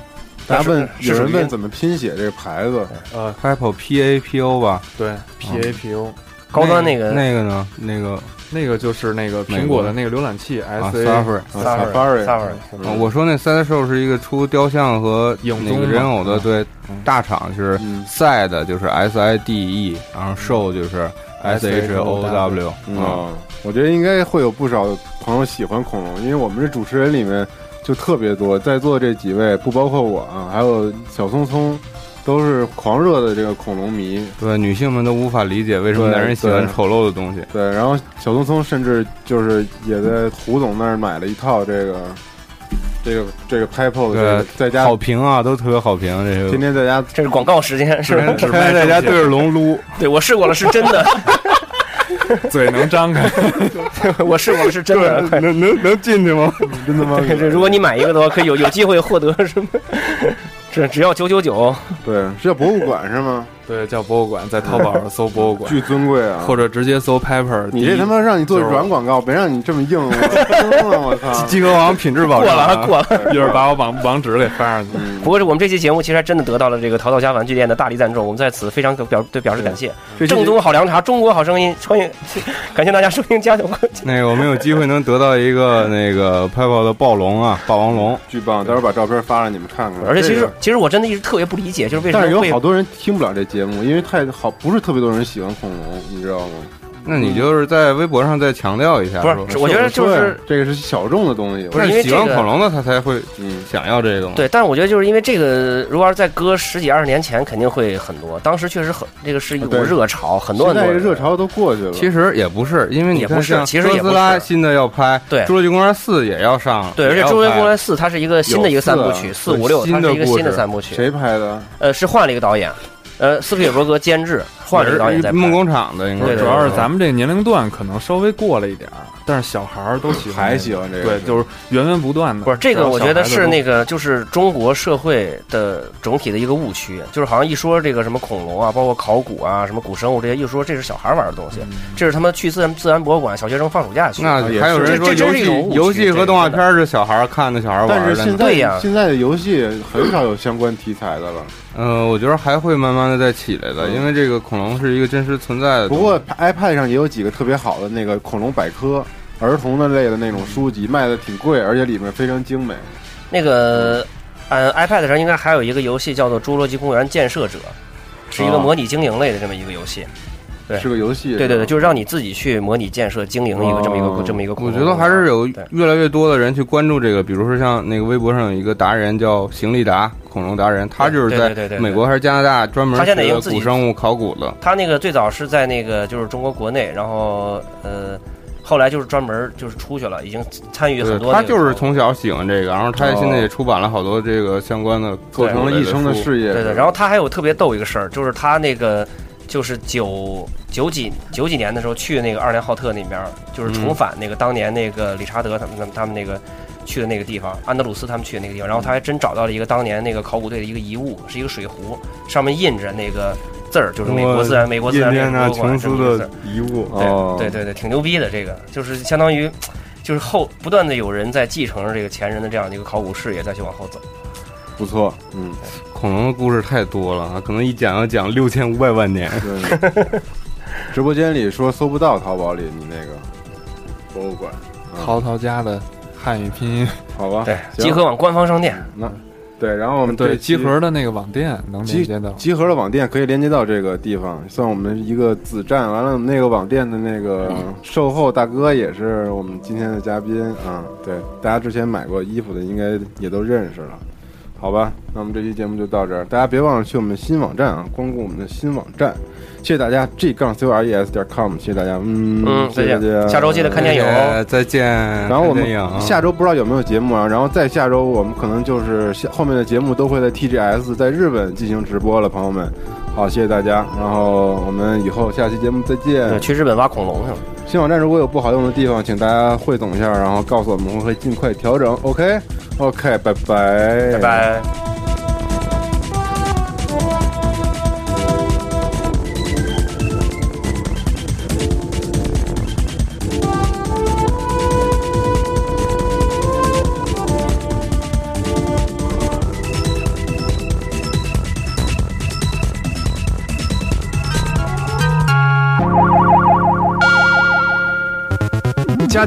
C: 大家问
E: 是
C: 有
E: 属
C: 人
E: 于
C: 问怎么拼写这个牌子，
G: 呃，
D: Hypo P A P O 吧，
G: 对，P A P O，
E: 高端
D: 那
E: 那个
D: 那个呢？那个
G: 那个就是那个苹果的那个浏览器
D: 啊
G: S A， 嗯
D: ，Safari。
C: 啊
E: Safari- Safari
D: 啊，我说那赛特兽是一个出雕像和
G: 影
D: 那个
G: 踪
D: 人
G: 嘛
D: 偶的，
G: 嗯
D: 对，大厂是
C: 嗯
D: 赛的，就是 S I D E，然后兽就是 S H O W 啊，
C: 啊，我觉得应该会有不少朋友喜欢恐龙，因为我们这主持人里面就特别多，在座这几位不包括我啊，还有小聪聪，都是狂热的这个恐龙迷。
D: 对，女性们都无法理解为什么
C: 对
D: 男人喜欢
C: 对
D: 丑陋的东西。
C: 对，然后小聪聪甚至就是也在胡总那儿买了一套这个 这个这个 PayPal 的这个，
D: 对
C: 在家
D: 好评啊，都特别好评，这
C: 天
D: 个。
C: 天在家
E: 这是广告时间是吧？
D: 天天在家 对着龙撸，
E: 对我试过了，是真的，
G: 嘴能张开，
E: 我试过了，是真的。快
D: 能能能进去吗？
C: 真的吗？
E: 对这如果你买一个的话，可以有有机会获得什么？ 这只要九九九，
C: 对，是叫博物馆是吗？
G: 对，叫博物馆，在淘宝上搜博物 馆，
C: 巨尊贵啊！
G: 或者直接搜 Piper，
C: 你这他妈让你做软广告，别让你这么硬， 我疯了我操！
D: 鸡壳王品质保
E: 过
D: 障
E: 了
D: 啊
E: 啊，过了。
G: 一会儿把我网网址给发上去。
E: 不过是我们这期节目其实还真的得到了这个淘淘家玩具店的大力赞助，我们在此非常表对表示感谢。
C: 这期
E: 正宗好凉茶，中国好声音，欢迎， 感谢大家收听家酒观。
D: 那个我们有机会能得到一个那个 PayPal 的暴龙 啊，霸王龙。
C: 巨棒，到时候把照片发让你们看看。
E: 而且其
C: 这
E: 实
C: 个，
E: 其实我真的一直特别不理解，就是为什
C: 但是
E: 么
C: 有好
E: 会
C: 多人听不了这节目，因为太好，不是特别多人喜欢恐龙，你知道吗？
D: 那你就是在微博上再强调一下，
E: 不是我觉得就是
D: 说呀
C: 这个是小众的东西，
E: 不是因为
D: 喜欢
E: 这个
D: 恐龙的他才会想要这个嘛。
E: 对，但是我觉得就是因为这个，如果要是再搁十几二十年前，肯定会很多。当时确实很，这个是一股
D: 呃对
E: 热潮，很多很多
D: 现在这
E: 人啊
D: 热
C: 潮都过去了
D: 其实也不是，因为你
E: 也
D: 看
E: 不是
D: 像
E: 其实也
D: 哥斯
E: 不
D: 拉
E: 是
D: 新的要拍，
E: 对
D: 《侏罗纪公园四》也要上，
E: 对，而且
D: 也
E: 《
D: 要
E: 侏罗纪
D: 拍
E: 公园四》它是一个新的一个三部曲，
D: 有啊
E: 四五六它
D: 新
E: 是
D: 的
E: 一个
D: 故
E: 新的
D: 事
E: 三部曲。
C: 谁拍的？
E: 呃，是换了一个导演，呃，斯皮尔伯格监制，换了一个导演在拍。
G: 梦工
D: 厂的
E: 应该是
G: 主要是咱们这个年龄段可能稍微过了一点儿，但是小孩儿都喜欢，
E: 还喜欢这个
G: 对，就是源源不断的。
E: 不是这个，我觉得是那
G: 个
E: 个，就是中国社会的整体的一个误区，就是好像一说这个什么恐龙啊，包括考古啊，什么古生物这些，一说这是小孩玩的东西，这是他们去自然自然博物馆，小学生放暑假去。
D: 嗯那还有人说
E: 这这
D: 游
E: 真是一种
D: 戏
E: 误区
D: 游戏和动画片儿是小孩儿看的，小孩儿玩
C: 但
D: 儿
C: 是
D: 的
C: 现
D: 呢。
C: 在现在的游戏很少有相关题材的了。
D: 嗯，我觉得还会慢慢的再起来的，
E: 嗯
D: 因为这个恐龙是一个真实存在的东
C: 不
D: 西。
C: 过 iPad 上也有几个特别好的那个恐龙百科、儿童的类的那种书籍，卖的挺贵，而且里面非常精美。
E: 那个，呃，iPad 上应该还有一个游戏叫做《侏罗纪公园建设者》，是一
D: 哦
E: 个
C: 啊
E: 模拟经营类的这么一个游戏。对，
C: 是个游戏
E: 对
D: 是
E: 对
D: 吧
E: 对，就是让你自己去模拟建设、经营一个这么一个
D: 哦
E: 这么一个。
D: 我觉得还是有越来越多的人去关注这个，比如说像那个微博上有一个达人叫邢立达，恐龙达人，他就是
E: 对对
D: 在
E: 对对对
D: 美国还是加拿大专门
E: 他现在也
D: 学
E: 有自己
D: 古生物考古的。
E: 他那个最早是在那个就是中国国内，然后呃，后来就是专门就是出去了，已经参与
D: 对
E: 很多那
D: 他
E: 个。哦
D: 就是从小喜欢这个，然后他也现在也出版了好多这个相关的
E: 对
D: 书
E: 对对，然后他还有特别逗一个事儿，就是他那个就是九九几九几年的时候去那个二连浩特那边儿，就是重返那个当年那个理查德他们他们他们那个去的那个地方，安德鲁斯他们去的那个地方，然后他还真找到了一个当年那个考古队的一个遗物，是一个水壶，上面印着那个字儿，就是美国自然美国自然
D: 印
E: 历
D: 第
E: 史
D: 安
E: 博
D: 纳
E: 物馆
D: 琼
E: 这
D: 斯
E: 么一个字
D: 啊的
E: 儿。
D: 遗物，哦
E: 对对对对，挺牛逼的。这个就是相当于，就是后不断的有人在继承着这个前人的这样的一个考古事业，再去往后走。
D: 不错，嗯，恐龙的故事太多了，啊可能一讲要讲六千五百万年。
C: 直播间里说搜不到淘宝里你那个博物馆，
G: 淘淘家的汉语拼音，
C: 好吧？
E: 对，
C: 啊行
E: 集合网官方商店。
C: 那对，然后我们这
G: 对集
C: 期
G: 合的那个网店能连
C: 集
G: 接到。
C: 集合的网店可以连接到这个地方，算我们一个子站。完了，那个网店的那个售后大哥也是我们今天的嘉宾啊。对，大家之前买过衣服的应该也都认识了，好吧？那我们这期节目就到这儿，大家别忘了去我们新网站啊，光顾我们的新网站。谢谢大家，g 杠 c o r e s 点 com，谢谢大家，嗯，
E: 嗯
C: 谢谢
E: 再见
C: 大家，
E: 下周记得看电影哦
D: 呃，再见。然
C: 然后我们
E: 啊
C: 下周不知道有没有节目啊，然后再下周我们可能就是下后面的节目都会在 TGS 在日本进行直播了，朋友们。好，谢谢大家，然后我们以后下期节目再见
E: 对，。去日本挖恐龙去了。
C: 新网站如果有不好用的地方，请大家汇总一下，然后告诉我们，我们会尽快调整。OK，OK，、拜拜，
E: 拜拜。
A: 家